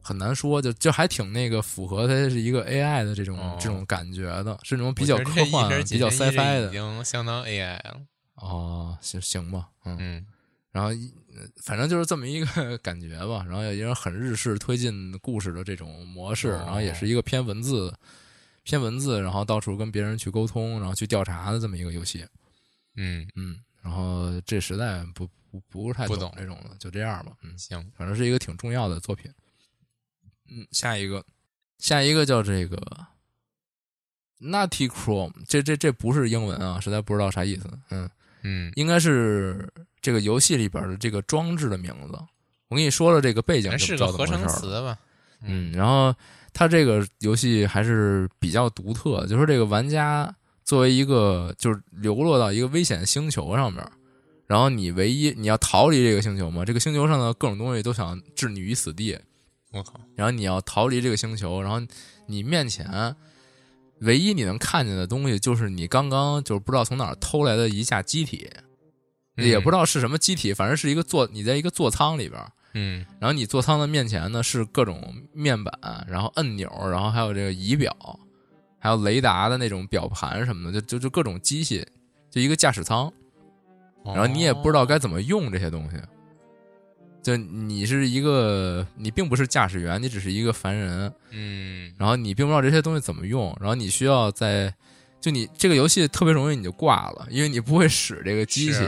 Speaker 1: 很难说，就就还挺那个符合它是一个 AI 的这种、
Speaker 2: 哦
Speaker 1: 这种感觉的，是那种比较
Speaker 2: 我觉得
Speaker 1: 科幻
Speaker 2: 这
Speaker 1: 的、
Speaker 2: 一身
Speaker 1: 比
Speaker 2: 紧
Speaker 1: 较
Speaker 2: 身衣
Speaker 1: sci-fi
Speaker 2: 这已
Speaker 1: 的
Speaker 2: 经相当 AI 了。
Speaker 1: 哦，行行吧，嗯
Speaker 2: 嗯，
Speaker 1: 然后一呃反正就是这么一个 感觉吧，然后也就是很日式推进故事的这种模式，
Speaker 2: 哦
Speaker 1: 然后也是一个偏文字、偏文字，然后到处跟别人去沟通，然后去调查的这么一个游戏。
Speaker 2: 嗯，
Speaker 1: 嗯，然后这实在不不不是太
Speaker 2: 不
Speaker 1: 懂
Speaker 2: 懂
Speaker 1: 这种的，就这样吧。嗯，
Speaker 2: 行，
Speaker 1: 反正是一个挺重要的作品。嗯，下一个，下一个叫这个 Nutty Chrome，这这这不是英文啊，实在不知道啥意思。嗯，
Speaker 2: 嗯，
Speaker 1: 应该是这个游戏里边的这个装置的名字。我跟你说了这个背景，
Speaker 2: 咱
Speaker 1: 就是知道怎
Speaker 2: 个
Speaker 1: 么
Speaker 2: 合
Speaker 1: 回事
Speaker 2: 成
Speaker 1: 儿了。
Speaker 2: 词吧？
Speaker 1: 嗯，然后它这个游戏还是比较独特，就是这个玩家作为一个就是流落到一个危险星球上面，然后你唯一你要逃离这个星球嘛，这个星球上的各种东西都想置你于死地，
Speaker 2: 我靠，
Speaker 1: 然后你要逃离这个星球，然后你面前唯一你能看见的东西就是你刚刚就是不知道从哪儿偷来的一架机体，
Speaker 2: 嗯
Speaker 1: 也不知道是什么机体，反正是一个座，你在一个座舱里边儿，
Speaker 2: 嗯，
Speaker 1: 然后你座舱的面前呢是各种面板，然后按钮，然后还有这个仪表，还有雷达的那种表盘什么的，就就就各种机器，就一个驾驶舱。
Speaker 2: 然
Speaker 1: 然后你也不知
Speaker 2: 哦
Speaker 1: 道该怎么用这些东西。就你是一个，你并不是驾驶员，你只是一个凡人，
Speaker 2: 嗯，
Speaker 1: 然后你并不知道这些东西怎么用，然后你需要在，就你这个游戏特别容易你就挂了，因为你不会使这个机器，
Speaker 2: 是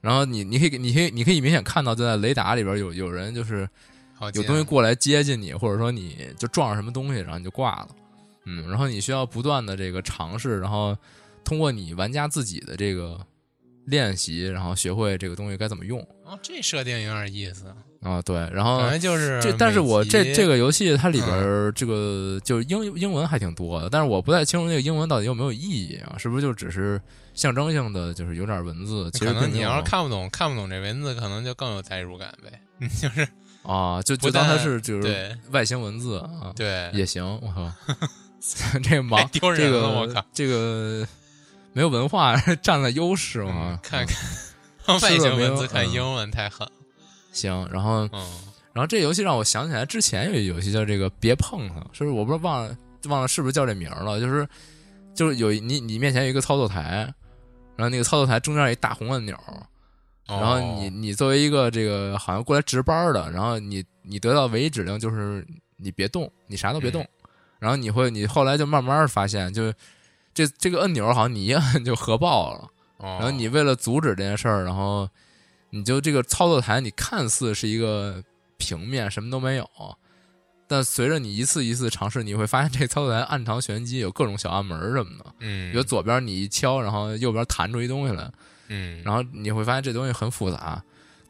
Speaker 1: 然后你你可以你可以你可以明显看到就在雷达里边有有人就是
Speaker 2: 好
Speaker 1: 有
Speaker 2: 劲
Speaker 1: 东西过来接近你，或者说你就撞上什么东西，然后你就挂了。嗯，然后你需要不断的这个尝试，然后通过你玩家自己的这个练习，然后学会这个东西该怎么用
Speaker 2: 哦，这设定有点意思，
Speaker 1: 啊。对，然后
Speaker 2: 反正嗯就是
Speaker 1: 这，但是我这这
Speaker 2: 个
Speaker 1: 个游戏它里边儿这个就是英英文还挺多的，但是我不太清楚那个英文到底有没有意义啊？是不是就只是象征性的，就是有点文字？其实
Speaker 2: 可能
Speaker 1: 并没
Speaker 2: 你
Speaker 1: 有
Speaker 2: 要是看不懂看不懂这文字，可能就更有代入感呗，就是
Speaker 1: 啊，就就
Speaker 2: 不
Speaker 1: 当它
Speaker 2: 但
Speaker 1: 是就是
Speaker 2: 对
Speaker 1: 外星文字啊，
Speaker 2: 对，
Speaker 1: 也行。我 靠，这个
Speaker 2: 太
Speaker 1: 忙
Speaker 2: 丢
Speaker 1: 这
Speaker 2: 人了，
Speaker 1: 个
Speaker 2: 我靠！
Speaker 1: 这个没有文化占了优势嘛？
Speaker 2: 嗯
Speaker 1: 啊
Speaker 2: 看看外
Speaker 1: 是的
Speaker 2: 星
Speaker 1: 没有
Speaker 2: 文字看
Speaker 1: 嗯
Speaker 2: 英文太狠了，
Speaker 1: 行，然后
Speaker 2: 嗯，
Speaker 1: 然后这游戏让我想起来之前有一游戏叫这个“别碰它”，就是我不知道忘了忘了是不是叫这名儿了，就是就是有一你你面前有一个操作台，然后那个操作台中间有一大红按钮，
Speaker 2: 然
Speaker 1: 然后你你作为一个这个好像过来值班的，然后你你得到唯一指令就是你别动，你啥都别动，然后你会你后来就慢慢发现，就是这这个按钮好像你一按就核爆了。
Speaker 2: 然
Speaker 1: 然后你为了阻止这件事儿，然后你就这个操作台，你看似是一个平面，什么都没有，但随着你一次一次尝试，你会发现这个操作台暗藏玄机，有各种小暗门儿什么的。比
Speaker 2: 嗯
Speaker 1: 如左边你一敲，然后右边弹出一东西来，
Speaker 2: 嗯，
Speaker 1: 然后你会发现这东西很复杂。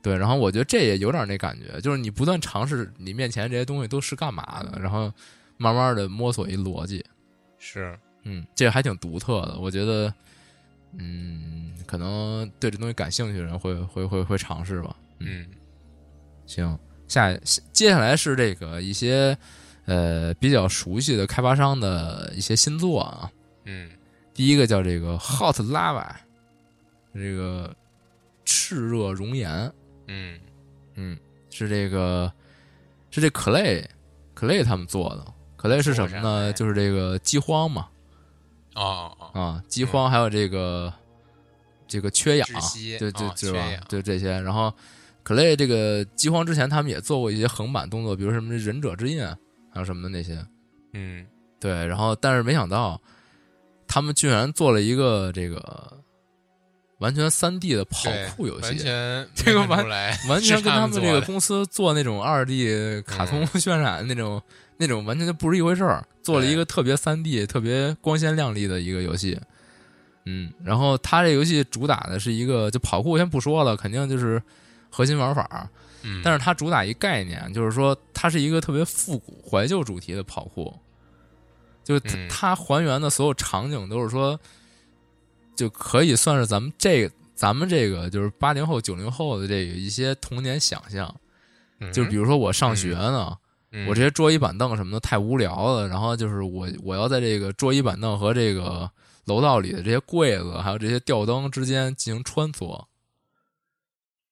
Speaker 1: 对，然后我觉得这也有点那感觉，就是你不断尝试你面前这些东西都是干嘛的，然后慢慢的摸索一逻辑。
Speaker 2: 是
Speaker 1: 嗯，这个还挺独特的，我觉得，嗯，可能对这东西感兴趣的人会会会会尝试吧。
Speaker 2: 嗯
Speaker 1: 行，下下接下来是这个一些呃比较熟悉的开发商的一些新作啊。
Speaker 2: 嗯
Speaker 1: 第一个叫这个 Hot Lava，这个炽热熔岩，
Speaker 2: 嗯
Speaker 1: 嗯，是这个是这 Clay Clay 他们做的。Clay 是什么
Speaker 2: 做啥
Speaker 1: 呢？
Speaker 2: 呀
Speaker 1: 就是这个饥荒嘛，
Speaker 2: 哦哦哦
Speaker 1: 啊，饥荒还有这个、这个缺氧
Speaker 2: 窒息，
Speaker 1: 对对
Speaker 2: 啊
Speaker 1: 对
Speaker 2: 缺
Speaker 1: 吧
Speaker 2: 氧？
Speaker 1: 对这些。然后 Clay 这个饥荒之前，他们也做过一些横版动作，比如什么忍者之印，还有什么的那些。
Speaker 2: 嗯
Speaker 1: 对，然后但是没想到，他们居然做了一个这个完全三 D 的跑
Speaker 2: 对
Speaker 1: 酷游
Speaker 2: 完
Speaker 1: 戏，
Speaker 2: 全
Speaker 1: 这个
Speaker 2: 没看
Speaker 1: 完
Speaker 2: 出来，
Speaker 1: 完全
Speaker 2: 是
Speaker 1: 跟他
Speaker 2: 他们
Speaker 1: 们
Speaker 2: 做
Speaker 1: 这个
Speaker 2: 的
Speaker 1: 公司做那种二 D 卡通
Speaker 2: 嗯
Speaker 1: 渲染那种、那种完全就不是一回事儿，做了一个特别三 D、特别光鲜亮丽的一个游戏。嗯，然后它这游戏主打的是一个，就跑酷先不说了，肯定就是核心玩法儿，
Speaker 2: 嗯，
Speaker 1: 但是它主打一概念，就是说它是一个特别复古怀旧主题的跑酷，就是它,、
Speaker 2: 嗯
Speaker 1: 它还原的所有场景都是说，就可以算是咱们这咱们这个就是八零后九零后的这个一些童年想象，
Speaker 2: 嗯
Speaker 1: 就比如说我上学呢，
Speaker 2: 嗯
Speaker 1: 我这些桌椅板凳什么的太无聊了，然后就是我我要在这个桌椅板凳和这个楼道里的这些柜子还有这些吊灯之间进行穿梭，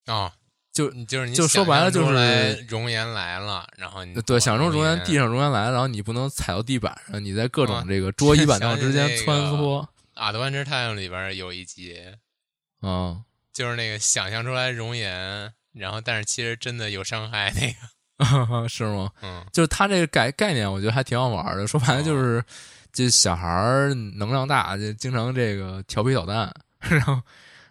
Speaker 2: 哦，
Speaker 1: 就
Speaker 2: 你就是你
Speaker 1: 就说白了就是
Speaker 2: 熔岩来了，然后你
Speaker 1: 对，
Speaker 2: 躲
Speaker 1: 想中熔岩
Speaker 2: 岩，
Speaker 1: 地上熔岩来，然后你不能踩到地板上，你在各
Speaker 2: 啊
Speaker 1: 种这个桌椅板凳之间
Speaker 2: 想起那
Speaker 1: 穿
Speaker 2: 个
Speaker 1: 梭。
Speaker 2: 《阿德万之探》里边有一集，
Speaker 1: 嗯，
Speaker 2: 就是那个想象出来熔岩，然后但是其实真的有伤害那 个，
Speaker 1: 是吗？
Speaker 2: 嗯
Speaker 1: 就是它这个概概念，我觉得还挺好玩的。说白了就是，
Speaker 2: 哦
Speaker 1: 这小孩儿能量大，就经常这个调皮捣蛋，然后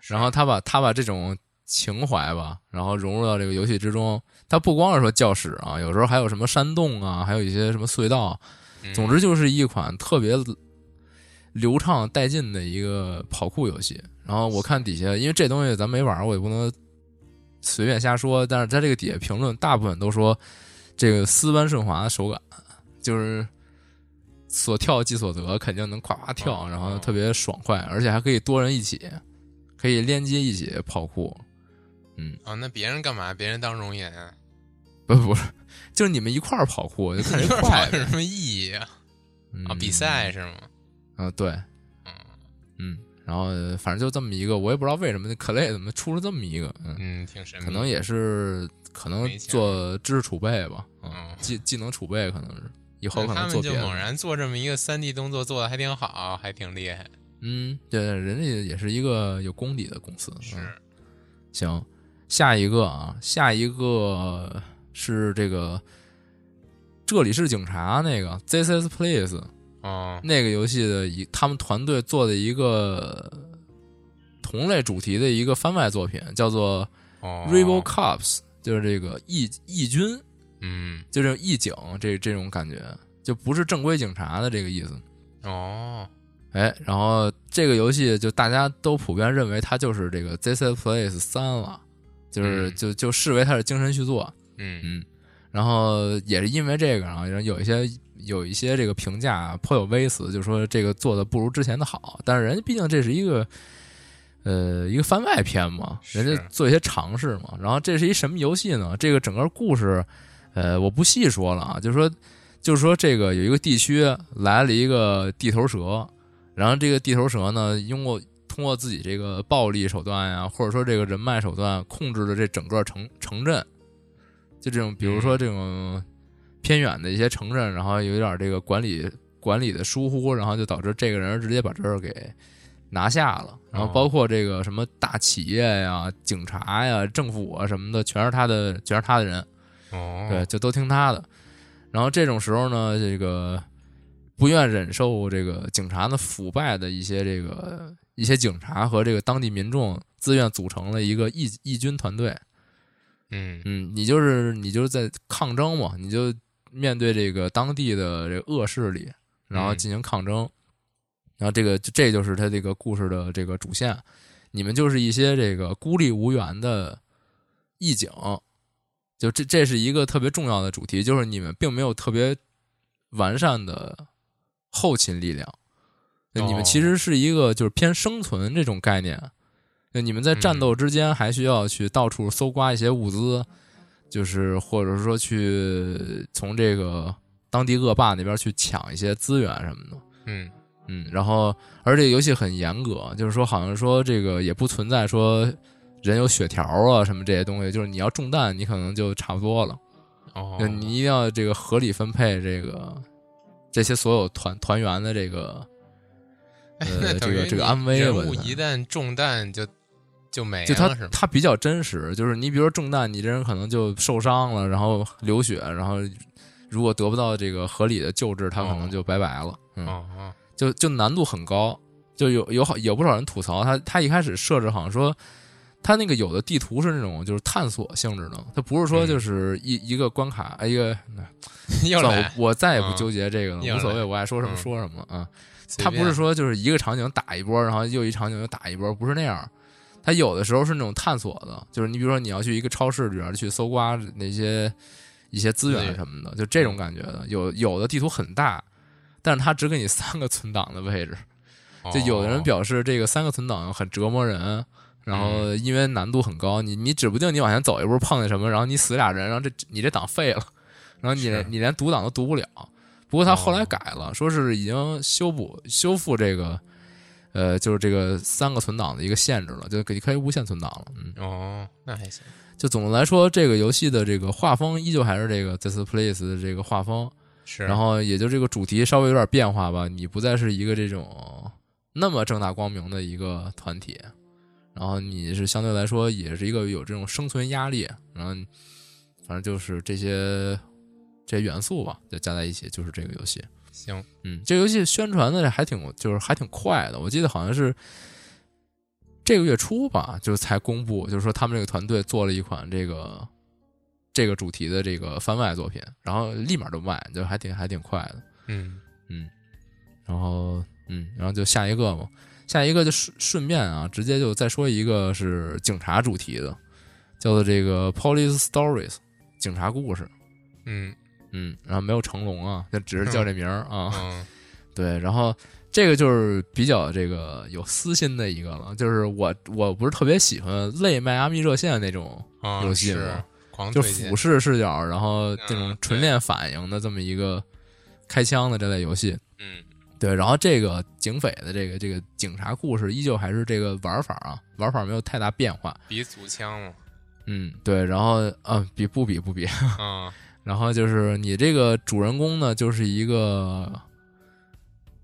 Speaker 1: 然后他把他把这种情怀吧，然后融入到这个游戏之中。他不光是说教室啊，有时候还有什么山洞啊，还有一些什么隧道，
Speaker 2: 嗯
Speaker 1: 总之就是一款特别流畅带劲的一个跑酷游戏。然后我看底下，因为这东西咱没玩儿，我也不能随便瞎说。但是在这个底下评论，大部分都说这个丝般顺滑的手感，就是所跳即所得，肯定能夸夸跳，
Speaker 2: 哦
Speaker 1: 然后特别爽快，而且还可以多人一起，可以联机一起跑酷。
Speaker 2: 哦，那别人干嘛？别人当熔岩啊，
Speaker 1: 不不是，就是你们一块儿跑酷，就看谁快呗
Speaker 2: 有什么意义啊？啊，
Speaker 1: 嗯
Speaker 2: 比赛是吗？
Speaker 1: 嗯，对，
Speaker 2: 嗯
Speaker 1: 嗯，然后呃反正就这么一个，我也不知道为什么那 Clay 怎么出了这么一个，嗯，
Speaker 2: 嗯，挺神秘，
Speaker 1: 可能也是可能
Speaker 2: 没钱
Speaker 1: 做知识储备吧，嗯
Speaker 2: 嗯，
Speaker 1: 技技能储备可能是以后可
Speaker 2: 他
Speaker 1: 能
Speaker 2: 们
Speaker 1: 做
Speaker 2: 就
Speaker 1: 别的
Speaker 2: 猛，然做这么一个三 D 动作，做的还挺好，还挺厉害。
Speaker 1: 嗯，对，对人家也是一个有功底的公司，
Speaker 2: 是，哦
Speaker 1: 嗯，行，下一个啊，下一个是这个。这里是警察那个 This is Police
Speaker 2: 哦，
Speaker 1: 那个游戏的一，他们团队做的一个同类主题的一个番外作品，叫做
Speaker 2: 哦
Speaker 1: Rebel Cops，就是这个义义军，
Speaker 2: 嗯，
Speaker 1: 就这种义警这这种感觉，就不是正规警察的这个意思。
Speaker 2: 哦，
Speaker 1: 哎，然后这个游戏就大家都普遍认为它就是这个《This Is Place》三了，就是、
Speaker 2: 嗯
Speaker 1: 就就视为它是精神续作。
Speaker 2: 嗯
Speaker 1: 嗯，然后也是因为这个，然后有一些有一些这个评价颇有微词，就说这个做的不如之前的好，但是人家毕竟这是一个。呃，一个番外篇嘛，人家
Speaker 2: 是
Speaker 1: 做一些尝试嘛。然后这是一什么游戏呢？这个整个故事，呃，我不细说了啊，就是说，就是说这个有一个地区来了一个地头蛇，然后这个地头蛇呢，用过通过自己这个暴力手段呀、或者说这个人脉手段控制了这整个城城镇，就这种比如说这种偏远的一些城镇，然后有点这个管理管理的疏忽，然后就导致这个人直接把这儿给拿下了。然后包括这个什么大企业呀、警察呀、政府啊什么的，全是他的，全是他的人。
Speaker 2: 哦，
Speaker 1: 嗯对，，就都听他的。然后这种时候呢，这个不愿忍受这个警察的腐败的一些这个一些警察和这个当地民众自愿组成了一个义义军团队。
Speaker 2: 嗯
Speaker 1: 嗯，你就是你就是在抗争嘛，你就面对这个当地的这个恶势力，然后
Speaker 2: 嗯
Speaker 1: 进行抗争。然后这个这就是他这个故事的这个主线，你们就是一些这个孤立无援的义警，就这这是一个特别重要的主题，就是你们并没有特别完善的后勤力量，
Speaker 2: 哦
Speaker 1: 你们其实是一个就是偏生存这种概念，就你们在战斗之间还需要去到处搜刮一些物资，就是或者说去从这个当地恶霸那边去抢一些资源什么的。
Speaker 2: 嗯，
Speaker 1: 嗯，然后而且游戏很严格，就是说好像说这个也不存在说人有血条啊什么这些东西，就是你要中弹你可能就差不多了，
Speaker 2: 哦
Speaker 1: 就， 你一定要这个合理分配这个这些所有团团员的这个
Speaker 2: 哎
Speaker 1: 呃
Speaker 2: 那
Speaker 1: 这
Speaker 2: 等
Speaker 1: 个
Speaker 2: 于
Speaker 1: 这个
Speaker 2: 你
Speaker 1: 安危
Speaker 2: 人
Speaker 1: 吧
Speaker 2: 物
Speaker 1: 算
Speaker 2: 一旦中弹就就没
Speaker 1: 就
Speaker 2: 了
Speaker 1: 他
Speaker 2: 哎是吗？
Speaker 1: 他比较真实，就是你比如说中弹，你这人可能就受伤了，然后流血，然后如果得不到这个合理的救治，他可能就拜拜了。嗯，
Speaker 2: 哦哦，
Speaker 1: 就就难度很高，就有有好有不少人吐槽他，他一开始设置好像说，他那个有的地图是那种就是探索性质的，他不是说
Speaker 2: 嗯
Speaker 1: 就是一、一个关卡，哎一个，
Speaker 2: 又
Speaker 1: 算了
Speaker 2: 来，，
Speaker 1: 我再也不
Speaker 2: 嗯
Speaker 1: 纠结这个了，
Speaker 2: 又
Speaker 1: 无所
Speaker 2: 来
Speaker 1: 谓，我爱说什么
Speaker 2: 嗯
Speaker 1: 说什么啊。
Speaker 2: 随
Speaker 1: 它不是
Speaker 2: 便
Speaker 1: 说就是一个场景打一波，然后又一场景又打一波，不是那样。它有的时候是那种探索的，就是你比如说你要去一个超市里边去搜刮那些一些资
Speaker 2: 资
Speaker 1: 源
Speaker 2: 源
Speaker 1: 什么的，就这种感觉的。有有的地图很大，但是它只给你三个存档的位置。就有的人
Speaker 2: 哦
Speaker 1: 表示这个三个存档很折磨人，然
Speaker 2: 嗯
Speaker 1: 后因为难度很高，你你指不定你往前走一步碰见什么，然后你死俩人，然后这你这档废了，然后你
Speaker 2: 是哦
Speaker 1: 你连读档都读不了。不过他后来改了，说是已经修补修复这个，呃，就是这个三个存档的一个限制了，就可以可以无限存档了。嗯，
Speaker 2: 哦，那还行，
Speaker 1: 就总的来说，这个游戏的这个画风依旧还是这个 This Place 的这个画风，
Speaker 2: 是，
Speaker 1: 然后也就这个主题稍微有点变化吧，你不再是一个这种那么正大光明的一个团体，然后你是相对来说也是一个有这种生存压力，然后你反正就是这些这些元素吧，就加在一起就是这个游戏。
Speaker 2: 行，
Speaker 1: 嗯，这游戏宣传的还挺就是还挺快的，我记得好像是这个月初吧，就是才公布，就是说他们这个团队做了一款这个这个主题的这个番外作品，然后立马就卖，就还挺还挺快的。
Speaker 2: 嗯，
Speaker 1: 然后嗯，然后就下一个嘛，下一个就顺顺便啊，直接就再说一个是警察主题的，叫做这个 Police Stories 警察故事。
Speaker 2: 嗯
Speaker 1: 嗯，然后没有成龙啊，就只是叫这名儿 啊。
Speaker 2: 嗯，
Speaker 1: 对，然后这个就是比较这个有私心的一个了，就是我我不是特别喜欢类迈阿密热线那种，
Speaker 2: 啊
Speaker 1: 游戏
Speaker 2: 是
Speaker 1: 嘛
Speaker 2: 狂
Speaker 1: 就
Speaker 2: 推荐
Speaker 1: 俯视视角，然后这种
Speaker 2: 嗯
Speaker 1: 纯
Speaker 2: 对
Speaker 1: 练反应的这么一个开枪的这类游戏。
Speaker 2: 嗯
Speaker 1: 对，然后这个警匪的这个这个警察故事依旧还是这个玩法啊，玩法没有太大变化。
Speaker 2: 比组枪嘛，
Speaker 1: 嗯，对，然后嗯，比不比不比，
Speaker 2: 啊，
Speaker 1: 然后就是你这个主人公呢，就是一个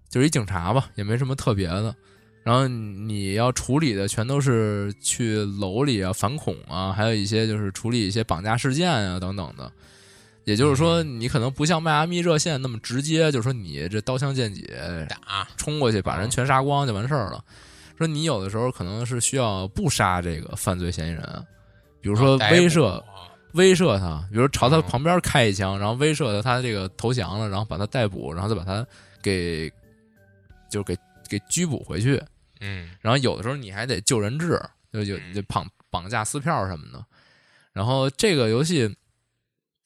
Speaker 1: 就是一警察吧，也没什么特别的。然后你要处理的全都是去楼里啊、反恐啊，还有一些就是处理一些绑架事件啊等等的。也就是说，
Speaker 2: 嗯
Speaker 1: 你可能不像迈阿密热线那么直接，就是说你这刀枪剑戟
Speaker 2: 打，哦
Speaker 1: 冲过去把人全杀光就完事儿了。说你有的时候可能是需要不杀这个犯罪嫌疑人，啊比
Speaker 2: 比
Speaker 1: 如说呃威慑，
Speaker 2: 啊
Speaker 1: 威慑他，比如朝他
Speaker 2: 哦
Speaker 1: 旁边开一枪，然后威慑他，他这个投降了，然后把他逮捕，然后再把他给就是给给拘捕回去。
Speaker 2: 嗯，
Speaker 1: 然后有的时候你还得救人质，就有
Speaker 2: 嗯
Speaker 1: 就绑绑架撕票什么的。然后这个游戏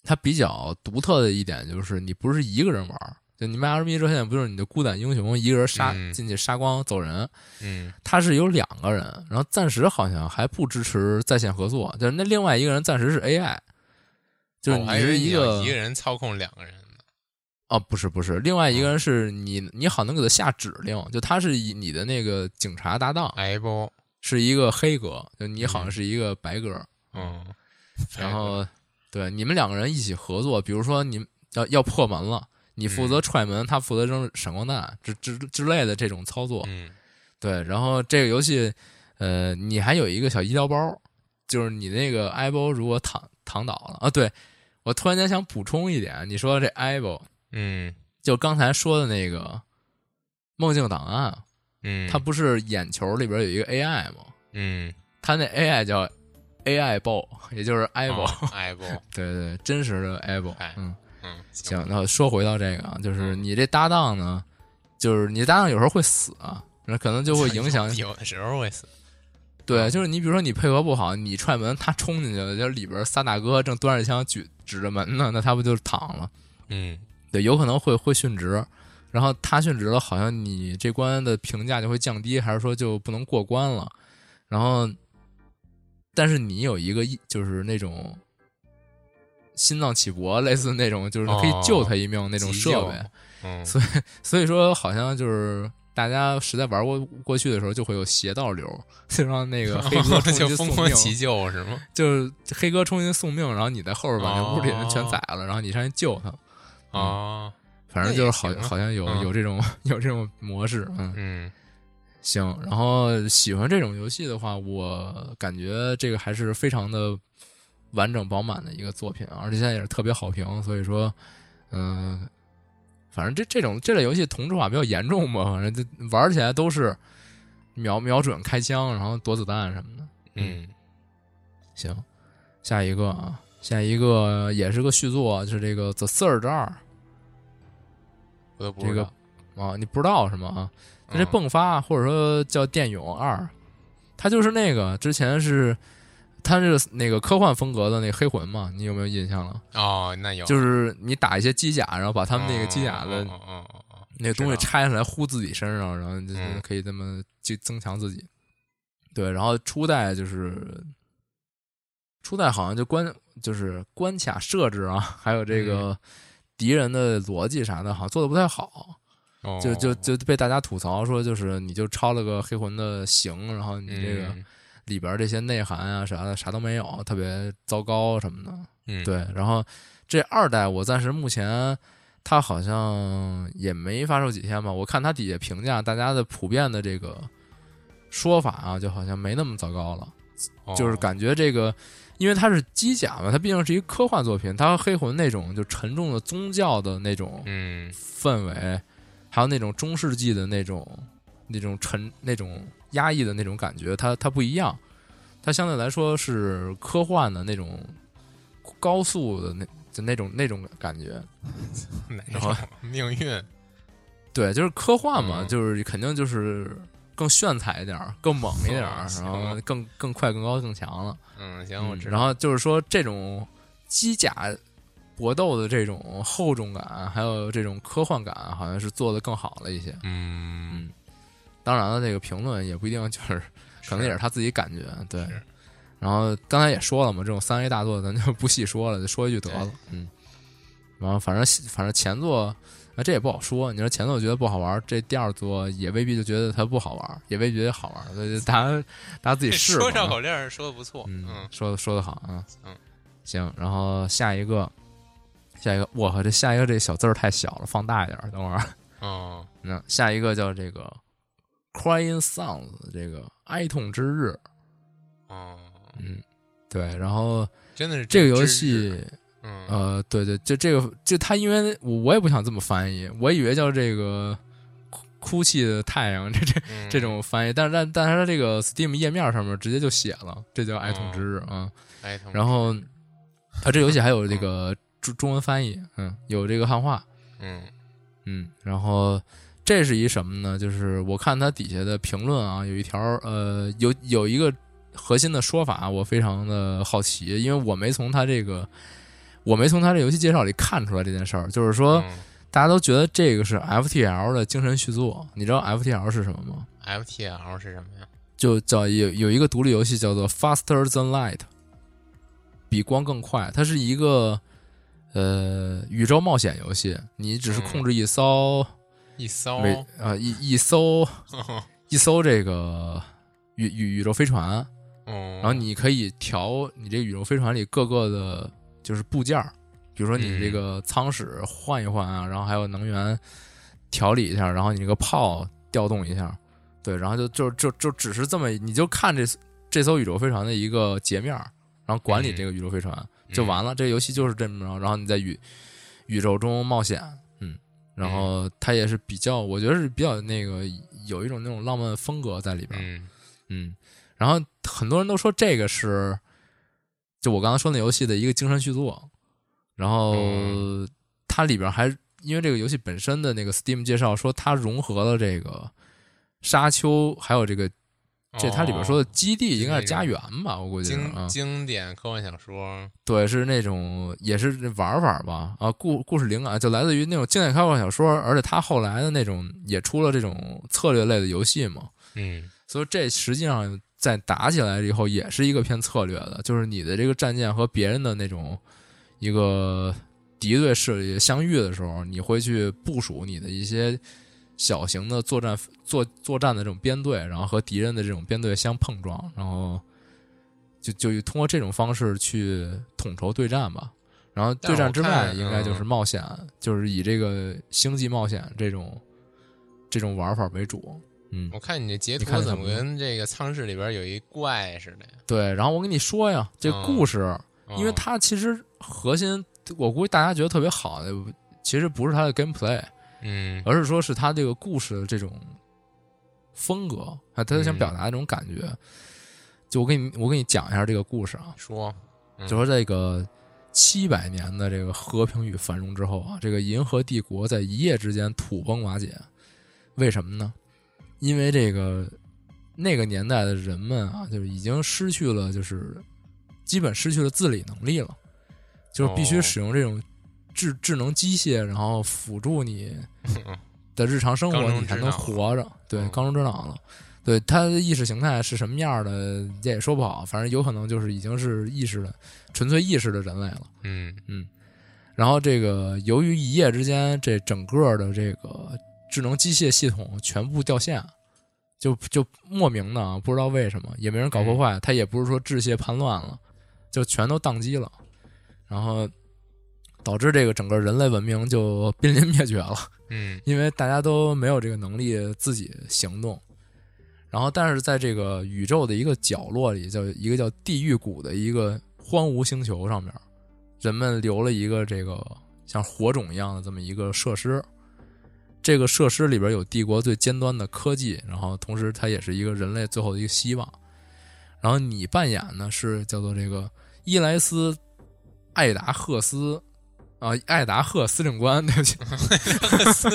Speaker 1: 它比较独特的一点就是你不是一个人玩儿，就你迈阿密热线不就是你的孤胆英雄一个人杀
Speaker 2: 嗯
Speaker 1: 进去杀光走人，
Speaker 2: 嗯，
Speaker 1: 它是有两个人，然后暂时好像还不支持在线合作，就是那另外一个人暂时是 AI，就是
Speaker 2: 我
Speaker 1: 你
Speaker 2: 哦还以为
Speaker 1: 是
Speaker 2: 你
Speaker 1: 一
Speaker 2: 要
Speaker 1: 个、
Speaker 2: 一个人操控两个人呢，
Speaker 1: 哦，不是不是，另外一个人是你，你好能给他下指令，就他是以你的那个警察搭档，
Speaker 2: 哎不，
Speaker 1: 是一个黑哥，就你好像是一个白哥，
Speaker 2: 嗯，
Speaker 1: 然后对你们两个人一起合作，比如说你们要要破门了，你负责踹门，他负责扔闪光弹之之之类的这种操作，
Speaker 2: 嗯
Speaker 1: 对，然后这个游戏，呃，你还有一个小医疗包，就是你那个埃博如果躺躺倒了啊，对我突然间想补充一点，你说这埃博
Speaker 2: 嗯
Speaker 1: 就刚才说的那个梦境档案，
Speaker 2: 嗯，
Speaker 1: 它不是眼球里边有一个 AI 吗？
Speaker 2: 嗯
Speaker 1: 它那 AI 叫 AI 包，也就是 i 包、
Speaker 2: 哦哎不，
Speaker 1: 对对，真实的 i 包
Speaker 2: 哎。
Speaker 1: 嗯，
Speaker 2: 嗯。
Speaker 1: 行，那说回到这个啊，就是你这搭档呢，就是你搭档有时候会死啊，那可能就会影响
Speaker 2: 有的时候会死，啊
Speaker 1: 对，就是你比如说你配合不好，你踹门，他冲进去了，就是里边仨大哥正端着枪举指着门呢，那他不就是躺了？
Speaker 2: 嗯
Speaker 1: 对，有可能会会殉职，然后他殉职了，好像你这关的评价就会降低，还是说就不能过关了？然后，但是你有一个一就是那种心脏起搏，类似那种就是可以救他一命那种
Speaker 2: 哦急
Speaker 1: 设
Speaker 2: 救
Speaker 1: 备，
Speaker 2: 嗯
Speaker 1: 所所以说好像就是。大家实在玩过过去的时候，就会有邪道流，就让那 个黑哥冲进
Speaker 2: 就
Speaker 1: 去送
Speaker 2: 疯
Speaker 1: 命
Speaker 2: 狂急救是吗？
Speaker 1: 就是黑哥冲进去送命，然后你在后边把那屋里人全
Speaker 2: 哦
Speaker 1: 宰了，然后你上去救他。嗯
Speaker 2: 哦，
Speaker 1: 反正就是
Speaker 2: 那
Speaker 1: 好
Speaker 2: 也行啊
Speaker 1: 好像有
Speaker 2: 嗯
Speaker 1: 有这种 有这种模式，嗯，
Speaker 2: 嗯
Speaker 1: 行。然后喜欢这种游戏的话，我感觉这个还是非常的完整饱满的一个作品，啊而且现在也是特别好评，所以说，嗯、反正这这种这类游戏同质化比较严重吧，反正就玩起来都是瞄瞄准开枪，然后躲子弹什么的。
Speaker 2: 嗯
Speaker 1: 行，下一个啊，下一个也是个续作，就是这个《The Surge 二》
Speaker 2: 我都不
Speaker 1: 这
Speaker 2: 知
Speaker 1: 个
Speaker 2: 道。
Speaker 1: 啊，你不知道是吗？啊，
Speaker 2: 嗯
Speaker 1: 这迸发或者说叫电泳二，它就是那个之前是它是那个科幻风格的那黑魂嘛，你有没有印象了？
Speaker 2: 哦，那有
Speaker 1: 就是你打一些机甲，然后把他们那个机甲的
Speaker 2: 嗯嗯嗯嗯
Speaker 1: 那个东西
Speaker 2: 知道
Speaker 1: 拆下来呼自己身上，然后就
Speaker 2: 嗯
Speaker 1: 是可以这么就增强自己。对，然后初代就是初代好像就关就是关卡设置啊，还有这
Speaker 2: 嗯
Speaker 1: 个敌人的逻辑啥的，好像做的不太好。
Speaker 2: 嗯
Speaker 1: 就就
Speaker 2: 哦
Speaker 1: 就被大家吐槽说，就是你就抄了个黑魂的型，然后你这个
Speaker 2: 嗯
Speaker 1: 里边这些内涵啊啥的啥都没有，特别糟糕什么的。
Speaker 2: 嗯
Speaker 1: 对，然后这二代我暂时目前它好像也没发售几天吧，我看它底下评价大家的普遍的这个说法啊，就好像没那么糟糕了。
Speaker 2: 哦
Speaker 1: 就是感觉这个，因为它是机甲嘛，它毕竟是一个科幻作品，它和黑魂那种就沉重的宗教的那种
Speaker 2: 嗯
Speaker 1: 氛围，还有那种中世纪的那种那种沉那种压抑的那种感觉，它它不一样，它相对来说是科幻的那种高速的那就那种那种感觉。
Speaker 2: 哪
Speaker 1: 然后
Speaker 2: 种命运
Speaker 1: 对，就是科幻嘛，
Speaker 2: 嗯
Speaker 1: 就是肯定就是更炫彩一点儿，更猛一点儿，
Speaker 2: 哦行
Speaker 1: 然后更更快、更高、更强了。
Speaker 2: 嗯行我
Speaker 1: 嗯
Speaker 2: 知
Speaker 1: 然
Speaker 2: 道
Speaker 1: 后就是说这种机甲搏斗的这种厚重感，还有这种科幻感，好像是做的更好了一些。
Speaker 2: 嗯
Speaker 1: 当然了，这个评论也不一定就是，可能也是他自己感觉对
Speaker 2: 是。
Speaker 1: 然后刚才也说了嘛，这种三 A 大作咱就不细说了，就说一句得了
Speaker 2: 对，
Speaker 1: 嗯。然后反正反正前作啊，这也不好说。你说前作觉得不好玩，这第二作也未必就觉得它不好玩，也未必觉得好玩，所以就大家大家自己试吧啊
Speaker 2: 说。绕口令儿说的不错
Speaker 1: 嗯
Speaker 2: 嗯，
Speaker 1: 说的说的好啊，
Speaker 2: 嗯，
Speaker 1: 行。然后下一个，下一个，我靠，这下一个这小字儿太小了，放大一点儿，等会儿。啊
Speaker 2: 哦
Speaker 1: 那下一个叫这个 Crying Sounds，这个哀痛之日。
Speaker 2: 哦
Speaker 1: 嗯，对。然后
Speaker 2: 真的是
Speaker 1: 这个
Speaker 2: 真
Speaker 1: 游
Speaker 2: 知识
Speaker 1: 戏，
Speaker 2: 嗯
Speaker 1: 呃，对对，就这个，就它因为我我也不想这么翻译，我以为叫这个哭哭泣的太阳这这
Speaker 2: 嗯
Speaker 1: 这种翻译，但但但是它这个 Steam 页面上面直接就写了，这叫哀痛之日啊、嗯
Speaker 2: 哎同
Speaker 1: 然后它这游戏还有这个中中文翻译，嗯，有这个汉化，
Speaker 2: 嗯
Speaker 1: 嗯，然后这是一什么呢？就是我看它底下的评论啊，有一条呃，有有一个核心的说法，啊我非常的好奇，因为我没从它这个，我没从它这游戏介绍里看出来这件事儿，就是说、
Speaker 2: 嗯
Speaker 1: 大家都觉得这个是 FTL 的精神续作，你知道 FTL 是什么吗？
Speaker 2: FTL 是什么呀
Speaker 1: 就叫有有一个独立游戏叫做 Faster Than Light，比光更快，它是一个呃宇宙冒险游戏，你只是控制一艘
Speaker 2: 一艘
Speaker 1: 每啊一一艘一艘这个宇宇宇宙飞船，
Speaker 2: 嗯，
Speaker 1: 然后你可以调你这个宇宙飞船里各个的，就是部件儿，比如说你这个舱室换一换啊，然后还有能源调理一下，然后你这个炮调动一下，对，然后就就就就只是这么，你就看这这艘宇宙飞船的一个截面儿，然后管理这个宇宙飞船、
Speaker 2: 嗯
Speaker 1: 就完了。这游戏就是这么着，然后你在宇宇宙中冒险，嗯，然后它也是比较，我觉得是比较那个有一种那种浪漫风格在里边儿，
Speaker 2: 嗯
Speaker 1: 嗯，然后很多人都说这个是，就我刚才说那游戏的一个精神续作，然后
Speaker 2: 嗯
Speaker 1: 它里边还因为这个游戏本身的那个 Steam 介绍说它融合了这个沙丘，还有这个这它里边说
Speaker 2: 哦
Speaker 1: 的基地应该是
Speaker 2: 那种
Speaker 1: 家园吧，我估计是
Speaker 2: 经
Speaker 1: 啊，
Speaker 2: 经典科幻小说，
Speaker 1: 对，是那种也是玩法吧，啊，故故事灵感就来自于那种经典开放小说，而且它后来的那种也出了这种策略类的游戏嘛，
Speaker 2: 嗯
Speaker 1: 所以这实际上在打起来以后，也是一个偏策略的，就是你的这个战舰和别人的那种一个敌对势力相遇的时候，你会去部署你的一些小型的作战作作战的这种编队，然后和敌人的这种编队相碰撞，然后就就通过这种方式去统筹对战吧。然后对战之
Speaker 2: 但我
Speaker 1: 外，
Speaker 2: 看嗯
Speaker 1: 应该就是冒险，就是以这个星际冒险这种这种玩法为主。嗯，
Speaker 2: 我看你这截
Speaker 1: 你
Speaker 2: 图
Speaker 1: 看
Speaker 2: 怎
Speaker 1: 怎
Speaker 2: 么
Speaker 1: 么样
Speaker 2: 跟这个舱室里边有一怪似的呀？
Speaker 1: 对，然后我跟你说呀，这
Speaker 2: 嗯
Speaker 1: 故事，
Speaker 2: 哦
Speaker 1: 因为它其实核心，我估计大家觉得特别好的，其实不是它的 gameplay，
Speaker 2: 嗯
Speaker 1: 而是说是它这个故事的这种风格啊，他想
Speaker 2: 嗯
Speaker 1: 表达的这种感觉。就我给你，我给你讲一下这个故事啊，
Speaker 2: 说嗯
Speaker 1: 就说这个七百年的这个和平与繁荣之后啊，这个银河帝国在一夜之间土崩瓦解，为什么呢？因为这个那个年代的人们啊，就是已经失去了，就是基本失去了自理能力了，就是必须
Speaker 2: 哦
Speaker 1: 使用这种智智能机械，然后辅助你
Speaker 2: 嗯
Speaker 1: 的日常生
Speaker 2: 缸
Speaker 1: 活，
Speaker 2: 中
Speaker 1: 你才
Speaker 2: 之
Speaker 1: 能
Speaker 2: 脑
Speaker 1: 活着。对，
Speaker 2: 嗯
Speaker 1: 缸中之脑了。对，它的意识形态是什么样的，这也说不好。反正有可能就是已经是意识的纯粹意识的人类了。
Speaker 2: 嗯
Speaker 1: 然后这个由于一夜之间，这整个的这个智能机械系统全部掉线，就就莫名的啊，不知道为什么，也没人
Speaker 2: 嗯
Speaker 1: 搞破坏，它也不是说致谢叛乱了，就全都宕机了，然后导致这个整个人类文明就濒临灭绝了。
Speaker 2: 嗯
Speaker 1: 因为大家都没有这个能力自己行动。然后，但是在这个宇宙的一个角落里，叫一个叫地狱谷的一个荒芜星球上面，人们留了一个这个像火种一样的这么一个设施。这个设施里边有帝国最尖端的科技，然后同时它也是一个人类最后的一个希望。然后你扮演呢是叫做这个伊莱斯·艾达赫斯啊、艾达赫司令官，对不起，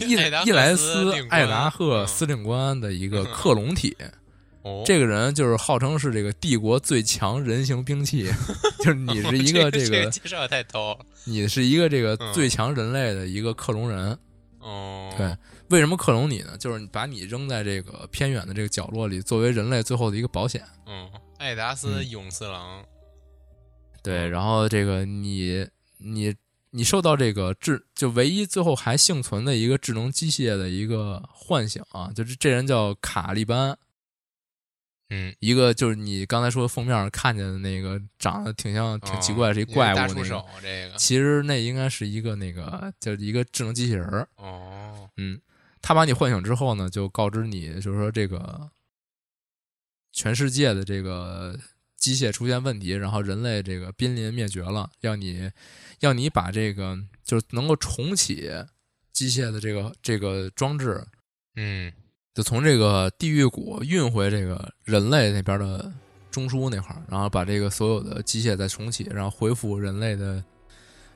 Speaker 1: 伊伊
Speaker 2: 艾达赫斯
Speaker 1: 伊莱斯
Speaker 2: 令官
Speaker 1: 艾达赫
Speaker 2: 嗯
Speaker 1: 司嗯令官的一个克隆体，
Speaker 2: 哦，
Speaker 1: 这个人就是号称是这个帝国最强人形兵 器，就是你是一个
Speaker 2: 哦这
Speaker 1: 这个
Speaker 2: 介绍太逗了。
Speaker 1: 你是一个这个
Speaker 2: 嗯
Speaker 1: 最强人类的一个克隆人。
Speaker 2: 哦，
Speaker 1: 对，为什么克隆你呢？就是把你扔在这个偏远的这个角落里，作为人类最后的一个保险。
Speaker 2: 嗯，艾达斯
Speaker 1: 嗯
Speaker 2: 永次郎，嗯
Speaker 1: 对，然后这个你你你受到这个智就唯一最后还幸存的一个智能机械的一个唤醒啊，就是这人叫卡利班。
Speaker 2: 嗯，
Speaker 1: 一个就是你刚才说封面看见的那个长得挺像挺奇怪，
Speaker 2: 哦
Speaker 1: 是一怪物
Speaker 2: 大
Speaker 1: 那
Speaker 2: 触手
Speaker 1: 个，
Speaker 2: 这个，
Speaker 1: 其实那应该是一个那个就是一个智能机器人儿。
Speaker 2: 哦，
Speaker 1: 嗯，他把你唤醒之后呢，就告知你，就是说这个全世界的这个机械出现问题，然后人类这个濒临灭绝了，要你要你把这个就是能够重启机械的这个这个装置，
Speaker 2: 嗯
Speaker 1: 就从这个地狱谷运回这个人类那边的中枢那块儿，然后把这个所有的机械再重启，然后恢复人类的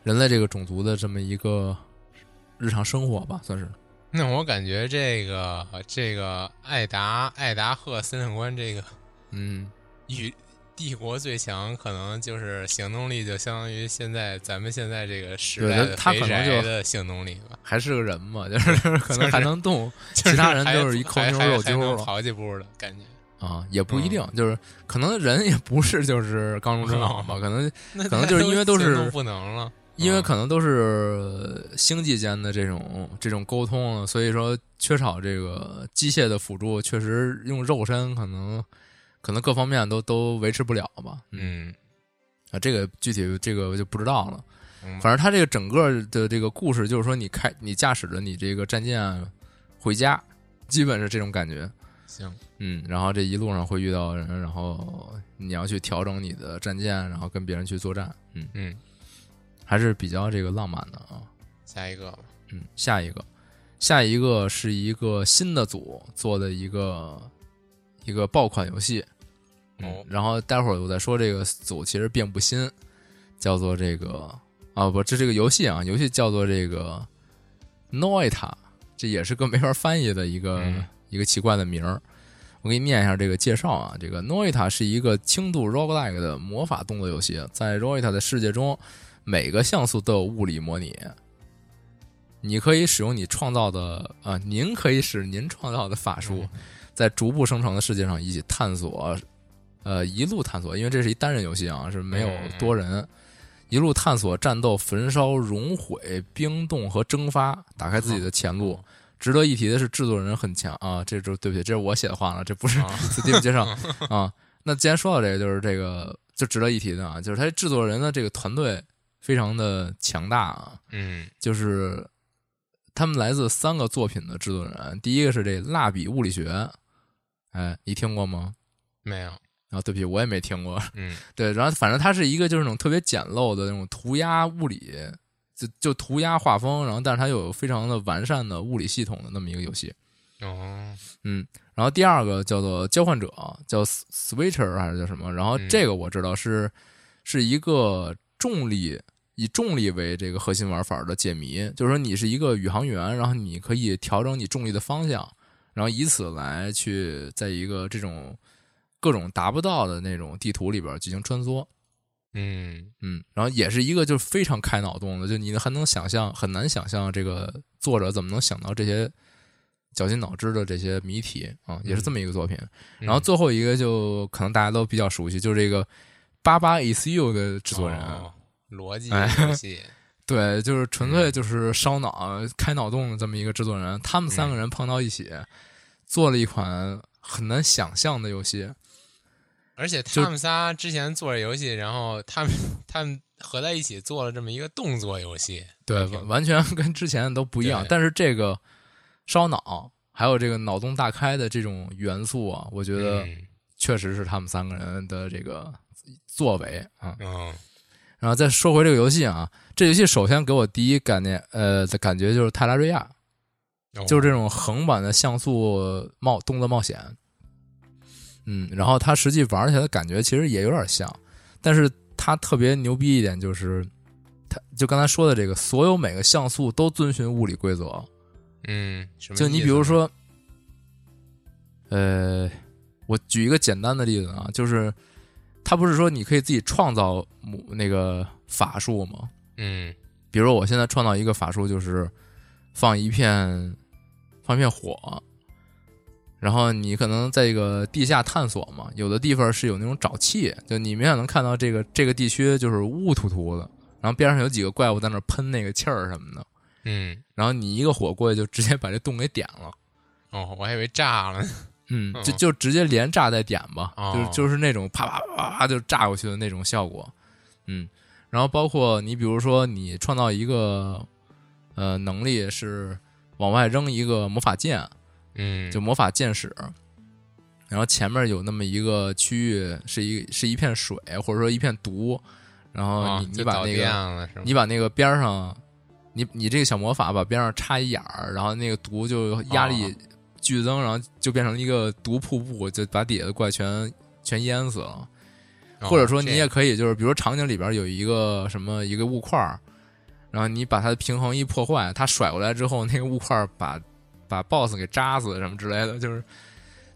Speaker 1: 人类这个种族的这么一个日常生活吧，算是。
Speaker 2: 那我感觉这个这个艾达艾达赫司令官这个
Speaker 1: 嗯，
Speaker 2: 与帝国最强，可能就是行动力就相当于现在咱们现在这个时代
Speaker 1: 对
Speaker 2: 的
Speaker 1: 他他
Speaker 2: 肥
Speaker 1: 可能
Speaker 2: 宅
Speaker 1: 就
Speaker 2: 的行动力吧。
Speaker 1: 还是个人 嘛，就是可能还能动，
Speaker 2: 就是
Speaker 1: 其他人
Speaker 2: 还
Speaker 1: 就是一抠
Speaker 2: 还
Speaker 1: 妞
Speaker 2: 还
Speaker 1: 肉
Speaker 2: 还
Speaker 1: 揪
Speaker 2: 能
Speaker 1: 了
Speaker 2: 跑几步的感觉。
Speaker 1: 啊，也不一定，就是可能人也不是就是刚中之脑吧，可能
Speaker 2: 那
Speaker 1: 可能就是因为都
Speaker 2: 都
Speaker 1: 是
Speaker 2: 不能了，
Speaker 1: 因为
Speaker 2: 嗯
Speaker 1: 可能都是星际间的这种这种沟通了，啊所以说缺少这个机械的辅助，确实用肉身可能可能各方面都都维持不了吧。
Speaker 2: 嗯，
Speaker 1: 啊，这个具体这个我就不知道了。
Speaker 2: 明白
Speaker 1: 反正他这个整个的这个故事，就是说你开你驾驶着你这个战舰回家，基本是这种感觉。
Speaker 2: 行，
Speaker 1: 嗯，然后这一路上会遇到人，然后你要去调整你的战舰，然后跟别人去作战。嗯，
Speaker 2: 嗯，
Speaker 1: 还是比较这个浪漫的啊。
Speaker 2: 下一个吧，
Speaker 1: 嗯，下一个，下一个是一个新的组做的一个一个爆款游戏。嗯
Speaker 2: 哦
Speaker 1: 然后待会儿我再说这个组其实并不新，叫做这个啊不，这这个游戏啊，游戏叫做这个 Noita，这也是个没法翻译的一个、
Speaker 2: 嗯
Speaker 1: 一个奇怪的名儿。我给你念一下这个介绍啊，这个 Noita 是一个轻度 roguelike 的魔法动作游戏，在 Noita 的世界中，每个像素都有物理模拟。你可以使用你创造的啊、您可以使您创造的法术，在逐步生成的世界上一起探索，呃，一路探索，因为这是一单人游戏啊，是没有多人，一路探索、战斗、焚烧、熔毁、冰冻和蒸发，打开自己的前路。
Speaker 2: 哦
Speaker 1: 值得一提的是，制作人很强啊，这就对不起，这是我写的话了，这不是 Steam 介绍啊。那既然说到这个，就是这个就值得一提的啊，就是他制作人的这个团队非常的强大啊，
Speaker 2: 嗯，
Speaker 1: 就是他们来自三个作品的制作人，第一个是这蜡笔物理学，哎，你听过吗？
Speaker 2: 没有，
Speaker 1: 然后对不起，我也没听过。
Speaker 2: 嗯
Speaker 1: 对，然后反正它是一个就是那种特别简陋的那种涂鸦物理，就就涂鸦画风，然后但是它又有非常的完善的物理系统的那么一个游戏。
Speaker 2: 哦，
Speaker 1: 嗯，然后第二个叫做交换者，叫 S- Switcher 还是叫什么？然后
Speaker 2: 嗯
Speaker 1: 这个我知道是、是一个重力以重力为这个核心玩法的解谜，就是说你是一个宇航员，然后你可以调整你重力的方向，然后以此来去在一个这种各种达不到的那种地图里边进行穿梭。
Speaker 2: 嗯
Speaker 1: 嗯，然后也是一个就是非常开脑洞的，就你还能想象很难想象这个作者怎么能想到这些绞尽脑汁的这些谜题啊，也是这么一个作品。然后最后一个就可能大家都比较熟悉，就是这个《八八 is you》的制作人，啊
Speaker 2: 哦逻辑
Speaker 1: 哎
Speaker 2: 游戏，
Speaker 1: 对，就是纯粹就是烧脑、开脑洞的这么一个制作人，他们三个人碰到一起，做了一款很难想象的游戏。
Speaker 2: 而且他
Speaker 1: 就
Speaker 2: 们仨之前做着游戏，然后他们他们合在一起做了这么一个动作游戏，
Speaker 1: 对，
Speaker 2: 挺
Speaker 1: 完完全 跟之前的都不一样
Speaker 2: 嗯对。
Speaker 1: 但是这个烧脑，还有这个脑洞大开的这种元素啊，我觉得
Speaker 2: 嗯
Speaker 1: 确实是他们三个人的这个作为啊。
Speaker 2: 嗯
Speaker 1: 然后再说回这个游戏啊，这游戏首先给我第一感念，呃，的感觉就是泰拉瑞亚，
Speaker 2: 哦
Speaker 1: 就是这种横版的像素冒动作冒险。嗯，然后它实际玩起来的感觉其实也有点像，但是它特别牛逼一点就是，它就刚才说的这个，所有每个像素都遵循物理规则。
Speaker 2: 嗯，什么
Speaker 1: 就
Speaker 2: 意
Speaker 1: 你
Speaker 2: 思
Speaker 1: 比如
Speaker 2: 呢，
Speaker 1: 说，呃，我举一个简单的例子啊，就是它不是说你可以自己创造某那个法术吗？
Speaker 2: 嗯
Speaker 1: 比如说我现在创造一个法术，就是放一片放一片火，然后你可能在这个地下探索嘛，有的地方是有那种沼气，就你明显能看到这个这个地区就是乌突突的，然后边上有几个怪物在那儿喷那个气儿什么的，
Speaker 2: 嗯，
Speaker 1: 然后你一个火过去就直接把这洞给点了。
Speaker 2: 哦，我还以为炸了呢，
Speaker 1: 嗯，就
Speaker 2: 嗯
Speaker 1: 就直接连炸带点吧，
Speaker 2: 哦
Speaker 1: 就是就是那种啪啪啪啪就炸过去的那种效果，嗯，然后包括你比如说你创造一个呃能力是往外扔一个魔法剑，
Speaker 2: 嗯，
Speaker 1: 就魔法剑使，然后前面有那么一个区域是一是一片水或者说一片毒，然后
Speaker 2: 哦
Speaker 1: 你、你
Speaker 2: 就
Speaker 1: 把
Speaker 2: 导
Speaker 1: 那
Speaker 2: 电
Speaker 1: 个
Speaker 2: 了是吗？
Speaker 1: 你把那个边儿上，你你这个小魔法把边上插一眼儿，然后那个毒就压力
Speaker 2: 哦
Speaker 1: 剧增，然后就变成一个毒瀑布，就把底下的怪全全淹死了。
Speaker 2: 哦
Speaker 1: 或者说你
Speaker 2: 这
Speaker 1: 也可以就是，比如场景里边有一个什么一个物块儿，然后你把它的平衡一破坏，它甩过来之后，那个物块儿把把 BOSS 给扎死什么之类的，就是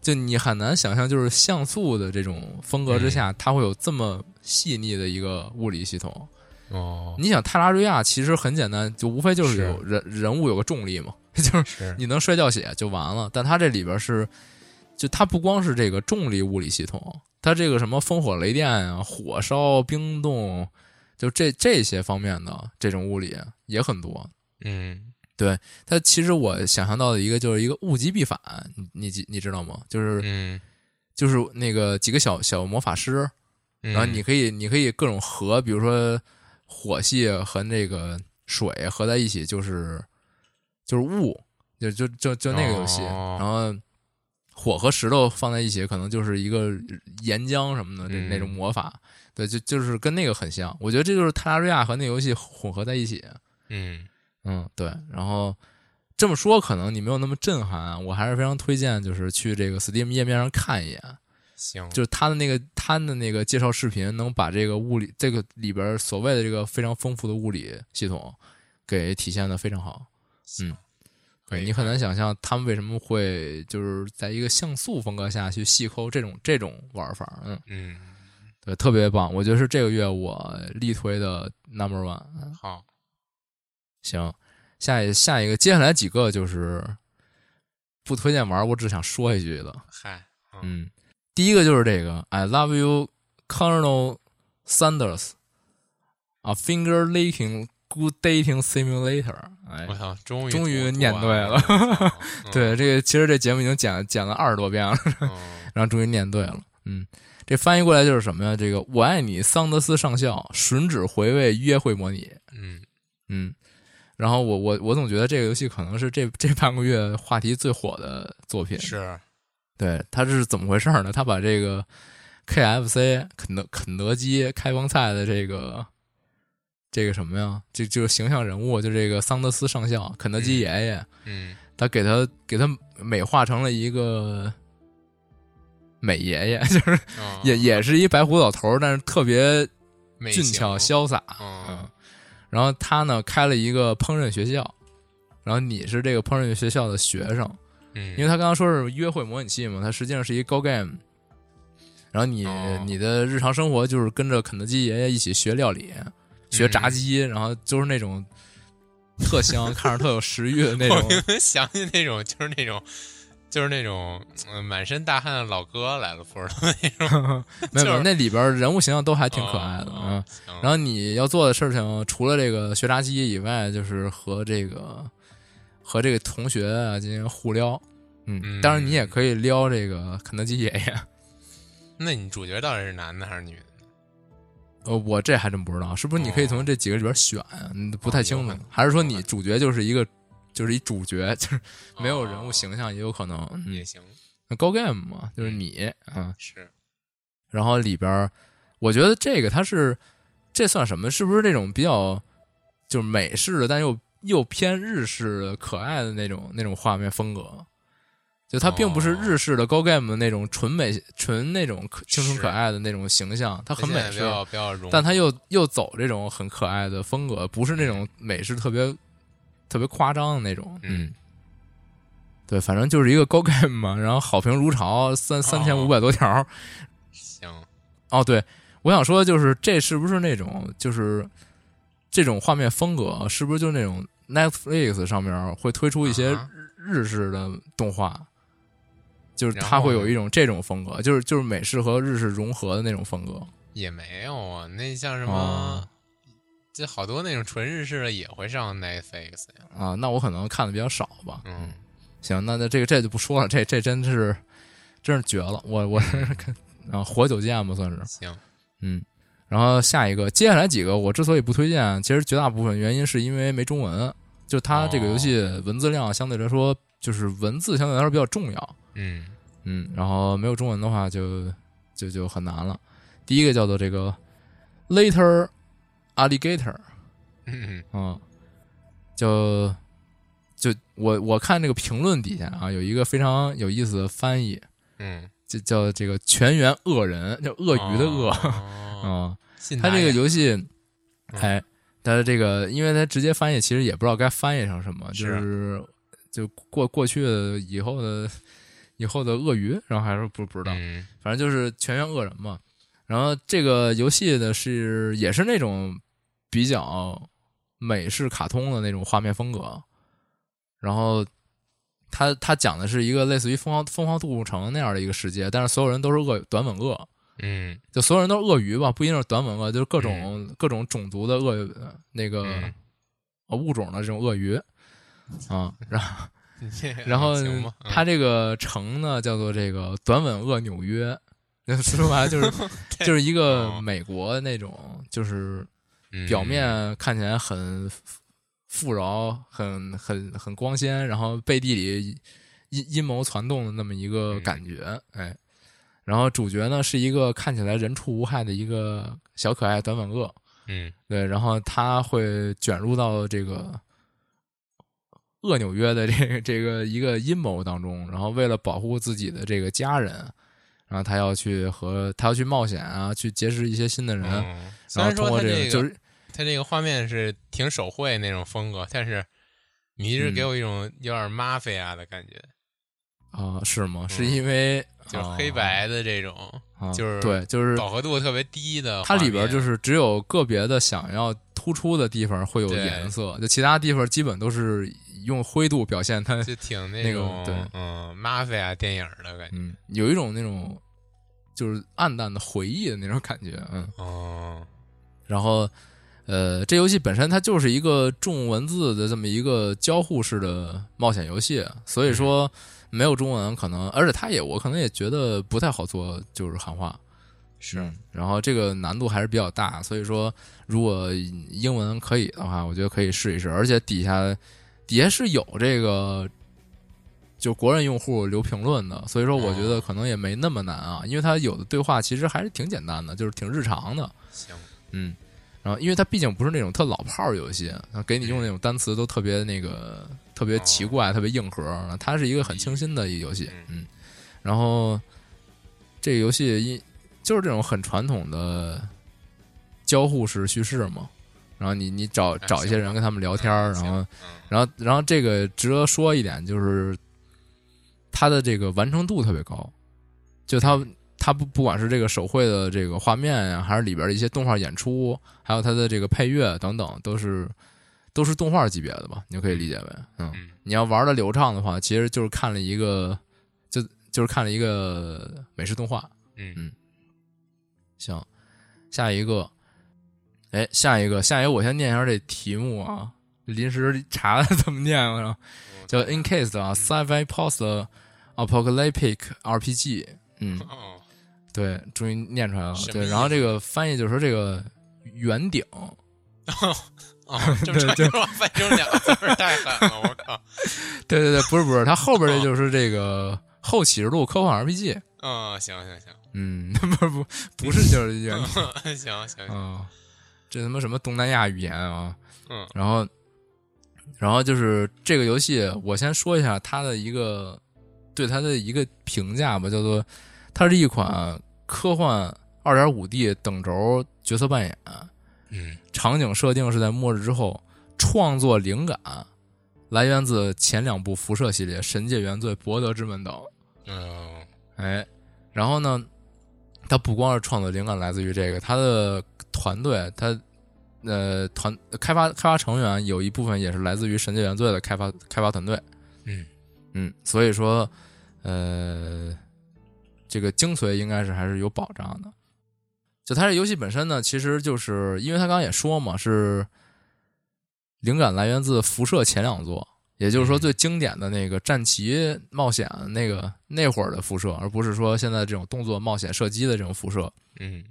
Speaker 1: 就你很难想象，就是像素的这种风格
Speaker 2: 嗯
Speaker 1: 之下，它会有这么细腻的一个物理系统。
Speaker 2: 哦
Speaker 1: 你想泰拉瑞亚其实很简单，就无非就是
Speaker 2: 是
Speaker 1: 有人人物有个重力嘛，就是
Speaker 2: 是
Speaker 1: 你能摔掉血就完了。但它这里边是就它不光是这个重力物理系统，它这个什么风火雷电啊、火烧、冰冻，就这这些方面的这种物理也很多。
Speaker 2: 嗯，
Speaker 1: 它其实我想象到的一个就是一个物极必反，你你记你知道吗？就是、
Speaker 2: 嗯，
Speaker 1: 就是那个几个小小魔法师，
Speaker 2: 然
Speaker 1: 然后你可以你可以各种合，比如说火系和那个水合在一起就是就是雾，就就就就那个游戏。
Speaker 2: 哦
Speaker 1: 然后火和石头放在一起，可能就是一个岩浆什么的这
Speaker 2: 嗯
Speaker 1: 那种魔法。对，就就是跟那个很像。我觉得这就是塔拉瑞亚和那游戏混合在一起。
Speaker 2: 嗯
Speaker 1: 嗯，对。然后这么说，可能你没有那么震撼啊，我还是非常推荐，就是去这个 Steam 页面上看一眼。
Speaker 2: 行，
Speaker 1: 就是他的那个他的那个介绍视频，能把这个物理这个里边儿所谓的这个非常丰富的物理系统给体现的非常好。嗯，
Speaker 2: 可以
Speaker 1: 你很难想象他们为什么会就是在一个像素风格下去细抠这种这种玩法儿。嗯，
Speaker 2: 嗯，
Speaker 1: 对，特别棒，我觉得是这个月我力推的 number one。嗯
Speaker 2: 好，
Speaker 1: 行，下一下一个，接下来几个就是不推荐玩儿，我只想说一句的。
Speaker 2: 嗨，嗯
Speaker 1: 嗯，第一个就是这个 "I love you, Colonel Sanders"，啊，finger licking good dating simulator。哎
Speaker 2: 我，操，终于
Speaker 1: 终于
Speaker 2: 我读
Speaker 1: 念
Speaker 2: 完
Speaker 1: 对
Speaker 2: 了
Speaker 1: 了，
Speaker 2: 嗯
Speaker 1: 对，，这个其实这节目已经讲讲了二十多遍了，
Speaker 2: 嗯
Speaker 1: 然后终于念对了。嗯，这翻译过来就是什么呀？这个“我爱你，桑德斯上校”，吮指回味约会模拟。
Speaker 2: 嗯
Speaker 1: 嗯，然后我我我总觉得这个游戏可能是这这半个月话题最火的作品。
Speaker 2: 是，
Speaker 1: 对，他是怎么回事儿呢？他把这个 KFC 肯德肯德基开封菜的这个这个什么呀，这就是形象人物，就这个桑德斯上校，肯德基爷爷，
Speaker 2: 嗯
Speaker 1: 他给他给他美化成了一个美爷 爷，就是
Speaker 2: 嗯
Speaker 1: 也也是一白胡子老头儿，但是特别
Speaker 2: 美
Speaker 1: 俊
Speaker 2: 型啊
Speaker 1: 俏潇洒。嗯
Speaker 2: 嗯，
Speaker 1: 然后他呢开了一个烹饪学校，然后你是这个烹饪学校的学生。
Speaker 2: 嗯，
Speaker 1: 因为他刚刚说是约会模拟器嘛，它实际上是一个 Go Game。然后你、
Speaker 2: 哦
Speaker 1: 你的日常生活就是跟着肯德基爷爷一起学料理，学炸鸡，
Speaker 2: 嗯
Speaker 1: 然后就是那种特 香，看着特有食欲的那
Speaker 2: 我
Speaker 1: 种。
Speaker 2: 明明想起那种，就是那种，就是那种，嗯，满身大汗的老哥来了，不知道那种，
Speaker 1: 没有，没
Speaker 2: 就
Speaker 1: 有
Speaker 2: 是
Speaker 1: 那里边人物形象都 还挺可爱的。嗯
Speaker 2: 哦，行
Speaker 1: 然后你要做的事情，除了这个学炸鸡以外，就是和这个和这个同学啊进行互撩。嗯，
Speaker 2: 嗯
Speaker 1: 当然你也可以撩这个肯德基爷爷。
Speaker 2: 那你主角到底是男的还是女的？
Speaker 1: 呃，我这还真不知道，是不是你可以
Speaker 2: 哦
Speaker 1: 从这几个里边选？嗯不太清
Speaker 2: 有
Speaker 1: 楚，
Speaker 2: 可能
Speaker 1: 还是说
Speaker 2: 有可
Speaker 1: 你
Speaker 2: 能
Speaker 1: 主角就是一个，就是一主角，就是没有人物
Speaker 2: 哦
Speaker 1: 形象，也有可能。
Speaker 2: 也
Speaker 1: 嗯，
Speaker 2: 行，
Speaker 1: 高 game 嘛，就是
Speaker 2: 嗯
Speaker 1: 你啊。
Speaker 2: 是，
Speaker 1: 然后里边儿，我觉得这个它是这算什么？是不是那种比较就是美式的，但又又偏日式的可爱的那种那种画面风格？就它并不是
Speaker 2: 哦
Speaker 1: 日式的高 game 的那种纯美、纯那种可青春
Speaker 2: 是
Speaker 1: 可爱的那种形象，它 很美
Speaker 2: 比
Speaker 1: 式。
Speaker 2: 较比较融合，
Speaker 1: 但他又又走这种很可爱的风格，不是那种美式特别特别夸张的那种。
Speaker 2: 嗯，
Speaker 1: 对，反正就是一个高 game 嘛，然后好评如潮，
Speaker 2: 哦
Speaker 1: 三三千五百多条。哦
Speaker 2: 行，
Speaker 1: 对，我想说的就是这是不是那种就是这种画面风格，是不是就是那种 Netflix 上面会推出一些
Speaker 2: 啊
Speaker 1: 日式的动画？就是它
Speaker 2: 然后
Speaker 1: 会
Speaker 2: 呢
Speaker 1: 有一种这种风格，就是就是美式和日式融合的那种风格。
Speaker 2: 也没有啊，那像什
Speaker 1: 哦
Speaker 2: 么，这好多那种纯日式的也会上 Netflix 呀，
Speaker 1: 啊，那我可能看的比较少吧。
Speaker 2: 嗯，
Speaker 1: 行，那那这个这就不说了，这这真是真是绝了，我我是看啊活久见吧算是，
Speaker 2: 行，
Speaker 1: 嗯。然后下一个，接下来几个我之所以不推荐，其实绝大部分原因是因为没中文，就它这个游戏文字量相对来说，就是文字相对来说比较重要，
Speaker 2: 嗯，
Speaker 1: 嗯，然后没有中文的话就就就很难了。第一个叫做这个 Later Alligator，
Speaker 2: 嗯
Speaker 1: 嗯，就就我我看这个评论底下啊，有一个非常有意思的翻译，
Speaker 2: 嗯，
Speaker 1: 就叫这个“全员恶人”，叫鳄鱼的鳄 啊、
Speaker 2: 哦，信
Speaker 1: 他
Speaker 2: 达
Speaker 1: 这个
Speaker 2: 雅
Speaker 1: 游戏，哎，它这个，因为它直接翻译，其实也不知道该翻译成什么，就是就过过去的以后的以后的鳄鱼，然后还是不不知道，
Speaker 2: 嗯
Speaker 1: 反正就是全员恶人嘛。然后这个游戏呢是也是那种比较美式卡通的那种画面风格，然后他他讲的是一个类似于疯狂疯狂动物城那样的一个世界，但是所有人都是鳄短吻鳄，
Speaker 2: 嗯
Speaker 1: 就所有人都是鳄鱼吧，不一定是短吻鳄，就是各种、各种种族的鳄呃那个、
Speaker 2: 嗯，
Speaker 1: 呃物种的这种鳄鱼啊，然后 然后
Speaker 2: 嗯行吧，嗯
Speaker 1: 它这个城呢叫做这个短吻鳄纽约，那说白了 就是就是一个
Speaker 2: 哦
Speaker 1: 美国那种，就是表
Speaker 2: 嗯
Speaker 1: 面看起来很富富饶、很很很光鲜，然后背地里阴阴谋攒动的那么一个
Speaker 2: 嗯
Speaker 1: 感觉，哎。然后主角呢是一个看起来人畜无害的一个小可爱短吻鳄，
Speaker 2: 嗯
Speaker 1: 对，然后他会卷入到这个恶纽约的这个这个一个阴谋当中，然后为了保护自己的这个家人，然后他要去和他要去冒险啊，去结识一些新的人，
Speaker 2: 嗯，虽
Speaker 1: 然后
Speaker 2: 然
Speaker 1: 通
Speaker 2: 说
Speaker 1: 过
Speaker 2: 它
Speaker 1: 个、
Speaker 2: 这
Speaker 1: 就是
Speaker 2: 它这个画面是挺手绘那种风格，但是你一直
Speaker 1: 嗯
Speaker 2: 给我一种有点马菲亚的感觉，
Speaker 1: 啊、是吗？是
Speaker 2: 嗯
Speaker 1: 因为啊
Speaker 2: 就是黑、白的这种
Speaker 1: 啊啊
Speaker 2: 就是
Speaker 1: 对，哦就是
Speaker 2: 饱和度特别低的画
Speaker 1: 它
Speaker 2: 面。
Speaker 1: 里边就是只有个别的想要突出的地方会有
Speaker 2: 对
Speaker 1: 颜色，就其他地方基本都是用灰度表现 它。
Speaker 2: 就挺
Speaker 1: 那个
Speaker 2: 种
Speaker 1: 对
Speaker 2: 嗯马菲亚电影的感觉。
Speaker 1: 嗯，有一种那种就是暗淡的回忆的那种感觉，嗯。
Speaker 2: 哦，
Speaker 1: 然后，呃，这游戏本身它就是一个重文字的这么一个交互式的冒险游戏，所以说没有中文可能，而且它也我可能也觉得不太好做，就是汉化。
Speaker 2: 是
Speaker 1: 嗯然后这个难度还是比较大，所以说如果英文可以的话，我觉得可以试一试。而且底下底下是有这个就国人用户留评论的，所以说我觉得可能也没那么难啊，因为它有的对话其实还是挺简单的，就是挺日常的。
Speaker 2: 行，
Speaker 1: 嗯，然后因为它毕竟不是那种特老炮儿游戏，它给你用那种单词都特别那个
Speaker 2: 嗯
Speaker 1: 特别奇
Speaker 2: 哦
Speaker 1: 怪、特别硬核，它是一个很清新的一游戏，嗯，然后这个游戏一就是这种很传统的交互式叙事嘛，然后你你找
Speaker 2: 哎行
Speaker 1: 找一些人跟他们聊天儿，
Speaker 2: 嗯
Speaker 1: 然
Speaker 2: 行
Speaker 1: 后
Speaker 2: 嗯
Speaker 1: 然后然后这个值得说一点就是它的这个完成度特别高，就它它不不管是这个手绘的这个画面呀、还是里边的一些动画演出，还有它的这个配乐等等，都是都是动画级别的吧，你就可以理解为，嗯，
Speaker 2: 嗯
Speaker 1: 你要玩的流畅的话，其实就是看了一个就就是看了一个美式动画。
Speaker 2: 嗯
Speaker 1: 嗯行，下一个，哎，下一个，下一个，我先念一下这题目啊，临时查的怎么念啊？
Speaker 2: 我
Speaker 1: 叫 In Case 啊，Sci-Fi Post Apocalyptic RPG，嗯，
Speaker 2: 哦，
Speaker 1: 对，终于念出来了。
Speaker 2: 什么
Speaker 1: 对，
Speaker 2: 意思
Speaker 1: 然后这个翻译就是说这个圆顶，
Speaker 2: 哦，这么
Speaker 1: 对
Speaker 2: 长我翻成两个字儿太狠了，我靠！
Speaker 1: 对对对，不是不是，它后边这就是这个后启示录科幻 RPG，
Speaker 2: 嗯，行行行
Speaker 1: 嗯， 不不不是就是圆 顶
Speaker 2: 嗯行行
Speaker 1: 啊、
Speaker 2: 行，
Speaker 1: 这他妈什么东南亚语言啊？
Speaker 2: 嗯
Speaker 1: 然后，然后就是这个游戏，我先说一下它的一个对它的一个评价吧，叫做它是一款科幻二点五 D 等轴角色扮演，
Speaker 2: 嗯
Speaker 1: 场景设定是在末日之后，创作灵感来源自前两部辐射系列《神界原罪》《博德之门》等。
Speaker 2: 嗯
Speaker 1: 哎，然后呢，他不光是创作灵感来自于这个，他的团队，他呃团开发开发成员有一部分也是来自于《神界原罪》的开发开发团队。
Speaker 2: 嗯
Speaker 1: 嗯，所以说，呃，这个精髓应该是还是有保障的。就它这游戏本身呢，其实就是因为他刚刚也说嘛，是灵感来源自辐射前两座，也就是说
Speaker 2: 嗯
Speaker 1: 最经典的那个战旗冒险那个那会儿的辐射，而不是说现在这种动作冒险射击的这种辐射。
Speaker 2: 嗯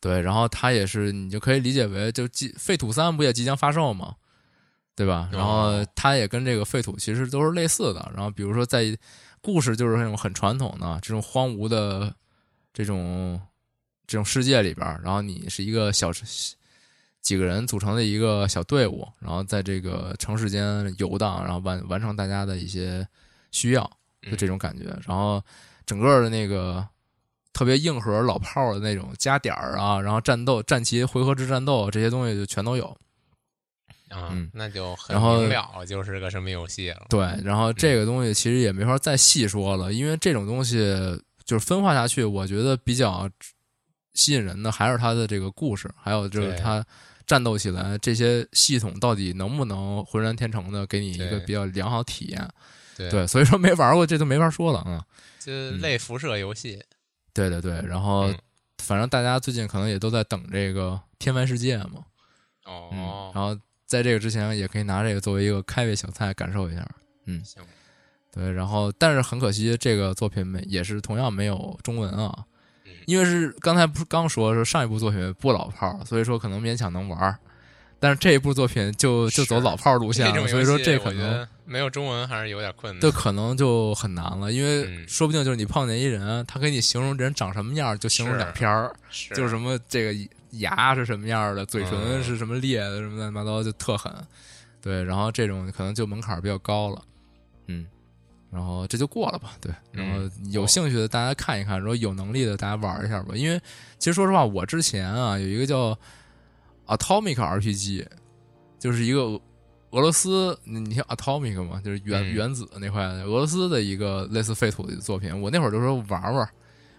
Speaker 1: 对，然后它也是你就可以理解为就即废土三不也即将发售嘛，对吧？然后
Speaker 2: 哦
Speaker 1: 它也跟这个废土其实都是类似的。然后比如说在故事就是那种很传统的这种荒芜的这种这种世界里边儿，然后你是一个小几个人组成的一个小队伍，然后在这个城市间游荡，然后完完成大家的一些需要。就这种感觉。然后整个的那个特别硬核老炮儿的那种加点儿啊，然后战斗、战旗、回合制战斗这些东西就全都有。
Speaker 2: 啊
Speaker 1: 嗯，
Speaker 2: 那就很
Speaker 1: 然后
Speaker 2: 明了，就是个什么游戏了。
Speaker 1: 对，然后这个东西其实也没法再细说了，因为这种东西就是分化下去，我觉得比较吸引人的还是它的这个故事，还有就是
Speaker 2: 对
Speaker 1: 它。战斗起来，这些系统到底能不能浑然天成的给你一个
Speaker 2: 对
Speaker 1: 比较良好体验？
Speaker 2: 对，
Speaker 1: 对，所以说没玩过这就没法说了啊、嗯。
Speaker 2: 就类辐射游戏，
Speaker 1: 对对对，然后、
Speaker 2: 嗯
Speaker 1: 反正大家最近可能也都在等这个《天外世界》嘛，嗯，
Speaker 2: 哦，
Speaker 1: 然后在这个之前也可以拿这个作为一个开胃小菜感受一下。
Speaker 2: 行，
Speaker 1: 对，然后但是很可惜，这个作品没也是同样没有中文啊
Speaker 2: 嗯，
Speaker 1: 因为是刚才不是刚说是上一部作品不老炮儿，所以说可能勉强能玩儿，但是这一部作品就是就走老炮儿路线
Speaker 2: 这种
Speaker 1: 了，
Speaker 2: 游戏
Speaker 1: 所以说这
Speaker 2: 我
Speaker 1: 可
Speaker 2: 觉
Speaker 1: 能
Speaker 2: 得没有中文还是有点困难
Speaker 1: 这。可能就很难了，因为
Speaker 2: 嗯
Speaker 1: 说不定就是你碰见一人，他给你形容这人长什么样儿，就形容
Speaker 2: 是
Speaker 1: 两篇儿，
Speaker 2: 是
Speaker 1: 就是什么这个牙是什么样的，嘴唇
Speaker 2: 嗯
Speaker 1: 是什么裂的，什么乱七八糟就特狠。对，然后这种可能就门槛比较高了，嗯，然后这就过了吧。对，然后
Speaker 2: 嗯
Speaker 1: 有
Speaker 2: 过
Speaker 1: 兴趣的大家看一看，如果有能力的大家玩一下吧。因为其实说实话，我之前啊有一个叫 Atomic RPG，就是一个俄俄罗斯，你你听啊 Atomic 嘛，就是原、
Speaker 2: 嗯
Speaker 1: 原子那块的俄罗斯的一个类似废土的作品。我那会儿就说玩玩，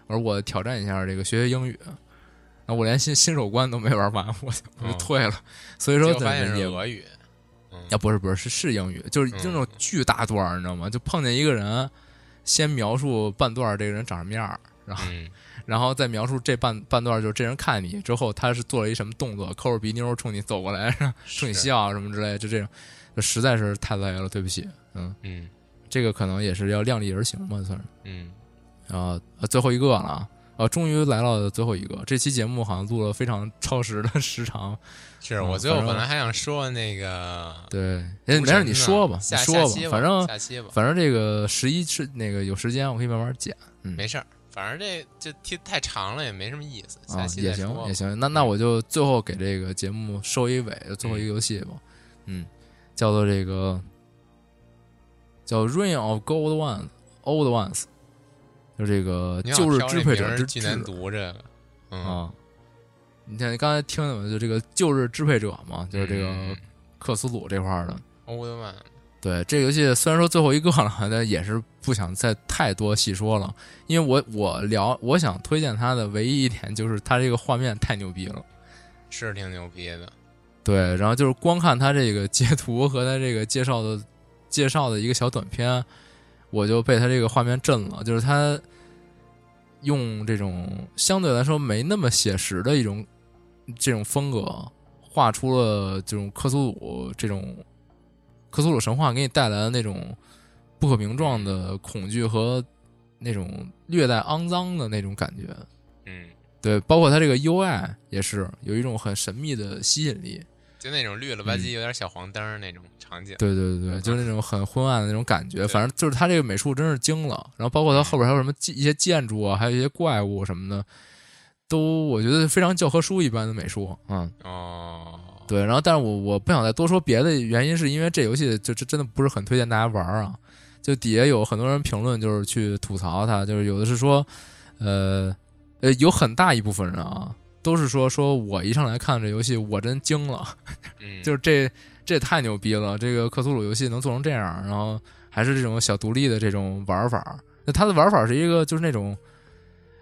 Speaker 1: 我说我挑战一下这个学学英语。然后我连新新手关都没玩完，我就我就
Speaker 2: 哦
Speaker 1: 退了。所以
Speaker 2: 结
Speaker 1: 说
Speaker 2: 果发现
Speaker 1: 对
Speaker 2: 是
Speaker 1: 也
Speaker 2: 俄嗯语，
Speaker 1: 啊，不是不是，是是英语，就是就那种巨大段儿，你知道吗？就碰见一个人，先描述半段儿这个人长什么样儿，然后
Speaker 2: 嗯，
Speaker 1: 然后再描述这半半段儿就是这人看你之后他是做了一什么动作，抠着鼻妞儿冲你走过来，冲
Speaker 2: 是
Speaker 1: 你，笑什么之类，就这种，就实在是太累了，对不起，嗯，
Speaker 2: 嗯
Speaker 1: 这个可能也是要量力而行吧，算是。
Speaker 2: 嗯，
Speaker 1: 然后呃最后一个了啊，呃，终于来到了最后一个，这期节目好像录了非常超时的时 长，
Speaker 2: 是
Speaker 1: 嗯
Speaker 2: 我最后
Speaker 1: 反正
Speaker 2: 本来还想说那个，
Speaker 1: 对，哎没事儿，你说吧，你
Speaker 2: 下
Speaker 1: 说
Speaker 2: 下期
Speaker 1: 吧，反正。
Speaker 2: 下期吧，
Speaker 1: 反正这个十一是那个有时间，我可以慢慢剪
Speaker 2: 没事儿，反正这这听太长了也没什么意思，
Speaker 1: 啊
Speaker 2: 下，期
Speaker 1: 也
Speaker 2: 再说吧
Speaker 1: 行也行。那那我就最后给这个节目收一尾，最后一个游戏吧，嗯，叫做这个叫《Rain of Gold Ones Old Ones》，就这个
Speaker 2: 你
Speaker 1: 旧日支配者之
Speaker 2: 好挑这名儿
Speaker 1: 治
Speaker 2: 巨难读这个，嗯，
Speaker 1: 啊。你看，你刚才听的嘛，就这个旧日支配者嘛，就是这个
Speaker 2: 嗯
Speaker 1: 克苏鲁这块儿的。
Speaker 2: 欧德曼，
Speaker 1: 对，这游戏虽然说最后一个了，但也是不想再太多细说了，因为我我聊我想推荐它的唯一一点就是它这个画面太牛逼了。
Speaker 2: 是挺牛逼的，
Speaker 1: 对，然后就是光看它这个截图和它这个介绍的介绍的一个小短片，我就被它这个画面震了，就是它用这种相对来说没那么写实的一种这种风格，画出了这种克苏鲁这种克苏鲁神话给你带来的那种不可名状的恐惧和那种略带肮脏的那种感觉。
Speaker 2: 嗯，
Speaker 1: 对，包括它这个 UI 也是有一种很神秘的吸引力。
Speaker 2: 就那种绿了
Speaker 1: 嗯
Speaker 2: 吧唧有点小黄灯儿那种场景，
Speaker 1: 对对对对，
Speaker 2: 嗯
Speaker 1: 就是那种很昏暗的那种感觉。反正就是他这个美术真是惊了，然后包括他后边还有什么建一些建筑啊，还有一些怪物什么的，都我觉得非常教科书一般的美术。嗯，
Speaker 2: 哦，
Speaker 1: 对。然后，但是我我不想再多说别的原因，是因为这游戏就这真的不是很推荐大家玩儿啊。就底下有很多人评论，就是去吐槽它，就是有的是说，呃呃，有很大一部分人啊，都是说说我一上来看这游戏，我真惊了。
Speaker 2: 嗯，
Speaker 1: 就是这这也太牛逼了！这个克苏鲁游戏能做成这样，然后还是这种小独立的这种玩法。那它的玩法是一个就是那种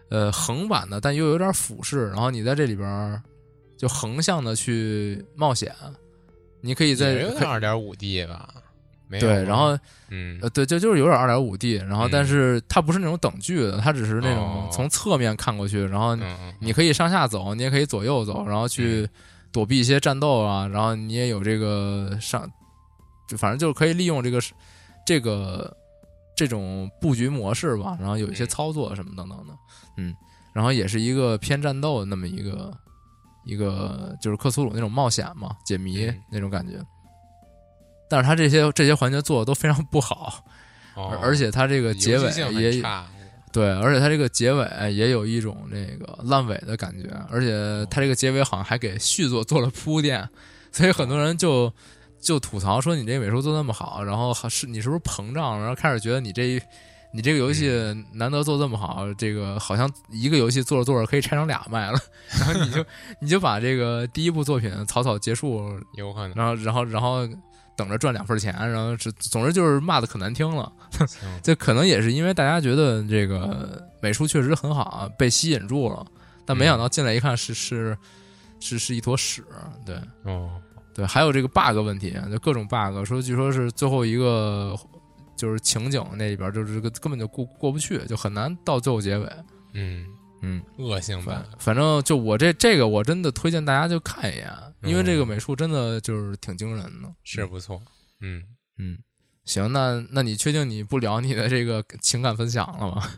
Speaker 1: 呃横版的，但又有点俯视，然后你在这里边儿就横向的去冒险。你可以在
Speaker 2: 也有点二点五 D 吧，没有
Speaker 1: 对，
Speaker 2: 吗
Speaker 1: 然后
Speaker 2: 嗯
Speaker 1: 呃，对，就就是有点二点五 D，然后
Speaker 2: 嗯
Speaker 1: 但是它不是那种等距的，它只是那种
Speaker 2: 哦
Speaker 1: 从侧面看过去，然后
Speaker 2: 嗯嗯，
Speaker 1: 你可以上下走，你也可以左右走，然后去躲避一些战斗啊，然后你也有这个上，就反正就是可以利用这个是这个这种布局模式吧，然后有一些
Speaker 2: 嗯
Speaker 1: 操作什么等等的，嗯，然后也是一个偏战斗的那么一个一个就是克苏鲁那种冒险嘛，解谜
Speaker 2: 嗯
Speaker 1: 那种感觉。但是它这些这些环节做的都非常不好，而
Speaker 2: 哦
Speaker 1: 而且它这个结
Speaker 2: 游
Speaker 1: 尾
Speaker 2: 戏性很
Speaker 1: 也
Speaker 2: 差
Speaker 1: 对，而且它这个结尾哎也有一种这个烂尾的感觉，而且它这个结尾好像还给续作做了铺垫， 所以很多人就就吐槽说你这美术做那么好，然后还是你是不是膨胀了，然后开始觉得你这一你这个游戏难得做这么好，这个好像一个游戏做着做着可以拆成俩卖了， 然后你就你就把这个第一部作品草草结束，
Speaker 2: 有可能，
Speaker 1: 然后然后然后等着赚两份钱，然后是总之就是骂的可难听了。
Speaker 2: 行
Speaker 1: 这可能也是因为大家觉得这个美术确实很好，啊，被吸引住了，但没想到进来一看是是是是一坨屎，对
Speaker 2: 哦，
Speaker 1: 啊对，还有这个 bug 问题，就各种 bug，说据说是最后一个就是情景那里边儿就是这个根本就过过不去，就很难到最后结尾。
Speaker 2: 嗯，
Speaker 1: 嗯，
Speaker 2: 恶性
Speaker 1: 反
Speaker 2: 版，
Speaker 1: 反正就我这这个我真的推荐大家就看一眼，因为
Speaker 2: 嗯
Speaker 1: 这个美术真的就是挺惊人的。
Speaker 2: 是不错，嗯，
Speaker 1: 嗯，行，那那你确定你不聊你的这个情感分享了吗？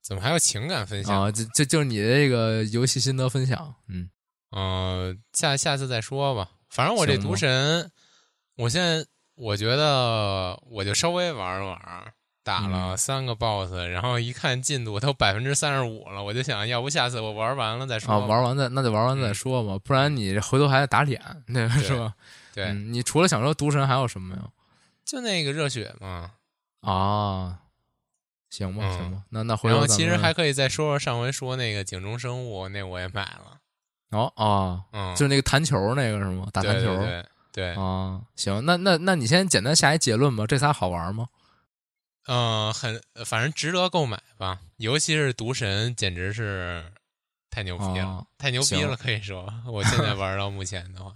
Speaker 2: 怎么还有情感分享？
Speaker 1: 啊，这这就是你的这个游戏心得分享。嗯，
Speaker 2: 嗯，下下次再说吧。反正我这
Speaker 1: 行吧
Speaker 2: 毒神，我现在我觉得我就稍微玩了玩，打
Speaker 1: 嗯
Speaker 2: 了三个 BOSS，、然后一看进度都百分之三十五了，我就想要不下次我玩完了再说
Speaker 1: 啊，
Speaker 2: 吧。
Speaker 1: 玩完再那就玩完再
Speaker 2: 嗯
Speaker 1: 说吧，不然你回头还得打脸，那个是吧？
Speaker 2: 对，
Speaker 1: 嗯，你除了想说毒神还有什么呀？
Speaker 2: 就那个热血嘛。
Speaker 1: 啊，行吧，
Speaker 2: 嗯
Speaker 1: 行吧，那那回
Speaker 2: 然
Speaker 1: 头
Speaker 2: 后
Speaker 1: 咱
Speaker 2: 其实
Speaker 1: 们
Speaker 2: 还可以再说说上回说那个井中生物，那我也买了。
Speaker 1: 哦哦，
Speaker 2: 嗯，
Speaker 1: 就是那个弹球那个是吗？打弹
Speaker 2: 对
Speaker 1: 球
Speaker 2: 对对对，
Speaker 1: 啊，行，那那那你先简单下一结论吧，这仨好玩吗？
Speaker 2: 嗯、很反正值得购买吧，尤其是毒神，简直是太牛逼了，
Speaker 1: 哦
Speaker 2: 太牛逼
Speaker 1: 行
Speaker 2: 了，可以说，我现在玩到目前 的话，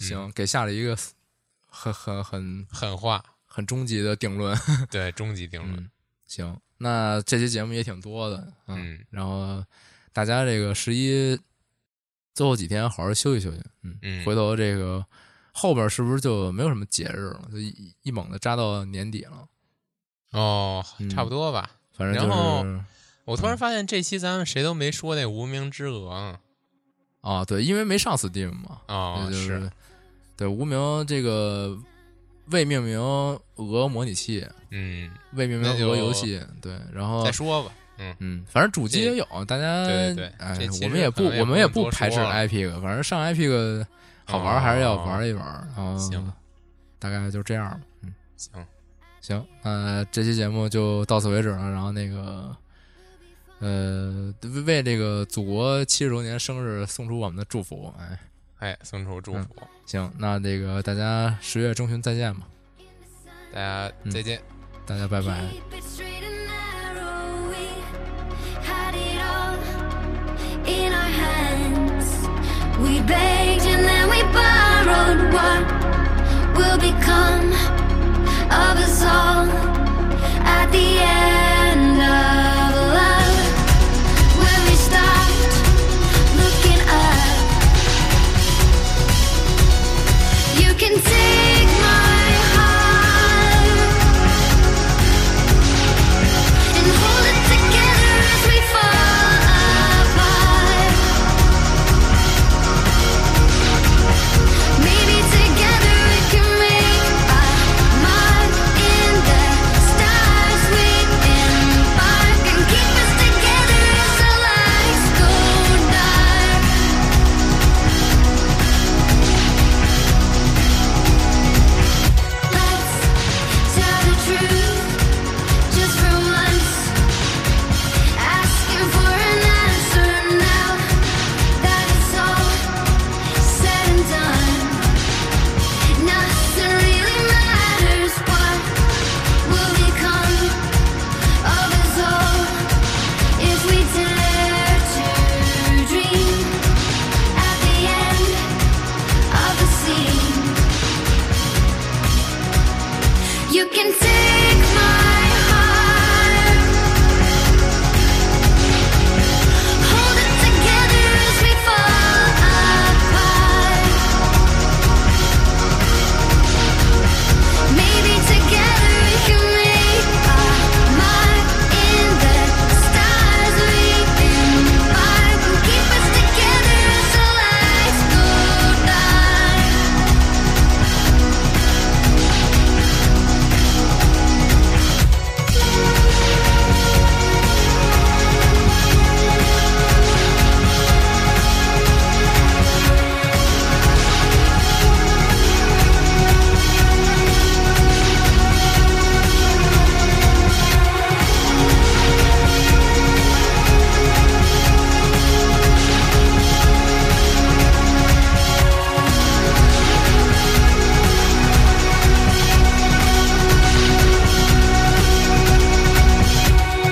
Speaker 2: 嗯
Speaker 1: 行，给下了一个很很很
Speaker 2: 狠话，
Speaker 1: 很终极的定论。
Speaker 2: 对，终极定论，
Speaker 1: 嗯，行，那这期节目也挺多的，嗯，
Speaker 2: 嗯
Speaker 1: 然后大家这个十一最后几天好好休息休息，嗯，
Speaker 2: 嗯
Speaker 1: 回头这个后边是不是就没有什么节日了？就一一猛的扎到年底了，
Speaker 2: 哦
Speaker 1: 嗯，
Speaker 2: 差不多吧。
Speaker 1: 反正就
Speaker 2: 然后
Speaker 1: 是
Speaker 2: 我突然发现这期咱们谁都没说那无名之蛾啊，
Speaker 1: 啊，对，因为没上 Steam 嘛，
Speaker 2: 哦，
Speaker 1: 这，就是对无名这个未命名俄模拟器。
Speaker 2: 嗯，
Speaker 1: 未命名
Speaker 2: 那就
Speaker 1: 俄游戏，对，然后
Speaker 2: 再说吧，嗯，
Speaker 1: 嗯，反正主机
Speaker 2: 这
Speaker 1: 也有，大家
Speaker 2: 对对
Speaker 1: 哎
Speaker 2: 这其，实
Speaker 1: 我们也不
Speaker 2: 可能也
Speaker 1: 我
Speaker 2: 不
Speaker 1: 们也
Speaker 2: 能
Speaker 1: 不
Speaker 2: 多
Speaker 1: 排斥
Speaker 2: 说了
Speaker 1: IP 个，反正上 IP 个好玩儿还是要玩一玩儿。然后
Speaker 2: 哦行，
Speaker 1: 大概就这样吧。嗯，
Speaker 2: 行，
Speaker 1: 行，那这期节目就到此为止了。然后那个。呃，为为这个祖国七十周年生日送出我们的祝福，哎，
Speaker 2: 哎，送出祝福，
Speaker 1: 行，那这个大家十月中旬再见吧，
Speaker 2: 大家再见。
Speaker 1: 大家拜拜。
Speaker 3: Keep it straight and narrow. We had it all in our hands. We begged and then we borrowed what will become of us all at the end of love. When we stopped looking up, you can take my heart. And hold it together as we fall apart. Maybe together we can make our mark in the stars. We embark and keep us together as the lights go dark. Let's tell the truth. Just for once, asking for an answer now that it's all said and done. Nothing really matters. What will become of us all if we dare to dream? At the end of the scene. You can take my heart. Hold it together as we fall apart. Maybe together we can make our mark in the stars. We embark and keep us together as the lights go dark.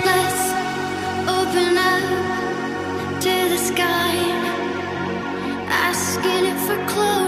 Speaker 3: Let's open up to the sky, asking it for closure.